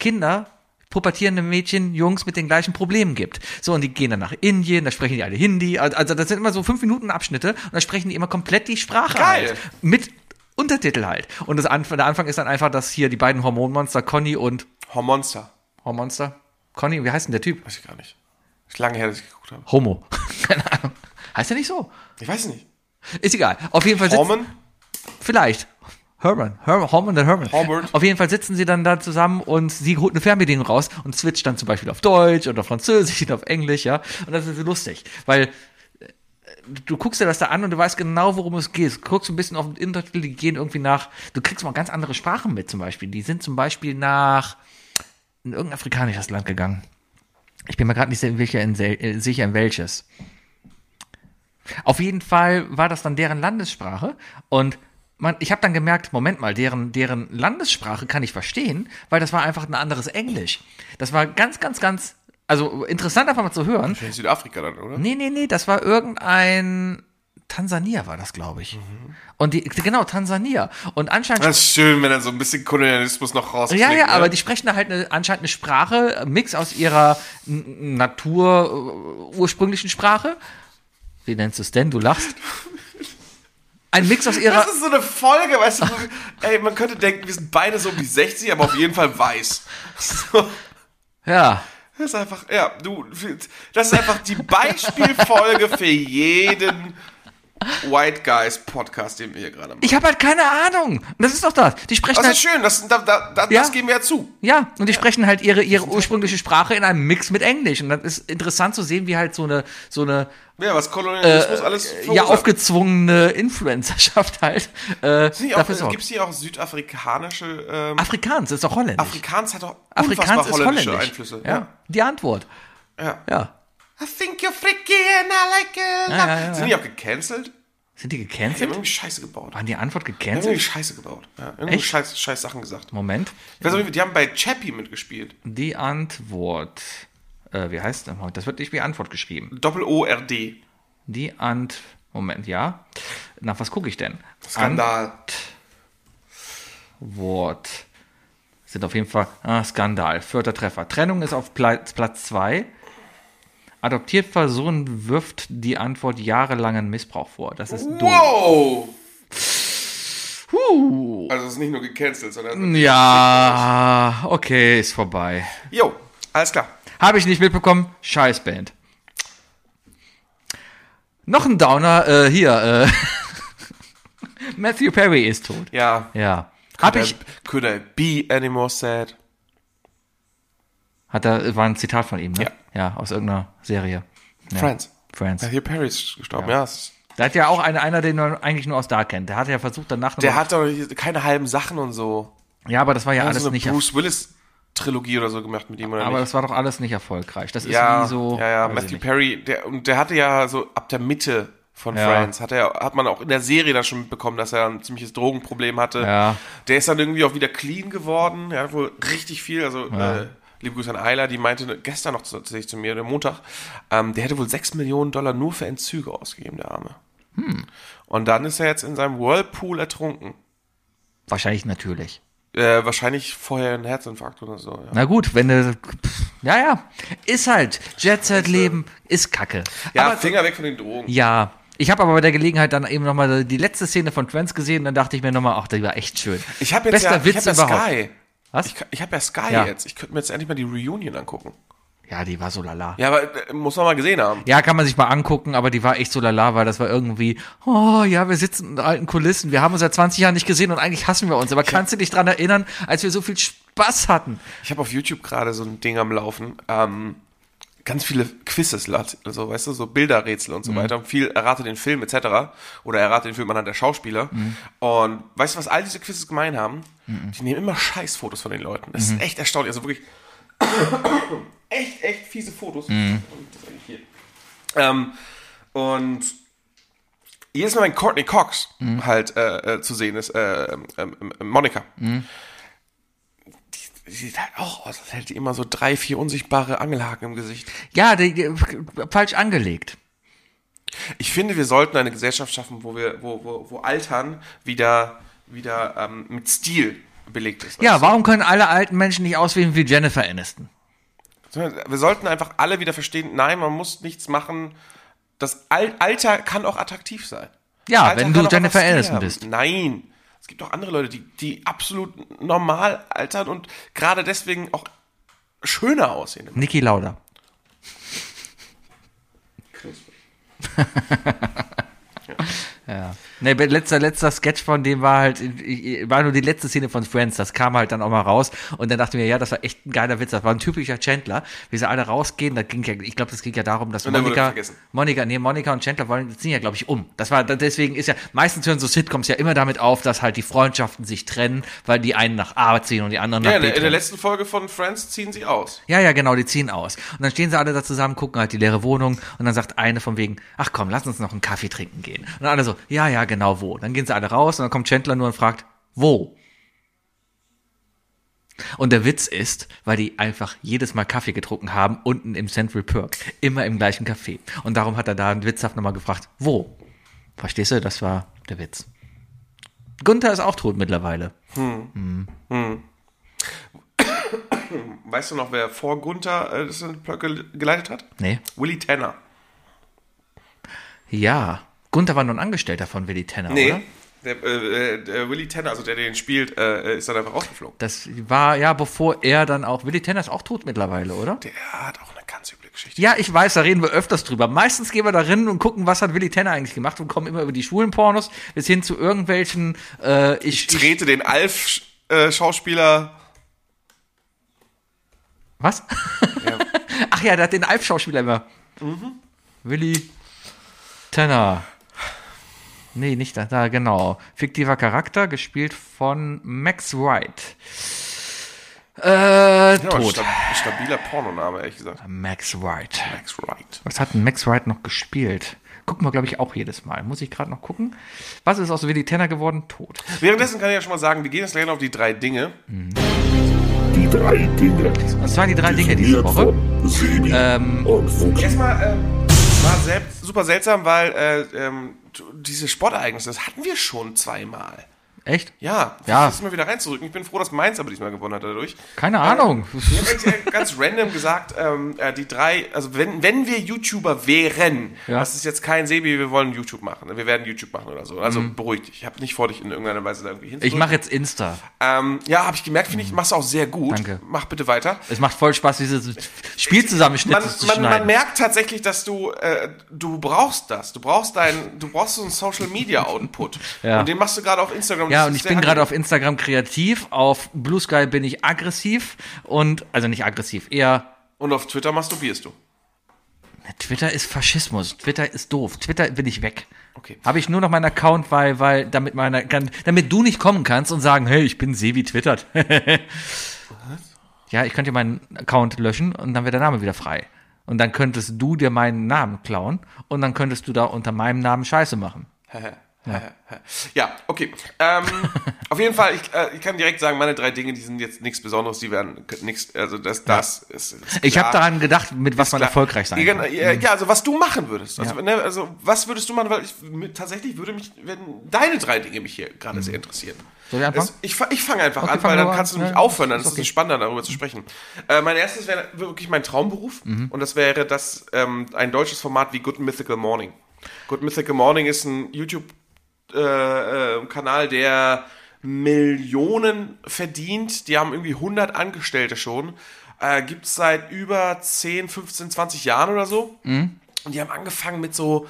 [SPEAKER 2] Kinder, pubertierende Mädchen, Jungs mit den gleichen Problemen gibt. So, und die gehen dann nach Indien, da sprechen die alle Hindi. Also, also das sind immer so fünf Minuten Abschnitte und da sprechen die immer komplett die Sprache.
[SPEAKER 5] Geil.
[SPEAKER 2] Halt, mit Untertitel halt. Und das Anf der Anfang ist dann einfach, dass hier die beiden Hormonmonster, Conny und
[SPEAKER 5] Hormonster.
[SPEAKER 2] Hormonster? Conny, wie heißt denn der Typ?
[SPEAKER 5] Weiß ich gar nicht. Ist lange her, dass ich geguckt habe.
[SPEAKER 2] Homo. Keine Ahnung. Heißt er nicht so?
[SPEAKER 5] Ich weiß nicht.
[SPEAKER 2] Ist egal. Auf jeden Fall sitzen
[SPEAKER 5] Hormon?
[SPEAKER 2] vielleicht. Herman, Herman, Horman der Herman.
[SPEAKER 5] Hormond.
[SPEAKER 2] Auf jeden Fall sitzen sie dann da zusammen und sie holt eine Fernbedienung raus und switcht dann zum Beispiel auf Deutsch oder auf Französisch und auf Englisch, ja. Und das ist so lustig, weil äh, du guckst dir das da an und du weißt genau, worum es geht. Du guckst ein bisschen auf den Intertitel, die gehen irgendwie nach, du kriegst mal ganz andere Sprachen mit zum Beispiel. Die sind zum Beispiel nach in irgendein afrikanisches Land gegangen. Ich bin mir gerade nicht sehr sicher in, sel- äh, sicher in welches. Auf jeden Fall war das dann deren Landessprache und man, ich habe dann gemerkt, Moment mal, deren, deren Landessprache kann ich verstehen, weil das war einfach ein anderes Englisch. Das war ganz, ganz, ganz, also interessant einfach mal zu hören.
[SPEAKER 5] In Südafrika dann, oder?
[SPEAKER 2] Nee, nee, nee, das war irgendein Tansania war das, glaube ich. Und die, genau, Tansania. Und anscheinend
[SPEAKER 5] Das ist schön, wenn dann so ein bisschen Kolonialismus noch ne? rauskommt.
[SPEAKER 2] ja, ja, aber die sprechen da halt eine, anscheinend eine Sprache, ein Mix aus ihrer n- Natur äh, ursprünglichen Sprache. Wie nennst du es denn? Du lachst. Ein Mix aus ihrer.
[SPEAKER 5] Das ist so eine Folge, weißt du? So, ey, man könnte denken, wir sind beide so um die 60, aber auf jeden Fall weiß. So,
[SPEAKER 2] Ja.
[SPEAKER 5] das ist einfach, ja, du, das ist einfach die Beispielfolge für jeden White Guys Podcast, den wir hier gerade machen.
[SPEAKER 2] Ich habe halt keine Ahnung. Und das ist doch das. Die sprechen
[SPEAKER 5] Das
[SPEAKER 2] halt.
[SPEAKER 5] ist schön, das, da, da, da,
[SPEAKER 2] Ja.
[SPEAKER 5] das geben wir ja zu.
[SPEAKER 2] Ja, und die sprechen halt ihre, ihre ursprüngliche Sprache in einem Mix mit Englisch. Und das ist interessant zu sehen, wie halt so eine, so eine
[SPEAKER 5] Ja, was Kolonialismus alles
[SPEAKER 2] Äh, ja,
[SPEAKER 5] verursacht.
[SPEAKER 2] aufgezwungene Influencerschaft halt äh,
[SPEAKER 5] Nicht
[SPEAKER 2] dafür
[SPEAKER 5] auch,
[SPEAKER 2] sorgt.
[SPEAKER 5] gibt's hier auch südafrikanische, ähm,
[SPEAKER 2] Afrikaans ist doch holländisch.
[SPEAKER 5] Afrikaans hat auch unfassbar
[SPEAKER 2] Afrikaans ist
[SPEAKER 5] holländische
[SPEAKER 2] holländisch.
[SPEAKER 5] Einflüsse.
[SPEAKER 2] Ja. die Antwort.
[SPEAKER 5] Ja.
[SPEAKER 2] Ja.
[SPEAKER 5] I think you're freaky and I like it.
[SPEAKER 2] Ja, ja, ja,
[SPEAKER 5] Sind die auch gecancelt?
[SPEAKER 2] Sind die
[SPEAKER 5] Die haben
[SPEAKER 2] gecancelt?
[SPEAKER 5] irgendwie Scheiße gebaut. Die haben
[SPEAKER 2] Waren die Antwort gecancelt?
[SPEAKER 5] irgendwie Scheiße gebaut. Ja, irgendwie
[SPEAKER 2] Echt?
[SPEAKER 5] Scheiß, Scheiß Sachen gesagt.
[SPEAKER 2] Moment.
[SPEAKER 5] Ich weiß auch nicht, die haben bei Chappie mitgespielt.
[SPEAKER 2] Die Antwort. Äh, wie heißt das? Das wird nicht wie Antwort geschrieben.
[SPEAKER 5] Doppel-O-R-D.
[SPEAKER 2] Die Ant. Moment, ja. Nach was gucke ich denn?
[SPEAKER 5] Skandal.
[SPEAKER 2] Antwort. Sind auf jeden Fall. Ah, Skandal. Vierter Treffer. Trennung ist auf Platz 2. Adoptierter Sohn wirft die Antwort jahrelangen Missbrauch vor. Das ist doof.
[SPEAKER 5] Wow! Also, es ist nicht nur gecancelt, sondern.
[SPEAKER 2] Ja, okay, ist vorbei.
[SPEAKER 5] Jo, alles klar.
[SPEAKER 2] Habe ich nicht mitbekommen. Scheiß Band. Noch ein Downer, äh, hier, äh. Matthew Perry ist tot.
[SPEAKER 5] Ja.
[SPEAKER 2] Ja. Hab
[SPEAKER 5] Could
[SPEAKER 2] ich,
[SPEAKER 5] I, could I be any more sad?
[SPEAKER 2] hat er, war ein Zitat von ihm, ne?
[SPEAKER 5] Ja.
[SPEAKER 2] Ja, aus irgendeiner Serie. Ja.
[SPEAKER 5] Friends.
[SPEAKER 2] Friends.
[SPEAKER 5] Matthew Perry ist gestorben, ja. es ist-
[SPEAKER 2] Da hat ja auch einer, einer, den man eigentlich nur aus Dark kennt. Der hat ja versucht, danach
[SPEAKER 5] Der
[SPEAKER 2] noch-
[SPEAKER 5] hat doch hier keine halben Sachen und so.
[SPEAKER 2] Ja, aber das war ja
[SPEAKER 5] Hat
[SPEAKER 2] alles
[SPEAKER 5] so eine
[SPEAKER 2] nicht
[SPEAKER 5] Bruce Willis Trilogie oder so gemacht mit ihm oder
[SPEAKER 2] Aber
[SPEAKER 5] nicht?
[SPEAKER 2] das war doch alles nicht erfolgreich. Das
[SPEAKER 5] Ja,
[SPEAKER 2] ist nie so.
[SPEAKER 5] ja, ja,
[SPEAKER 2] weiß ich
[SPEAKER 5] Matthew
[SPEAKER 2] nicht.
[SPEAKER 5] Perry, der, und der hatte ja so ab der Mitte von
[SPEAKER 2] Ja.
[SPEAKER 5] Friends, hat, er, hat man auch in der Serie dann schon mitbekommen, dass er ein ziemliches Drogenproblem hatte.
[SPEAKER 2] Ja.
[SPEAKER 5] Der ist dann irgendwie auch wieder clean geworden, er hat wohl richtig viel, also äh, liebe Grüße an Ayla, die meinte gestern noch zu- tatsächlich zu mir, oder Montag, ähm, der hätte wohl 6 Millionen Dollar nur für Entzüge ausgegeben, der Arme.
[SPEAKER 2] Hm.
[SPEAKER 5] Und dann ist er jetzt in seinem Whirlpool ertrunken.
[SPEAKER 2] Wahrscheinlich natürlich.
[SPEAKER 5] Äh, wahrscheinlich vorher ein Herzinfarkt oder so. Ja.
[SPEAKER 2] Na gut, wenn du. Pff, ja, ja. Ist halt. Jet Set Leben ist Kacke.
[SPEAKER 5] Ja,
[SPEAKER 2] aber,
[SPEAKER 5] Finger weg von den Drogen.
[SPEAKER 2] ja. Ich habe aber bei der Gelegenheit dann eben nochmal die letzte Szene von Trends gesehen. Dann dachte ich mir nochmal, ach, die war echt schön.
[SPEAKER 5] Ich habe jetzt
[SPEAKER 2] Bester
[SPEAKER 5] ja,
[SPEAKER 2] Witz
[SPEAKER 5] ich hab ja
[SPEAKER 2] überhaupt.
[SPEAKER 5] Sky.
[SPEAKER 2] Was?
[SPEAKER 5] Ich, ich habe ja Sky
[SPEAKER 2] Ja.
[SPEAKER 5] jetzt. Ich könnte mir jetzt endlich mal die Reunion angucken.
[SPEAKER 2] ja, die war so lala. Ja.
[SPEAKER 5] Ja, aber äh, muss man mal gesehen haben.
[SPEAKER 2] kann man sich mal angucken, aber die war echt so lala, weil das war irgendwie, oh ja, wir sitzen in alten Kulissen, wir haben uns seit 20 Jahren nicht gesehen und eigentlich hassen wir uns. Aber kannst du dich dran erinnern, als wir so viel Spaß hatten?
[SPEAKER 5] Ich habe auf YouTube gerade so ein Ding am Laufen. Ähm, ganz viele Quizzes, lat- also weißt du, so Bilderrätsel und so weiter. Und viel errate den Film etc. Oder errate den Film anhand der Schauspieler. Und weißt du, was all diese Quizzes gemein haben? Die nehmen immer Scheißfotos von den Leuten. Das ist echt erstaunlich. Also wirklich echt, echt fiese Fotos. Das ist eigentlich hier. Ähm, und jedes Mal, wenn Courtney Cox halt äh, äh, zu sehen ist, äh, ähm, ähm, Monika, die, die sieht halt auch aus, als hätte die immer so drei, vier unsichtbare Angelhaken im Gesicht.
[SPEAKER 2] Ja, die, die, falsch angelegt.
[SPEAKER 5] Ich finde, wir sollten eine Gesellschaft schaffen, wo wir, wo, wo, wo Altern wieder, wieder ähm, mit Stil belegt ist.
[SPEAKER 2] Ja,
[SPEAKER 5] weißt
[SPEAKER 2] warum können alle alten Menschen nicht aussehen wie Jennifer Aniston?
[SPEAKER 5] du? wir sollten einfach alle wieder verstehen, nein, man muss nichts machen. Das Al Alter kann auch attraktiv sein.
[SPEAKER 2] Ja,
[SPEAKER 5] Alter kann
[SPEAKER 2] wenn du
[SPEAKER 5] auch einfach
[SPEAKER 2] Jennifer
[SPEAKER 5] Stil
[SPEAKER 2] Aniston
[SPEAKER 5] haben.
[SPEAKER 2] bist.
[SPEAKER 5] Nein. Es gibt auch andere Leute, die, die absolut normal altern und gerade deswegen auch schöner aussehen.
[SPEAKER 2] Niki Lauda. ja. Ne, letzter, letzter Sketch von dem war halt, war nur die letzte Szene von Friends, das kam halt dann auch mal raus und dann dachte ich mir, ja, das war echt ein geiler Witz, das war ein typischer Chandler, wie sie alle rausgehen, da ging ja, ich glaube, das ging ja darum, dass
[SPEAKER 5] Und dann wurde
[SPEAKER 2] Monika,
[SPEAKER 5] vergessen.
[SPEAKER 2] Monika, nee, Monika und Chandler wollen, ziehen ja, glaube ich, um. Das war, deswegen ist ja, meistens hören so Sitcoms ja immer damit auf, dass halt die Freundschaften sich trennen, weil die einen nach A ziehen und die anderen nach
[SPEAKER 5] Ja, in
[SPEAKER 2] B
[SPEAKER 5] der, in der
[SPEAKER 2] trennen.
[SPEAKER 5] letzten Folge von Friends ziehen sie aus.
[SPEAKER 2] Ja, ja, genau, die ziehen aus. Und dann stehen sie alle da zusammen, gucken halt die leere Wohnung und dann sagt eine von wegen, ach komm, lass uns noch einen Kaffee trinken gehen. Und alle so, ja, ja, genau, wo? Dann gehen sie alle raus und dann kommt Chandler nur und fragt, wo? Und der Witz ist, weil die einfach jedes Mal Kaffee getrunken haben, unten im Central Perk, immer im gleichen Café. Und darum hat er da witzhaft nochmal gefragt, wo? Verstehst du, das war der Witz. Gunther ist auch tot mittlerweile.
[SPEAKER 5] Weißt du noch, wer vor Gunther äh, das in Plöcke geleitet hat?
[SPEAKER 2] Nee?
[SPEAKER 5] Willy Tanner.
[SPEAKER 2] Ja. Gunther war nur ein Angestellter von Willi Tanner, oder?
[SPEAKER 5] Der, äh, äh, der Willy Tanner, also der, der den spielt, äh, äh, ist dann einfach rausgeflogen.
[SPEAKER 2] Das war ja, bevor er dann auch. Willi Tanner ist auch tot mittlerweile, oder?
[SPEAKER 5] Der hat auch eine ganz üble Geschichte.
[SPEAKER 2] Ja, ich weiß, da reden wir öfters drüber. Meistens gehen wir da rein und gucken, was hat Willi Tanner eigentlich gemacht und kommen immer über die schwulen Pornos bis hin zu irgendwelchen. Äh, ich,
[SPEAKER 5] Ich trete den äh, Alf-Schauspieler.
[SPEAKER 2] was? Ach ja, der hat den Alf-Schauspieler immer.
[SPEAKER 5] Mhm.
[SPEAKER 2] Willi Tanner. Nee, nicht da, da, genau. Fiktiver Charakter, gespielt von Max Wright. Äh,
[SPEAKER 5] Ja, ein
[SPEAKER 2] tot.
[SPEAKER 5] sta- stabiler Pornoname, ehrlich gesagt.
[SPEAKER 2] Max Wright.
[SPEAKER 5] Max Wright.
[SPEAKER 2] Was hat denn Max Wright noch gespielt? Gucken wir, glaube ich, auch jedes Mal. Muss ich gerade noch gucken. Was ist aus Willi Tanner geworden? Tot.
[SPEAKER 5] Währenddessen kann ich ja schon mal sagen, wir gehen jetzt gleich noch auf die drei Dinge.
[SPEAKER 3] Die drei Dinge.
[SPEAKER 2] Das waren die drei Dinge diese
[SPEAKER 3] Definiert
[SPEAKER 2] Woche. Ähm,
[SPEAKER 3] von Sebi und Fuchs.
[SPEAKER 5] Erstmal äh, war ähm, selbst super seltsam, weil äh, ähm, diese Sportereignisse, das hatten wir schon zweimal.
[SPEAKER 2] Echt?
[SPEAKER 5] Ja,
[SPEAKER 2] Ja.
[SPEAKER 5] das mal wieder reinzurücken. Ich bin froh, dass Mainz aber diesmal gewonnen hat dadurch.
[SPEAKER 2] Keine Ahnung.
[SPEAKER 5] Ich habe jetzt ganz random gesagt, ähm, äh, die drei, also wenn, wenn wir YouTuber wären,
[SPEAKER 2] Ja.
[SPEAKER 5] das ist jetzt kein Sebi, wir wollen YouTube machen, ne? wir werden YouTube machen oder so. Also beruhig dich, ich habe nicht vor, dich in irgendeiner Weise da irgendwie
[SPEAKER 2] Mhm. Ich
[SPEAKER 5] hinzudrücken.
[SPEAKER 2] mache jetzt Insta.
[SPEAKER 5] Ähm, ja, habe ich gemerkt, finde ich, machst du auch sehr gut.
[SPEAKER 2] Danke.
[SPEAKER 5] Mach bitte weiter.
[SPEAKER 2] Es macht voll Spaß, diese Spielzusammenschnitte
[SPEAKER 5] Man,
[SPEAKER 2] zu
[SPEAKER 5] man,
[SPEAKER 2] schneiden.
[SPEAKER 5] man merkt tatsächlich, dass du äh, du brauchst das. Du brauchst dein, du brauchst so einen Social Media Output.
[SPEAKER 2] Ja.
[SPEAKER 5] Und den machst du gerade auf Instagram.
[SPEAKER 2] Ja,
[SPEAKER 5] Das
[SPEAKER 2] und
[SPEAKER 5] ist
[SPEAKER 2] ich
[SPEAKER 5] sehr
[SPEAKER 2] bin gerade
[SPEAKER 5] angenehm.
[SPEAKER 2] auf Instagram kreativ, auf Blue Sky bin ich aggressiv und, also nicht aggressiv, eher,
[SPEAKER 5] und auf Twitter masturbierst du.
[SPEAKER 2] Twitter ist Faschismus, Twitter ist doof, Twitter bin ich weg.
[SPEAKER 5] Okay.
[SPEAKER 2] Habe ich nur noch meinen Account, weil, weil, damit meiner, kann- damit du nicht kommen kannst und sagen, hey, ich bin Sevi twittert. ja, ich könnte meinen Account löschen und dann wäre der Name wieder frei. Und dann könntest du dir meinen Namen klauen und dann könntest du da unter meinem Namen Scheiße machen.
[SPEAKER 5] Ja, okay. Ähm, auf jeden Fall, ich, äh, ich kann direkt sagen, meine drei Dinge, die sind jetzt nichts Besonderes, die werden nichts, also das, das ist, ist
[SPEAKER 2] Ich habe
[SPEAKER 5] klar.
[SPEAKER 2] daran gedacht, mit was man
[SPEAKER 5] Klar.
[SPEAKER 2] erfolgreich sein
[SPEAKER 5] ja,
[SPEAKER 2] kann. Mhm.
[SPEAKER 5] Ja, ja, also was du machen würdest. Also, ne, also was würdest du machen, weil ich mit, tatsächlich würde mich, wenn deine drei Dinge mich hier gerade sehr interessieren.
[SPEAKER 2] Mhm. Soll ich anfangen?
[SPEAKER 5] Es, ich fa- ich fange einfach
[SPEAKER 2] Okay,
[SPEAKER 5] an,
[SPEAKER 2] fang
[SPEAKER 5] weil
[SPEAKER 2] du
[SPEAKER 5] dann
[SPEAKER 2] an.
[SPEAKER 5] kannst du nämlich
[SPEAKER 2] Ja,
[SPEAKER 5] aufhören, dann
[SPEAKER 2] ist
[SPEAKER 5] ist es
[SPEAKER 2] okay.
[SPEAKER 5] nicht spannender, darüber zu sprechen. Äh, mein erstes wäre wirklich mein Traumberuf
[SPEAKER 2] Mhm.
[SPEAKER 5] und das wäre das ähm, ein deutsches Format wie Good Mythical Morning. Good Mythical Morning ist ein YouTube-Kanal, äh, Kanal, der Millionen verdient. Die haben irgendwie 100 Angestellte schon. Äh, Gibt es seit über 10, 15, 20 Jahren oder so. Und die haben angefangen mit so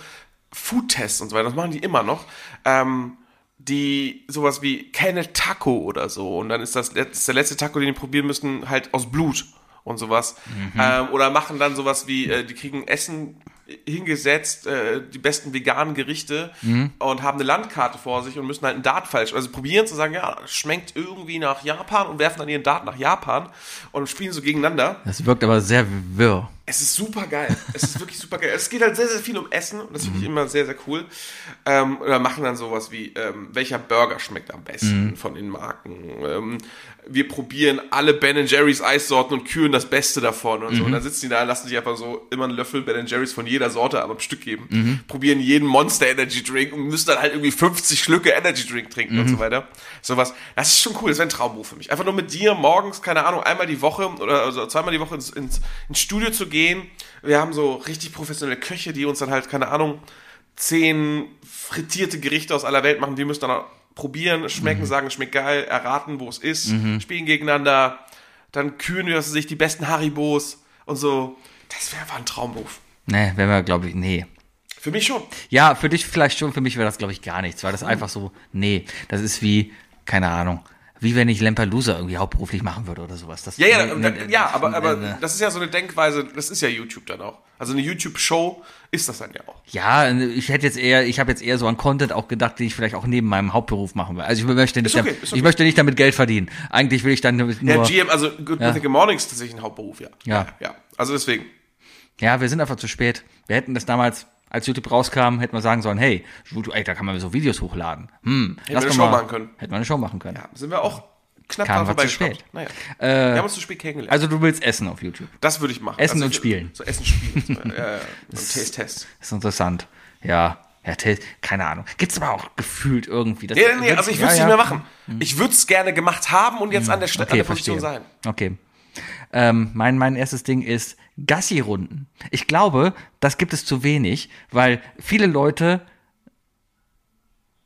[SPEAKER 5] Foodtests und so weiter. Das machen die immer noch. Ähm, die sowas wie keine Taco oder so. Und dann ist das, let- ist der letzte Taco, den die probieren müssen, halt aus Blut und sowas. Ähm, oder machen dann sowas wie, äh, die kriegen Essen hingesetzt, äh, die besten veganen Gerichte und haben eine Landkarte vor sich und müssen halt einen Dart falsch, also probieren zu sagen, ja, schmeckt irgendwie nach Japan und werfen dann ihren Dart nach Japan und spielen so gegeneinander.
[SPEAKER 2] Das wirkt aber sehr wirr.
[SPEAKER 5] Es ist super geil. Es ist wirklich super geil. Es geht halt sehr, sehr viel um Essen und das finde ich immer sehr, sehr cool. Ähm, oder machen dann sowas wie, ähm, welcher Burger schmeckt am besten von den Marken? Ähm, wir probieren alle Ben Jerry's Eissorten und küren das Beste davon und so. Und dann sitzen die da, lassen sich einfach so immer einen Löffel Ben Jerry's von jeder Sorte aber am Stück geben, probieren jeden Monster Energy Drink und müssen dann halt irgendwie 50 Schlücke Energy Drink trinken und so weiter. Sowas. Das ist schon cool. Das wäre ein Traumberuf für mich. Einfach nur mit dir morgens, keine Ahnung, einmal die Woche oder also zweimal die Woche ins, ins, ins Studio zu gehen. Wir haben so richtig professionelle Köche, die uns dann halt, keine Ahnung, zehn frittierte Gerichte aus aller Welt machen. Wir müssen dann auch probieren, schmecken, sagen, es schmeckt geil, erraten, wo es ist, spielen gegeneinander. Dann kühlen wir sich die besten Haribos und so. Das wäre einfach ein Traumberuf.
[SPEAKER 2] Nee, wenn wir, glaube ich, nee.
[SPEAKER 5] Für mich schon.
[SPEAKER 2] Ja, für dich vielleicht schon, für mich wäre das, glaube ich, gar nichts, weil das einfach so, nee, das ist wie, keine Ahnung, wie wenn ich Lamperloser irgendwie hauptberuflich machen würde oder sowas. Das,
[SPEAKER 5] Ja, ja,
[SPEAKER 2] nee,
[SPEAKER 5] da-
[SPEAKER 2] nee,
[SPEAKER 5] da- ja,
[SPEAKER 2] nee,
[SPEAKER 5] aber, aber
[SPEAKER 2] nee, nee.
[SPEAKER 5] das ist ja so eine Denkweise, das ist ja YouTube dann auch. Also eine YouTube-Show ist das dann ja auch.
[SPEAKER 2] Ja, ich hätte jetzt eher, ich habe jetzt eher so an Content auch gedacht, den ich vielleicht auch neben meinem Hauptberuf machen will. Also ich möchte nicht,
[SPEAKER 5] Ist okay,
[SPEAKER 2] da-
[SPEAKER 5] ist
[SPEAKER 2] ich
[SPEAKER 5] okay.
[SPEAKER 2] möchte nicht damit Geld verdienen. Eigentlich will ich dann nur,
[SPEAKER 5] Ja,
[SPEAKER 2] ja,
[SPEAKER 5] GM, also Good
[SPEAKER 2] Ja.
[SPEAKER 5] Mythical Morning ist tatsächlich ein Hauptberuf, ja.
[SPEAKER 2] Ja.
[SPEAKER 5] Ja, also deswegen.
[SPEAKER 2] wir sind einfach zu spät. Wir hätten das damals, als YouTube rauskam, hätten wir sagen sollen, hey, YouTube, ey, da kann man so Videos hochladen. Hm, hätten
[SPEAKER 5] wir eine Show machen können.
[SPEAKER 2] Hätten wir eine Show machen können.
[SPEAKER 5] Ja, sind wir auch knapp
[SPEAKER 2] Kamen
[SPEAKER 5] dran
[SPEAKER 2] wir zu spät. Äh,
[SPEAKER 5] vorbeigeschraubt. Naja. wir haben uns zu spät kennengelernt.
[SPEAKER 2] Also du willst essen auf YouTube.
[SPEAKER 5] das würde ich machen.
[SPEAKER 2] Essen
[SPEAKER 5] also,
[SPEAKER 2] und spielen.
[SPEAKER 5] So Essen spielen. so, ja, ja. Und Taste-Test.
[SPEAKER 2] Das ist interessant. Ja. Ja, Till, keine Ahnung. Gibt's aber auch gefühlt irgendwie. dass-
[SPEAKER 5] Ja, nee, nee, also ich würde es
[SPEAKER 2] Ja,
[SPEAKER 5] nicht mehr
[SPEAKER 2] ja. Mhm.
[SPEAKER 5] machen. Ich würde es gerne gemacht haben und jetzt an der, Sta- an
[SPEAKER 2] Okay,
[SPEAKER 5] der Position
[SPEAKER 2] verstehe.
[SPEAKER 5] sein.
[SPEAKER 2] Okay. Ähm, mein, mein erstes Ding ist Gassi-Runden. Ich glaube, das gibt es zu wenig, weil viele Leute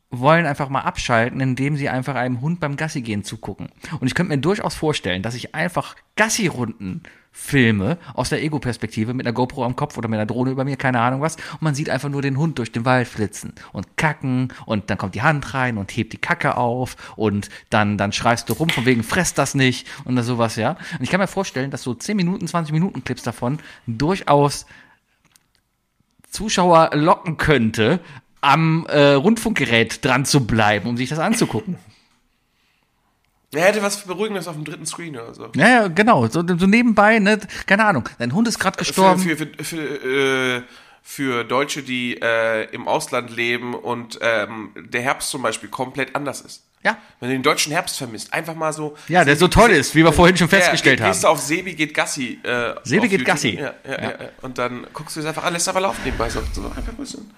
[SPEAKER 2] wollen einfach mal abschalten, indem sie einfach einem Hund beim Gassi gehen zugucken. Und ich könnte mir durchaus vorstellen, dass ich einfach Gassi-Runden filme aus der Ego-Perspektive mit einer GoPro am Kopf oder mit einer Drohne über mir, keine Ahnung was. Und man sieht einfach nur den Hund durch den Wald flitzen und kacken und dann kommt die Hand rein und hebt die Kacke auf und dann, dann schreist du rum von wegen fress das nicht und sowas, ja. Und ich kann mir vorstellen, dass so 10 Minuten, 20 Minuten Clips davon durchaus Zuschauer locken könnte, am äh, Rundfunkgerät dran zu bleiben, um sich das anzugucken.
[SPEAKER 5] Er hätte was Beruhigendes auf dem dritten Screen oder so.
[SPEAKER 2] Ja, ja, genau. So, so nebenbei, ne? Keine Ahnung. Dein Hund ist gerade gestorben.
[SPEAKER 5] Für, für, für, für, äh, für Deutsche, die äh, im Ausland leben und ähm, der Herbst zum Beispiel komplett anders ist.
[SPEAKER 2] ja.
[SPEAKER 5] Wenn du den deutschen Herbst vermisst, einfach mal so.
[SPEAKER 2] ja, der so toll ist, wie wir vorhin schon
[SPEAKER 5] Ja,
[SPEAKER 2] festgestellt
[SPEAKER 5] geh-
[SPEAKER 2] haben.
[SPEAKER 5] Gehst du auf Sebi geht Gassi. Äh,
[SPEAKER 2] Sebi
[SPEAKER 5] auf
[SPEAKER 2] geht Gassi.
[SPEAKER 5] Ja, ja, ja. ja. Und dann guckst du es einfach an, lässt einfach laufen nebenbei. So, so einfach ein bisschen.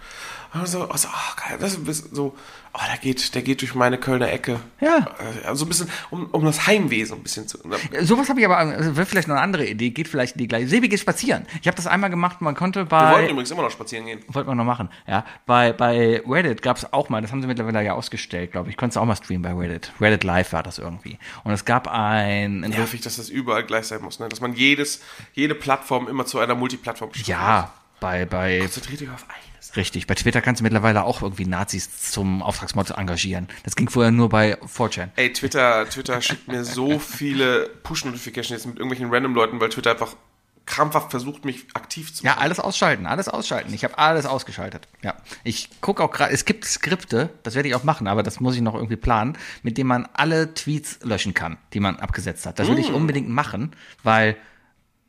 [SPEAKER 5] Und so, also, ach, geil, das ist ein bisschen so, oh, der geht, der geht durch meine Kölner Ecke.
[SPEAKER 2] Ja.
[SPEAKER 5] Also ein bisschen, um, um das Heimweh so ein bisschen zu.
[SPEAKER 2] Sowas habe ich aber, also wäre vielleicht noch eine andere Idee, geht vielleicht in die gleiche. Sebi geht spazieren. Ich habe das einmal gemacht, man konnte
[SPEAKER 5] Wir wollten
[SPEAKER 2] bei.
[SPEAKER 5] übrigens immer noch spazieren gehen.
[SPEAKER 2] Wollten wir noch machen, ja. Bei, bei Reddit gab es auch mal, das haben sie mittlerweile ja ausgestellt, glaube ich. Konntest du auch mal streamen bei Reddit. Reddit Live war das irgendwie. Und es gab ein. ein
[SPEAKER 5] Nervig, dass das überall gleich sein muss, ne? Dass man jedes, jede Plattform immer zu einer Multiplattform schafft.
[SPEAKER 2] ja, bei, bei
[SPEAKER 5] Konzentriert dich auf eines.
[SPEAKER 2] Richtig, bei Twitter kannst du mittlerweile auch irgendwie Nazis zum Auftragsmord engagieren. Das ging vorher nur bei 4chan.
[SPEAKER 5] Ey, Twitter, Twitter schickt mir so viele Push-Notifications jetzt mit irgendwelchen random Leuten, weil Twitter einfach krampfhaft versucht, mich aktiv zu machen.
[SPEAKER 2] Ja, alles ausschalten, alles ausschalten. Ich habe alles ausgeschaltet. Ja, ich gucke auch gerade, es gibt Skripte, das werde ich auch machen, aber das muss ich noch irgendwie planen, mit denen man alle Tweets löschen kann, die man abgesetzt hat. Das will
[SPEAKER 5] Mm.
[SPEAKER 2] ich unbedingt machen, weil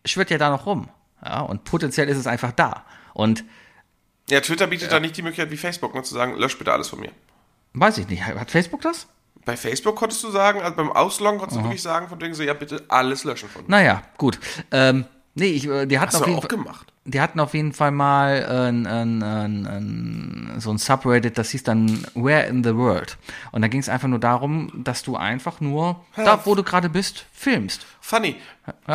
[SPEAKER 2] schwirrt ja da noch rum. Ja, und potenziell ist es einfach da. Und
[SPEAKER 5] Ja, Twitter bietet da nicht die Möglichkeit wie Facebook, ne, zu sagen, lösch bitte alles von mir.
[SPEAKER 2] weiß ich nicht, hat Facebook das?
[SPEAKER 5] Bei Facebook konntest du sagen, also beim Ausloggen konntest du wirklich sagen, von wegen so, ja, bitte alles löschen von mir.
[SPEAKER 2] Naja, gut. Ähm, nee, ich, äh, die hatten
[SPEAKER 5] Hast
[SPEAKER 2] auf
[SPEAKER 5] du
[SPEAKER 2] jeden
[SPEAKER 5] auch
[SPEAKER 2] Fall.
[SPEAKER 5] gemacht.
[SPEAKER 2] die hatten auf jeden Fall mal ein, ein, ein, ein, so ein Subreddit, das hieß dann Where in the World. Und da ging es einfach nur darum, dass du einfach nur da, wo du gerade bist, filmst.
[SPEAKER 5] Funny.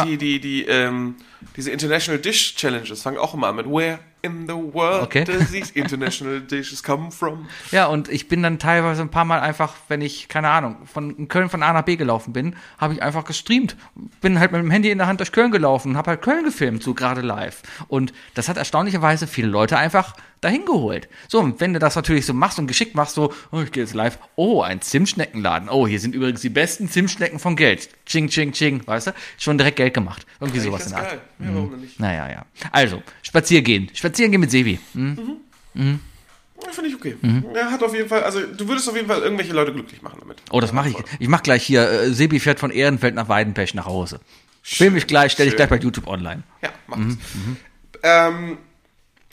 [SPEAKER 5] Die, die, die, ähm, diese International Dish Challenges fangen auch immer an mit Where in the world
[SPEAKER 2] Okay.
[SPEAKER 5] does these international dishes come from?
[SPEAKER 2] Ja, und ich bin dann teilweise ein paar Mal einfach, wenn ich, keine Ahnung, von in Köln von A nach B gelaufen bin, habe ich einfach gestreamt. Bin halt mit dem Handy in der Hand durch Köln gelaufen und habe halt Köln gefilmt, so gerade live. Und das hat erstaunlicherweise viele Leute einfach dahin geholt. So, und wenn du das natürlich so machst und geschickt machst, so, oh, ich gehe jetzt live, oh, ein Zimtschneckenladen. Oh, hier sind übrigens die besten Zimtschnecken von Geld. Ching, ching, ching, weißt du? Schon direkt Geld gemacht. Irgendwie sowas in der Art. Mhm.
[SPEAKER 5] geil. Ja, warum denn nicht?
[SPEAKER 2] Naja, ja. Also, spaziergehen. Spaziergehen mit Sebi. Hm?
[SPEAKER 5] Ja, Finde ich okay.
[SPEAKER 2] Mhm.
[SPEAKER 5] Ja, hat auf jeden Fall, also du würdest auf jeden Fall irgendwelche Leute glücklich machen damit.
[SPEAKER 2] Oh, das mache ich. Ich mache gleich hier. Äh, Sebi fährt von Ehrenfeld nach Weidenpech nach Hause. Film ich gleich, stelle ich
[SPEAKER 5] schön.
[SPEAKER 2] gleich bei YouTube online.
[SPEAKER 5] Ja, mach
[SPEAKER 2] Mhm,
[SPEAKER 5] das. Ähm,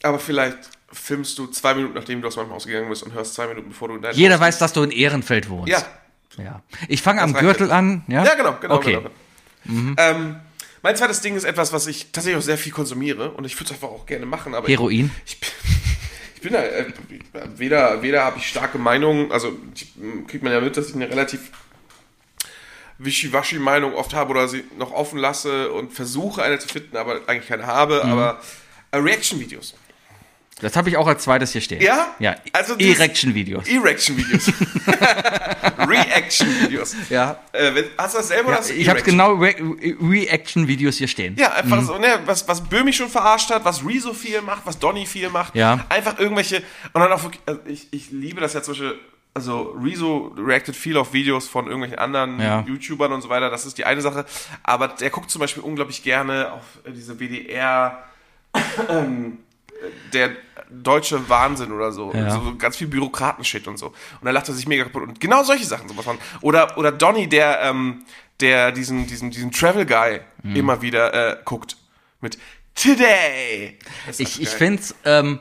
[SPEAKER 5] aber vielleicht filmst du zwei Minuten, nachdem du aus meinem Haus gegangen bist und hörst zwei Minuten, bevor du in dein
[SPEAKER 2] Jeder
[SPEAKER 5] Haus
[SPEAKER 2] weiß, dass du in Ehrenfeld wohnst.
[SPEAKER 5] Ja,
[SPEAKER 2] ja. Ich fange am
[SPEAKER 5] reicht
[SPEAKER 2] Gürtel
[SPEAKER 5] jetzt.
[SPEAKER 2] an. Ja,
[SPEAKER 5] ja genau, genau.
[SPEAKER 2] Okay. Mhm.
[SPEAKER 5] genau. Ähm, mein zweites Ding ist etwas, was ich tatsächlich auch sehr viel konsumiere und ich würde es einfach auch gerne machen, aber
[SPEAKER 2] Heroin.
[SPEAKER 5] Ich, ich bin, ich bin da, äh, weder, weder habe ich starke Meinungen, also ich, m, kriegt man ja mit, dass ich eine relativ wischiwaschi Meinung oft habe oder sie noch offen lasse und versuche eine zu finden, aber eigentlich keine habe,
[SPEAKER 2] Mhm.
[SPEAKER 5] aber äh, Reaction-Videos.
[SPEAKER 2] Das habe ich auch als zweites hier stehen.
[SPEAKER 5] Ja?
[SPEAKER 2] Ja.
[SPEAKER 5] Also dieses-
[SPEAKER 2] Erection-Videos.
[SPEAKER 5] Erection-Videos. Reaction-Videos.
[SPEAKER 2] Ja.
[SPEAKER 5] Äh, wenn- hast du das selber? oder
[SPEAKER 2] ja
[SPEAKER 5] hast du
[SPEAKER 2] ich habe
[SPEAKER 5] Erection?
[SPEAKER 2] genau Re Reaction-Videos hier stehen.
[SPEAKER 5] Ja, einfach so, ne, was, was Böhmi schon verarscht hat, was Rezo viel macht, was Donny viel macht.
[SPEAKER 2] Ja.
[SPEAKER 5] Einfach irgendwelche. Und dann auch wirklich, also ich, ich liebe das ja zum Beispiel. Also Rezo reactet viel auf Videos von irgendwelchen anderen
[SPEAKER 2] Ja.
[SPEAKER 5] YouTubern und so weiter, das ist die eine Sache. Aber der guckt zum Beispiel unglaublich gerne auf äh, diese WDR, ähm, der deutsche Wahnsinn oder so.
[SPEAKER 2] Ja.
[SPEAKER 5] so ganz viel Bürokratenshit und so. Und da lacht er sich mega kaputt. Und genau solche Sachen sowas von. Oder, oder Donny, der, ähm, der diesen, diesen, diesen Travel Guy
[SPEAKER 2] Mhm.
[SPEAKER 5] immer wieder äh, guckt. Mit Today. Das ist
[SPEAKER 2] Ich, ich
[SPEAKER 5] geil.
[SPEAKER 2] finde es, ähm,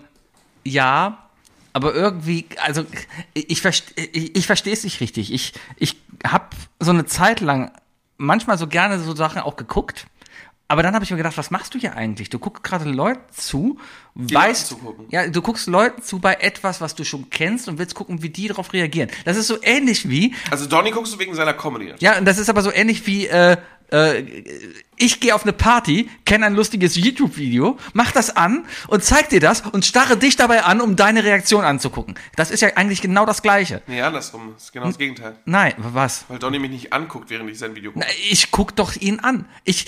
[SPEAKER 2] ja, aber irgendwie, also ich, ich verstehe ich, ich es nicht richtig. Ich, ich habe so eine Zeit lang manchmal so gerne so Sachen auch geguckt. Aber dann habe ich mir gedacht, was machst du hier eigentlich? Du guckst gerade Leuten zu, weißt
[SPEAKER 5] Leuten zugucken.
[SPEAKER 2] ja, du guckst Leuten zu bei etwas, was du schon kennst und willst gucken, wie die darauf reagieren. Das ist so ähnlich wie,
[SPEAKER 5] Also Donny guckst du wegen seiner Comedy.
[SPEAKER 2] ja, und das ist aber so ähnlich wie, äh, äh, ich gehe auf eine Party, kenne ein lustiges YouTube-Video, mach das an und zeig dir das und starre dich dabei an, um deine Reaktion anzugucken. Das ist ja eigentlich genau das Gleiche.
[SPEAKER 5] Nee, andersrum. Das ist genau das Gegenteil.
[SPEAKER 2] Nein, w- was?
[SPEAKER 5] Weil Donny mich nicht anguckt, während ich sein Video gucke.
[SPEAKER 2] Ich guck doch ihn an. Ich.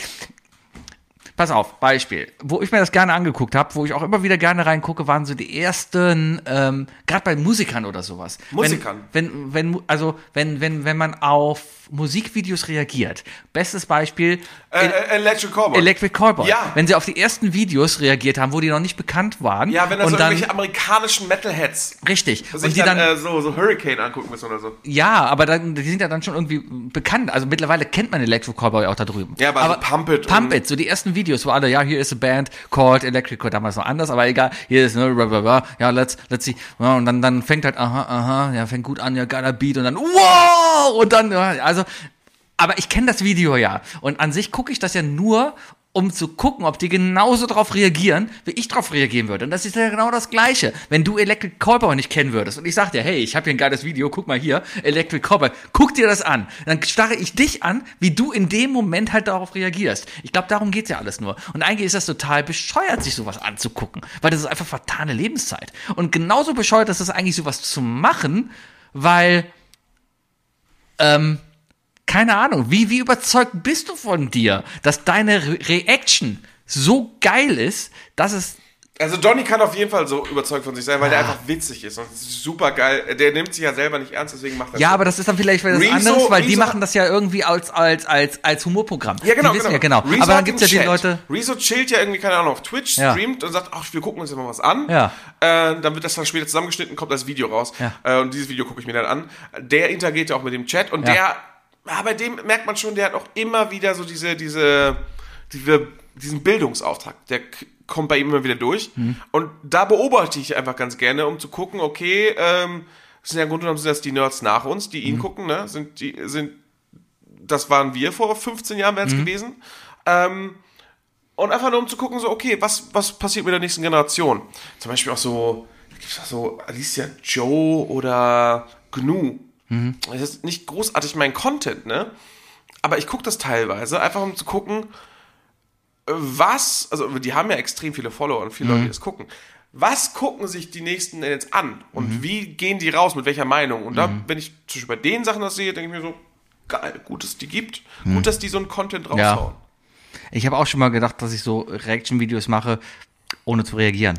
[SPEAKER 2] Pass auf, Beispiel. Wo ich mir das gerne angeguckt habe, wo ich auch immer wieder gerne reingucke, waren so die ersten, ähm, gerade bei Musikern oder sowas.
[SPEAKER 5] Musikern.
[SPEAKER 2] Wenn, wenn, wenn also wenn, wenn, wenn man auf Musikvideos reagiert. Bestes Beispiel.
[SPEAKER 5] Äh, äh, Electric Cowboy.
[SPEAKER 2] Electric Callboy.
[SPEAKER 5] Ja.
[SPEAKER 2] Wenn sie auf die ersten Videos reagiert haben, wo die noch nicht bekannt waren.
[SPEAKER 5] ja, wenn das so
[SPEAKER 2] und dann
[SPEAKER 5] irgendwelche amerikanischen Metalheads
[SPEAKER 2] richtig.
[SPEAKER 5] sich
[SPEAKER 2] Und die
[SPEAKER 5] dann, äh,
[SPEAKER 2] dann,
[SPEAKER 5] so, so Hurricane angucken müssen oder so.
[SPEAKER 2] ja, aber dann, die sind ja dann schon irgendwie bekannt. Also mittlerweile kennt man Electric Callboy auch da drüben.
[SPEAKER 5] Ja, aber so Pump It
[SPEAKER 2] Pump
[SPEAKER 5] und-
[SPEAKER 2] It, so die ersten Videos, wo alle, ja, hier ist eine Band called Electric Callboy, damals noch anders, aber egal, hier ist, ne, bla, bla, bla, ja, let's, let's see. Ja, und dann, dann fängt halt, aha, aha, ja, fängt gut an, ja, geiler Beat und dann, wow! Und dann, ja, also, aber ich kenne das Video ja. Und an sich gucke ich das ja nur, um zu gucken, ob die genauso drauf reagieren, wie ich drauf reagieren würde. Und das ist ja genau das Gleiche. Wenn du Electric Callboy nicht kennen würdest und ich sag dir, hey, ich habe hier ein geiles Video, guck mal hier, Electric Callboy, guck dir das an. Dann starre ich dich an, wie du in dem Moment halt darauf reagierst. Ich glaube, darum geht's ja alles nur. Und eigentlich ist das total bescheuert, sich sowas anzugucken, weil das ist einfach vertane Lebenszeit. Und genauso bescheuert ist es eigentlich, sowas zu machen, weil ähm, keine Ahnung, wie, wie überzeugt bist du von dir, dass deine Re Reaction so geil ist, dass es.
[SPEAKER 5] Also Donny kann auf jeden Fall so überzeugt von sich sein, weil
[SPEAKER 2] Ah.
[SPEAKER 5] der einfach witzig ist und super geil. Der nimmt sich ja selber nicht ernst, deswegen macht er
[SPEAKER 2] Ja, aber das ist dann vielleicht was
[SPEAKER 5] Rezo-
[SPEAKER 2] anderes, weil die
[SPEAKER 5] Rezo-
[SPEAKER 2] machen das ja irgendwie als, als, als, als Humorprogramm. Die wissen ja genau.
[SPEAKER 5] Rezo
[SPEAKER 2] aber dann
[SPEAKER 5] hat
[SPEAKER 2] gibt's ja
[SPEAKER 5] einen
[SPEAKER 2] die
[SPEAKER 5] Chat.
[SPEAKER 2] Leute.
[SPEAKER 5] Rezo chillt ja irgendwie, keine Ahnung, auf Twitch,
[SPEAKER 2] Ja.
[SPEAKER 5] streamt und sagt, ach, wir gucken uns ja mal was an.
[SPEAKER 2] Ja.
[SPEAKER 5] Äh, dann wird das dann später zusammengeschnitten, kommt das Video raus.
[SPEAKER 2] Ja.
[SPEAKER 5] Äh, und dieses Video gucke ich mir dann an. Der interagiert ja auch mit dem Chat und
[SPEAKER 2] Ja.
[SPEAKER 5] der, ah, bei dem merkt man schon, der hat auch immer wieder so diese, diese, diese diesen Bildungsauftrag. Der k- kommt bei ihm immer wieder durch. Und da beobachte ich einfach ganz gerne, um zu gucken, okay, ähm, das sind ja im Grunde genommen sind das die Nerds nach uns, die ihn gucken, ne? Sind die, sind das waren wir vor 15 Jahren, wären es gewesen. Ähm, und einfach nur um zu gucken, so, okay, was, was passiert mit der nächsten Generation? Zum Beispiel auch so, gibt's da so Alicia Joe oder Gnu. Das ist nicht großartig mein Content, ne? Aber ich gucke das teilweise, einfach um zu gucken, äh, was, also die haben ja extrem viele Follower und viele Leute, die das gucken. Was gucken sich die Nächsten denn jetzt an? Und wie gehen die raus? Mit welcher Meinung? Und da, wenn ich zum Beispiel bei den Sachen das sehe, denke ich mir so, geil, gut, dass es die gibt. Gut, dass die so einen Content
[SPEAKER 2] Ja.
[SPEAKER 5] raushauen.
[SPEAKER 2] Ich habe auch schon mal gedacht, dass ich so Reaction-Videos mache, ohne zu reagieren.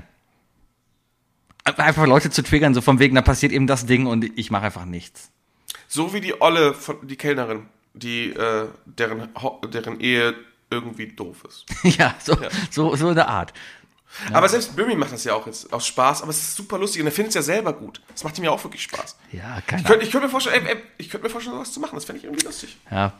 [SPEAKER 2] Einfach Leute zu triggern, so von wegen, da passiert eben das Ding und ich mache einfach nichts.
[SPEAKER 5] So wie die Olle, von, die Kellnerin, die, äh, deren, Ho- deren Ehe irgendwie doof ist.
[SPEAKER 2] ja, so, so, so in der Art.
[SPEAKER 5] Aber selbst Bömi macht das ja auch jetzt aus Spaß, aber es ist super lustig und er findet es ja selber gut. Das macht ihm ja auch wirklich Spaß.
[SPEAKER 2] Ja, keine
[SPEAKER 5] Ich
[SPEAKER 2] Ahnung.
[SPEAKER 5] könnte ich könnte mir vorstellen, ey, ey, ich könnte mir vorstellen, sowas zu machen. Das fände ich irgendwie lustig.
[SPEAKER 2] Ja.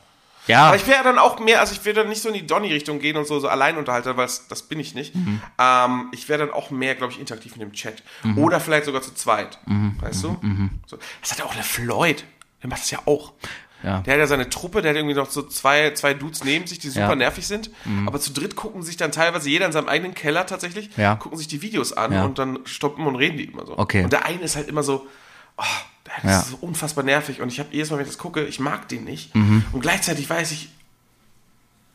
[SPEAKER 2] Ja,
[SPEAKER 5] Aber ich wäre dann auch mehr, also ich würde dann nicht so in die Donny-Richtung gehen und so, so Alleinunterhalter, weil das, das bin ich nicht.
[SPEAKER 2] Mhm.
[SPEAKER 5] Ähm, ich wäre dann auch mehr, glaube ich, interaktiv in dem Chat. Oder vielleicht sogar zu zweit.
[SPEAKER 2] Mhm.
[SPEAKER 5] Weißt du? So. Das hat ja auch der Floyd. Der macht das ja auch.
[SPEAKER 2] Ja.
[SPEAKER 5] Der hat ja seine Truppe, der hat irgendwie noch so zwei, zwei Dudes neben sich, die super
[SPEAKER 2] Ja. Mhm.
[SPEAKER 5] nervig sind. Aber zu dritt gucken sich dann teilweise jeder in seinem eigenen Keller tatsächlich,
[SPEAKER 2] Ja.
[SPEAKER 5] gucken sich die Videos an
[SPEAKER 2] Ja.
[SPEAKER 5] und dann stoppen und reden die immer so.
[SPEAKER 2] Okay.
[SPEAKER 5] Und der eine ist halt immer so, oh, das
[SPEAKER 2] Ja.
[SPEAKER 5] ist so unfassbar nervig. Und ich habe jedes Mal, wenn ich das gucke, ich mag den nicht.
[SPEAKER 2] Mhm.
[SPEAKER 5] Und gleichzeitig weiß ich,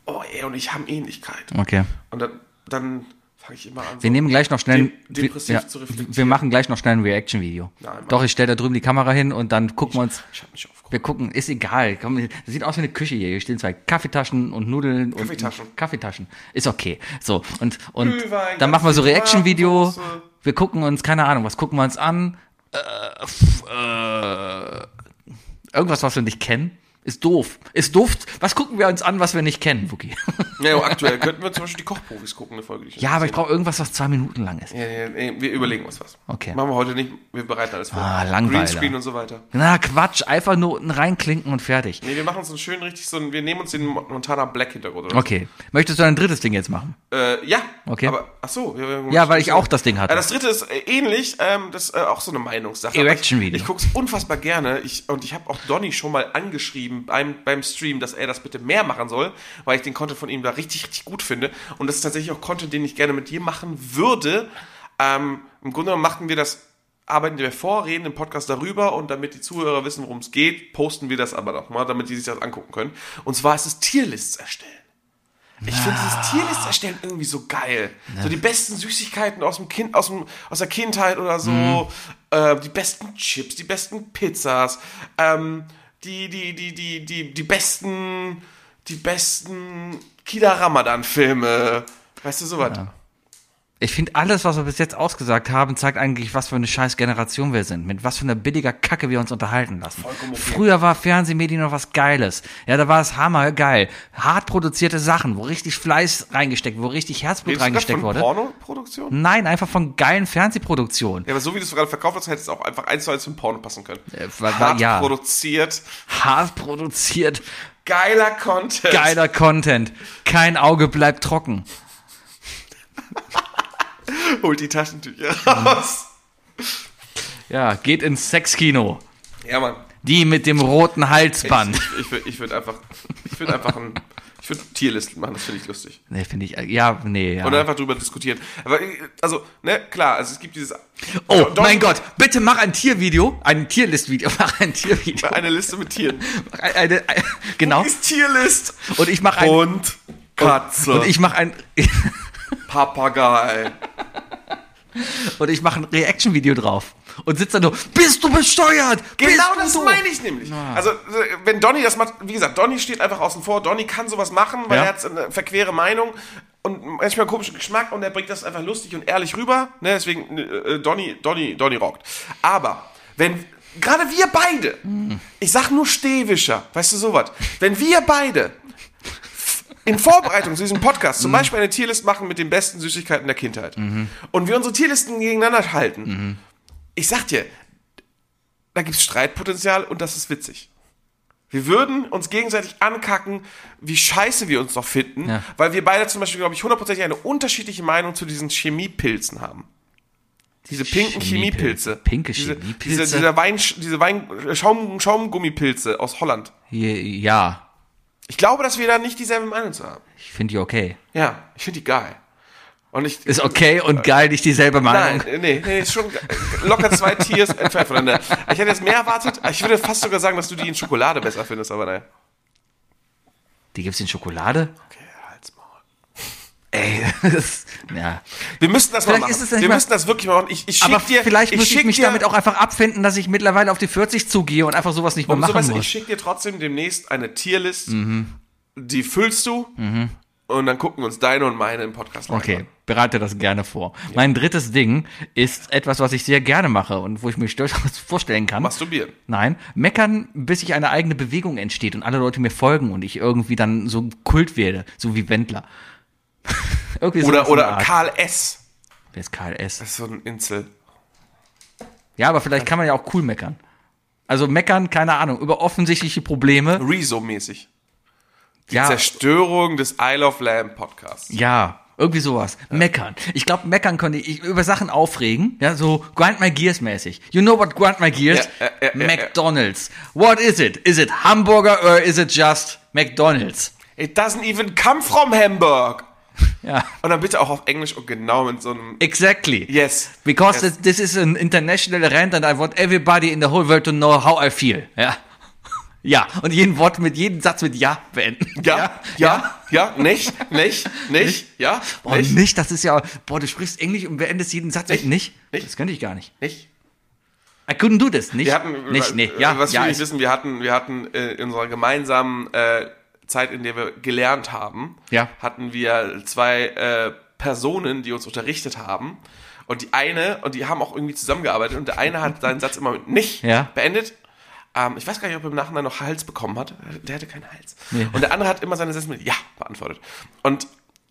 [SPEAKER 5] oh, er und ich haben Ähnlichkeit.
[SPEAKER 2] okay.
[SPEAKER 5] Und dann, dann fange ich immer an.
[SPEAKER 2] Wir ne- nehmen gleich noch schnell.
[SPEAKER 5] De- depressiv
[SPEAKER 2] wir,
[SPEAKER 5] zu reflektieren.
[SPEAKER 2] Wir machen gleich noch schnell ein Reaction-Video.
[SPEAKER 5] Nein,
[SPEAKER 2] Doch, ich stelle da drüben die Kamera hin und dann gucken wir uns.
[SPEAKER 5] Ich hab mich aufgehoben.
[SPEAKER 2] Wir gucken, ist egal. Komm, das sieht aus wie eine Küche hier. Hier stehen zwei Kaffeetaschen und Nudeln und
[SPEAKER 5] Kaffeetaschen.
[SPEAKER 2] und Kaffeetaschen. Ist okay. So, und, und
[SPEAKER 5] Glühwein,
[SPEAKER 2] dann machen wir so
[SPEAKER 5] ganz viel
[SPEAKER 2] Reaction-Video.
[SPEAKER 5] Bratwurst.
[SPEAKER 2] Wir gucken uns, keine Ahnung, was gucken wir uns an? Äh, pf, äh, irgendwas, was wir nicht kennen. Ist doof. Ist doof. Was gucken wir uns an, was wir nicht kennen, Wookie?
[SPEAKER 5] Ja, jo, aktuell könnten wir zum Beispiel die Kochprofis gucken, eine Folge. Die ich
[SPEAKER 2] ja, aber ich brauche irgendwas, was zwei Minuten lang ist.
[SPEAKER 5] Ja, ja, nee, wir überlegen uns was.
[SPEAKER 2] Okay.
[SPEAKER 5] Machen wir heute nicht. Wir bereiten alles vor.
[SPEAKER 2] Ah, Langweiler.
[SPEAKER 5] Greenscreen und so weiter.
[SPEAKER 2] Na, Quatsch, einfach nur unten reinklinken und fertig.
[SPEAKER 5] Nee, wir machen uns einen schönen, richtig so einen, wir nehmen uns den Mo- Montana Black Hintergrund. Oder?
[SPEAKER 2] Okay. Möchtest du ein drittes Ding jetzt machen?
[SPEAKER 5] so. Äh, ja.
[SPEAKER 2] Okay.
[SPEAKER 5] Aber, ach so. wir- wir-
[SPEAKER 2] Ja, weil ich auch das Ding hatte.
[SPEAKER 5] Ja, das dritte ist äh, ähnlich, ähm, das ist äh, auch so eine Meinungssache. Aber
[SPEAKER 2] Erection-Video.
[SPEAKER 5] Ich, ich guck's unfassbar gerne ich, und ich habe auch Donny schon mal angeschrieben beim, beim Stream, dass er das bitte mehr machen soll, weil ich den Content von ihm da richtig, richtig gut finde. Und das ist tatsächlich auch Content, den ich gerne mit dir machen würde. Ähm, Im Grunde genommen machten wir das, arbeiten wir vor, reden im Podcast darüber und damit die Zuhörer wissen, worum es geht, posten wir das aber nochmal, damit die sich das angucken können. Und zwar ist es Tierlists erstellen. Ich finde dieses Tierlist erstellen irgendwie so geil. So die besten Süßigkeiten aus dem Kind, aus, dem, aus der Kindheit oder so,
[SPEAKER 2] Mhm.
[SPEAKER 5] äh, die besten Chips, die besten Pizzas, ähm, die, die, die, die, die, die besten, die besten Kida Ramadan-Filme. Weißt du sowas?
[SPEAKER 2] Ich finde, alles, was wir bis jetzt ausgesagt haben, zeigt eigentlich, was für eine scheiß Generation wir sind. Mit was für einer billiger Kacke wir uns unterhalten lassen. Früher war Fernsehmedien noch was Geiles. Ja, da war es hammergeil. Hart produzierte Sachen, wo richtig Fleiß reingesteckt, wo richtig Herzblut
[SPEAKER 5] Redest du gerade
[SPEAKER 2] reingesteckt
[SPEAKER 5] von
[SPEAKER 2] wurde. Hm?
[SPEAKER 5] Pornoproduktion?
[SPEAKER 2] Nein, einfach von geilen Fernsehproduktionen.
[SPEAKER 5] Ja, aber so wie du es gerade verkauft hast, hätte es auch einfach eins zu eins für ein Porno passen können.
[SPEAKER 2] weil- weil-
[SPEAKER 5] Hart
[SPEAKER 2] Äh, ja.
[SPEAKER 5] produziert,
[SPEAKER 2] Hart produziert,
[SPEAKER 5] geiler Content.
[SPEAKER 2] geiler Content. Kein Auge bleibt trocken.
[SPEAKER 5] Holt die Taschentücher
[SPEAKER 2] Mhm.
[SPEAKER 5] raus.
[SPEAKER 2] Ja, geht ins Sexkino.
[SPEAKER 5] Ja, Mann.
[SPEAKER 2] Die mit dem roten Halsband.
[SPEAKER 5] Ich, ich, würd- ich würde einfach, ich würd einfach ein, Ich würde Tierlisten machen, das finde ich lustig.
[SPEAKER 2] Nee, finde ich. Ja, nee, ja.
[SPEAKER 5] Und dann einfach drüber diskutieren. Aber, äh, also, ne, klar, also es gibt dieses. Äh,
[SPEAKER 2] oh,
[SPEAKER 5] Doch-
[SPEAKER 2] mein Gott, bitte mach ein Tiervideo, ein Tierlist-Video, mach ein Tiervideo.
[SPEAKER 5] Eine Liste mit Tieren.
[SPEAKER 2] Mach ein- Eine, ein- genau.
[SPEAKER 5] Ist Tierlist.
[SPEAKER 2] Und ich mache ein.
[SPEAKER 5] Und Katze.
[SPEAKER 2] Und ich mache ein.
[SPEAKER 5] Papagei.
[SPEAKER 2] Und ich mache ein Reaction-Video drauf. Und sitze dann so, bist du besteuert?
[SPEAKER 5] Genau
[SPEAKER 2] bist
[SPEAKER 5] das
[SPEAKER 2] du
[SPEAKER 5] meine ich nämlich. Also, äh, wenn Donny das macht, wie gesagt, Donny steht einfach außen vor. Donny kann sowas machen, weil
[SPEAKER 2] Ja.
[SPEAKER 5] er hat eine verquere Meinung und manchmal einen komischen Geschmack und er bringt das einfach lustig und ehrlich rüber. Ne, deswegen, äh, äh, Donny, Donny, Donny rockt. Aber, wenn, gerade wir beide,
[SPEAKER 2] Hm.
[SPEAKER 5] ich sag nur Stehwischer, weißt du sowas, wenn wir beide in Vorbereitung zu diesem Podcast
[SPEAKER 2] Mhm.
[SPEAKER 5] zum Beispiel eine Tierlist machen mit den besten Süßigkeiten der Kindheit und wir unsere Tierlisten gegeneinander halten,
[SPEAKER 2] Mhm.
[SPEAKER 5] ich sag dir, da gibt's Streitpotenzial und das ist witzig. Wir würden uns gegenseitig ankacken, wie scheiße wir uns noch finden,
[SPEAKER 2] Ja.
[SPEAKER 5] weil wir beide zum Beispiel, glaube ich, hundertprozentig eine unterschiedliche Meinung zu diesen Chemiepilzen haben. Diese pinken
[SPEAKER 2] Chemiepilze.
[SPEAKER 5] Chemiepilze.
[SPEAKER 2] Pinke
[SPEAKER 5] diese,
[SPEAKER 2] Chemiepilze?
[SPEAKER 5] Diese, dieser Wein, diese Wein, äh, Schaum, Schaumgummipilze aus Holland.
[SPEAKER 2] Je- Ja,
[SPEAKER 5] Ich glaube, dass wir da nicht dieselbe Meinung zu haben.
[SPEAKER 2] ich finde die okay.
[SPEAKER 5] Ja, ich finde die geil. Und ich,
[SPEAKER 2] Ist okay und geil, nicht dieselbe Meinung.
[SPEAKER 5] Nein, nee, nee, ist schon ge- locker zwei Tiers entfernt voneinander. Ich hätte jetzt mehr erwartet. Ich würde fast sogar sagen, dass du die in Schokolade besser findest, aber nein.
[SPEAKER 2] Die gibt's in Schokolade?
[SPEAKER 5] Okay, halt's Maul.
[SPEAKER 2] Ey, das ist, ja.
[SPEAKER 5] Wir müssen das
[SPEAKER 2] Vielleicht
[SPEAKER 5] mal machen.
[SPEAKER 2] ist es nicht
[SPEAKER 5] wir
[SPEAKER 2] mal-
[SPEAKER 5] müssen das wirklich mal machen. Ich, ich schick
[SPEAKER 2] Aber
[SPEAKER 5] dir,
[SPEAKER 2] vielleicht muss ich
[SPEAKER 5] schick
[SPEAKER 2] mich
[SPEAKER 5] dir,
[SPEAKER 2] damit auch einfach abfinden, dass ich mittlerweile auf die 40 zugehe und einfach sowas nicht mehr
[SPEAKER 5] um
[SPEAKER 2] machen
[SPEAKER 5] sowas,
[SPEAKER 2] muss. Mhm.
[SPEAKER 5] Ich schicke dir trotzdem demnächst eine Tierlist. Die füllst du. Und dann gucken wir uns deine und meine im Podcast live
[SPEAKER 2] Okay,
[SPEAKER 5] an.
[SPEAKER 2] bereite das gerne vor. Mein drittes Ding ist etwas, was ich sehr gerne mache und wo ich mir durchaus vorstellen kann.
[SPEAKER 5] Masturbieren.
[SPEAKER 2] Nein, meckern, bis sich eine eigene Bewegung entsteht und alle Leute mir folgen und ich irgendwie dann so Kult werde, so wie Wendler. irgendwie
[SPEAKER 5] Oder,
[SPEAKER 2] so
[SPEAKER 5] oder Karl S.
[SPEAKER 2] Wer ist KLS?
[SPEAKER 5] Das ist so ein Insel.
[SPEAKER 2] Ja, aber vielleicht kann man ja auch cool meckern. Also meckern, keine Ahnung, über offensichtliche Probleme.
[SPEAKER 5] Rezo-mäßig.
[SPEAKER 2] Ja,
[SPEAKER 5] Zerstörung des Isle of Lamb Podcasts.
[SPEAKER 2] ja, irgendwie sowas. Meckern. Ich glaube, meckern könnte ich über Sachen aufregen. Ja, so Grind My Gears mäßig. You know what Grind My Gears?
[SPEAKER 5] Ja, ja, ja, ja, ja.
[SPEAKER 2] McDonald's. What is it? Is it Hamburger or is it just McDonald's?
[SPEAKER 5] It doesn't even come from Hamburg.
[SPEAKER 2] Ja,
[SPEAKER 5] Und dann bitte auch auf Englisch und genau mit so einem
[SPEAKER 2] exactly.
[SPEAKER 5] Yes.
[SPEAKER 2] Because
[SPEAKER 5] yes.
[SPEAKER 2] this, this is an international rant and I want everybody in the whole world to know how I feel. Ja. Ja, und jeden Wort mit jedem Satz mit Ja beenden.
[SPEAKER 5] ja, ja, ja, nicht, nicht, nicht, ja,
[SPEAKER 2] Boah,
[SPEAKER 5] nicht,
[SPEAKER 2] Oh, nicht? das ist ja, boah, du sprichst Englisch und beendest jeden Satz mit nicht.
[SPEAKER 5] Nicht?
[SPEAKER 2] Das könnte ich gar nicht.
[SPEAKER 5] nicht.
[SPEAKER 2] I couldn't do this, nicht?
[SPEAKER 5] Wir hatten, also
[SPEAKER 2] nicht, nee, ja,
[SPEAKER 5] was
[SPEAKER 2] ja,
[SPEAKER 5] wir
[SPEAKER 2] ist-
[SPEAKER 5] nicht wissen, wir hatten, wir hatten äh, in unserer gemeinsamen äh, Zeit, in der wir gelernt haben,
[SPEAKER 2] Ja.
[SPEAKER 5] hatten wir zwei äh, Personen, die uns unterrichtet haben. Und die eine, und die haben auch irgendwie zusammengearbeitet, und der eine hat seinen Satz immer mit nicht
[SPEAKER 2] Ja.
[SPEAKER 5] beendet. Ähm, ich weiß gar nicht, ob er im Nachhinein noch Hals bekommen hat. Der hatte keinen Hals. Und der andere hat immer seine Sätze mit ja beantwortet. Und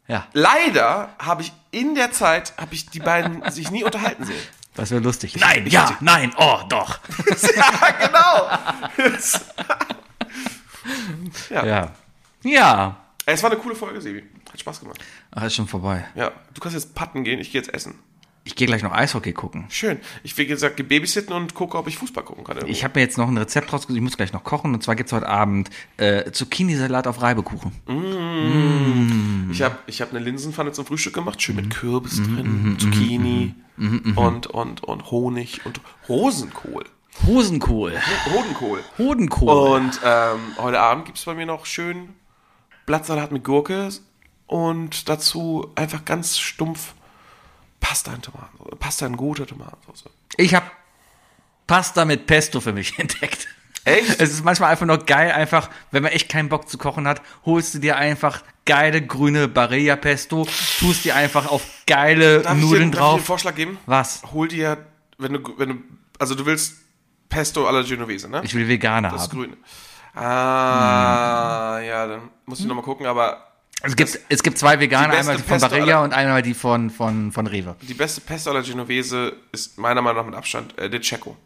[SPEAKER 2] ja,
[SPEAKER 5] Leider habe ich in der Zeit, habe ich die beiden sich nie unterhalten sehen.
[SPEAKER 2] das wäre lustig. Nein, ja, nein, oh, doch.
[SPEAKER 5] ja, genau.
[SPEAKER 2] Ja. Ja.
[SPEAKER 5] Es war eine coole Folge, Sebi. Hat Spaß gemacht.
[SPEAKER 2] Ach, Ah, ist schon vorbei.
[SPEAKER 5] Ja, du kannst jetzt patten gehen, ich gehe jetzt essen.
[SPEAKER 2] Ich gehe gleich noch Eishockey gucken.
[SPEAKER 5] Schön. Ich will jetzt gebabysitten und gucke, ob ich Fußball gucken kann. irgendwo.
[SPEAKER 2] Ich habe mir jetzt noch ein Rezept rausgesucht, ich muss gleich noch kochen. Und zwar gibt's heute Abend äh, Zucchini-Salat auf Reibekuchen.
[SPEAKER 5] Ich habe ich hab eine Linsenpfanne zum Frühstück gemacht, schön
[SPEAKER 2] Mhm.
[SPEAKER 5] mit Kürbis drin, Zucchini und, und, und Honig und Rosenkohl.
[SPEAKER 2] Hosenkohl.
[SPEAKER 5] Rodenkohl.
[SPEAKER 2] Hodenkohl.
[SPEAKER 5] Und ähm, heute Abend gibt es bei mir noch schön Blattsalat mit Gurke und dazu einfach ganz stumpf Pasta in Tomaten. Pasta in guter Tomatensauce.
[SPEAKER 2] Ich habe Pasta mit Pesto für mich entdeckt.
[SPEAKER 5] Echt?
[SPEAKER 2] Es ist manchmal einfach nur geil, einfach, wenn man echt keinen Bock zu kochen hat, holst du dir einfach geile grüne Barilla Pesto, tust die einfach auf geile
[SPEAKER 5] Darf ich dir,
[SPEAKER 2] Nudeln
[SPEAKER 5] darf ich dir einen
[SPEAKER 2] drauf.
[SPEAKER 5] Vorschlag geben?
[SPEAKER 2] Was?
[SPEAKER 5] Hol dir, wenn du, wenn du, also du willst Pesto alla Genovese, ne?
[SPEAKER 2] Ich will Veganer
[SPEAKER 5] das
[SPEAKER 2] haben.
[SPEAKER 5] Grüne.
[SPEAKER 2] Mhm.
[SPEAKER 5] Ah, ja, dann muss ich nochmal gucken, aber
[SPEAKER 2] Es gibt, es gibt zwei Veganer,
[SPEAKER 5] Die beste
[SPEAKER 2] einmal die von
[SPEAKER 5] Pesto
[SPEAKER 2] Barilla
[SPEAKER 5] aller-
[SPEAKER 2] und einmal die von, von, von Rewe.
[SPEAKER 5] die beste Pesto alla Genovese ist meiner Meinung nach mit Abstand äh, De Cecco.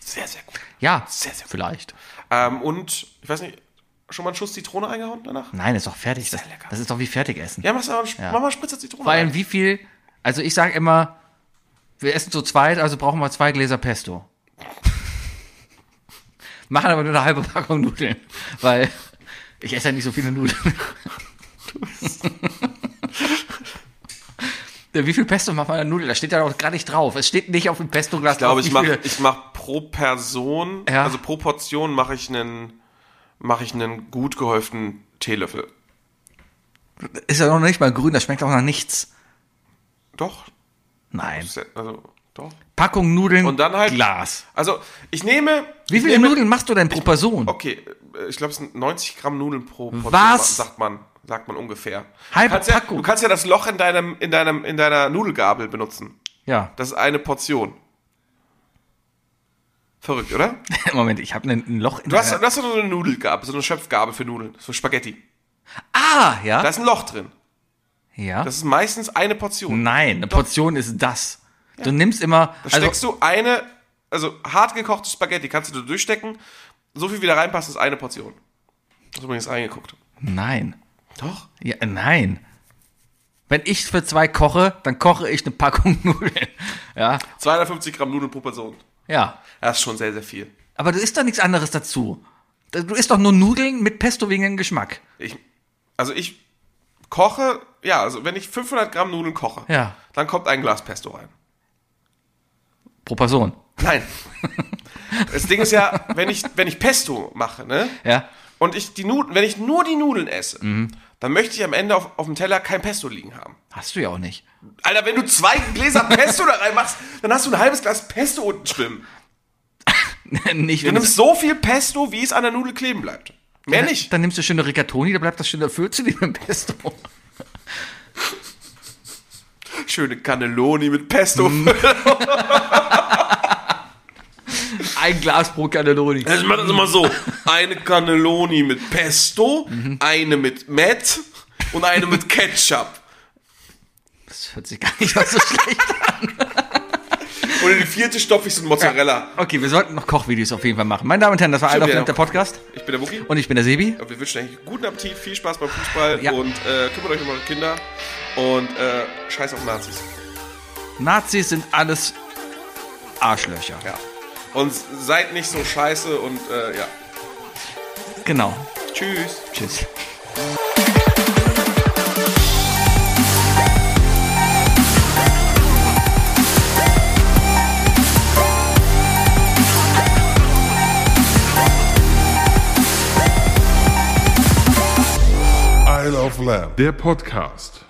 [SPEAKER 5] Sehr, sehr gut.
[SPEAKER 2] Ja,
[SPEAKER 5] Sehr, sehr gut.
[SPEAKER 2] vielleicht.
[SPEAKER 5] Ähm, und, ich weiß nicht, schon mal einen Schuss Zitrone eingehauen danach?
[SPEAKER 2] Nein, ist doch fertig. Das,
[SPEAKER 5] lecker.
[SPEAKER 2] das ist doch wie Fertigessen.
[SPEAKER 5] Ja, mach's aber, mach mal einen Spritzer Zitrone
[SPEAKER 2] Vor allem,
[SPEAKER 5] rein.
[SPEAKER 2] wie viel, also ich sage immer, wir essen zu zweit, also brauchen wir zwei Gläser Pesto. Machen aber nur eine halbe Packung Nudeln, weil Ich esse ja nicht so viele Nudeln. Wie viel Pesto macht man in Nudeln? Da steht ja auch gar nicht drauf. Es steht nicht auf dem Pesto-Glas
[SPEAKER 5] Ich glaube,
[SPEAKER 2] drauf,
[SPEAKER 5] ich
[SPEAKER 2] wie
[SPEAKER 5] mache
[SPEAKER 2] viele-
[SPEAKER 5] ich mach pro Person,
[SPEAKER 2] Ja.
[SPEAKER 5] also pro Portion mache ich einen mache ich einen gut gehäuften Teelöffel.
[SPEAKER 2] Ist ja noch nicht mal grün, das schmeckt auch nach nichts.
[SPEAKER 5] Doch,
[SPEAKER 2] Nein.
[SPEAKER 5] also doch.
[SPEAKER 2] Packung Nudeln,
[SPEAKER 5] Und dann halt
[SPEAKER 2] Glas.
[SPEAKER 5] Also, ich nehme
[SPEAKER 2] Wie
[SPEAKER 5] ich
[SPEAKER 2] viele
[SPEAKER 5] nehme,
[SPEAKER 2] Nudeln machst du denn pro Person?
[SPEAKER 5] Okay, äh, ich glaube, es sind 90 Gramm Nudeln pro Portion,
[SPEAKER 2] Was?
[SPEAKER 5] sagt man, sagt man ungefähr.
[SPEAKER 2] Halbe
[SPEAKER 5] du kannst ja,
[SPEAKER 2] Packung.
[SPEAKER 5] Du kannst ja das Loch in deinem in deinem in deiner Nudelgabel benutzen.
[SPEAKER 2] Ja.
[SPEAKER 5] Das ist eine Portion. Verrückt, oder?
[SPEAKER 2] Moment, ich habe ne, ein Loch in
[SPEAKER 5] Du hast,
[SPEAKER 2] meiner-
[SPEAKER 5] du hast so eine Nudelgabel, so eine Schöpfgabel für Nudeln, so Spaghetti.
[SPEAKER 2] Ah, ja.
[SPEAKER 5] Da ist ein Loch drin.
[SPEAKER 2] ja.
[SPEAKER 5] Das ist meistens eine Portion.
[SPEAKER 2] Nein, eine Portion ist das. Du nimmst immer
[SPEAKER 5] Da
[SPEAKER 2] also
[SPEAKER 5] steckst du eine, also hart gekochte Spaghetti, kannst du da durchstecken. So viel wie da reinpasst, ist eine Portion. Hast du übrigens reingeguckt.
[SPEAKER 2] also, nein.
[SPEAKER 5] Doch.
[SPEAKER 2] Ja, nein. Wenn ich für zwei koche, dann koche ich eine Packung Nudeln. Ja.
[SPEAKER 5] 250 Gramm Nudeln pro Person.
[SPEAKER 2] Ja.
[SPEAKER 5] Das ist schon sehr, sehr viel.
[SPEAKER 2] Aber du isst doch nichts anderes dazu. Du isst doch nur Nudeln mit Pesto wegen dem Geschmack.
[SPEAKER 5] Ich, also ich koche, ja, also wenn ich 500 Gramm Nudeln koche,
[SPEAKER 2] Ja.
[SPEAKER 5] dann kommt ein Glas Pesto rein.
[SPEAKER 2] Pro Person.
[SPEAKER 5] Nein. das Ding ist ja, wenn ich, wenn ich Pesto mache, ne?
[SPEAKER 2] Ja. Mhm.
[SPEAKER 5] Und ich die Nudeln, wenn ich nur die Nudeln esse, dann möchte ich am Ende auf, auf dem Teller kein Pesto liegen haben.
[SPEAKER 2] Hast du ja auch nicht.
[SPEAKER 5] Alter, wenn du zwei Gläser Pesto da reinmachst, dann hast du ein halbes Glas Pesto unten schwimmen.
[SPEAKER 2] nicht,
[SPEAKER 5] Du
[SPEAKER 2] wenn
[SPEAKER 5] nimmst so viel Pesto, wie es an der Nudel kleben bleibt. Mehr nicht.
[SPEAKER 2] Dann nimmst du schöne Rigatoni, da bleibt das schöne Fürze mit dem Pesto.
[SPEAKER 5] Schöne Cannelloni mit Pesto.
[SPEAKER 2] Mm. Ein Glas pro Cannelloni.
[SPEAKER 5] Also ich mach das immer so. Eine Cannelloni mit Pesto, eine mit Met und eine mit Ketchup.
[SPEAKER 2] Das hört sich gar nicht mal so schlecht an.
[SPEAKER 5] Und in die vierte stopfe ich so ein Mozzarella.
[SPEAKER 2] Okay, wir sollten noch Kochvideos auf jeden Fall machen. Meine Damen und Herren, das war
[SPEAKER 5] Stimmt,
[SPEAKER 2] Alter
[SPEAKER 5] ja.
[SPEAKER 2] der Podcast.
[SPEAKER 5] Ich bin der Wookie. Und
[SPEAKER 2] Und ich bin der Sebi.
[SPEAKER 5] wir wünschen euch guten Appetit, viel Spaß beim Fußball
[SPEAKER 2] Ja.
[SPEAKER 5] und äh, kümmert euch um eure Kinder. Und äh, scheiß auf Nazis.
[SPEAKER 2] Nazis sind alles Arschlöcher.
[SPEAKER 5] Ja. Und seid nicht so scheiße und äh, ja.
[SPEAKER 2] Genau.
[SPEAKER 5] Tschüss.
[SPEAKER 2] Tschüss.
[SPEAKER 4] Der Podcast.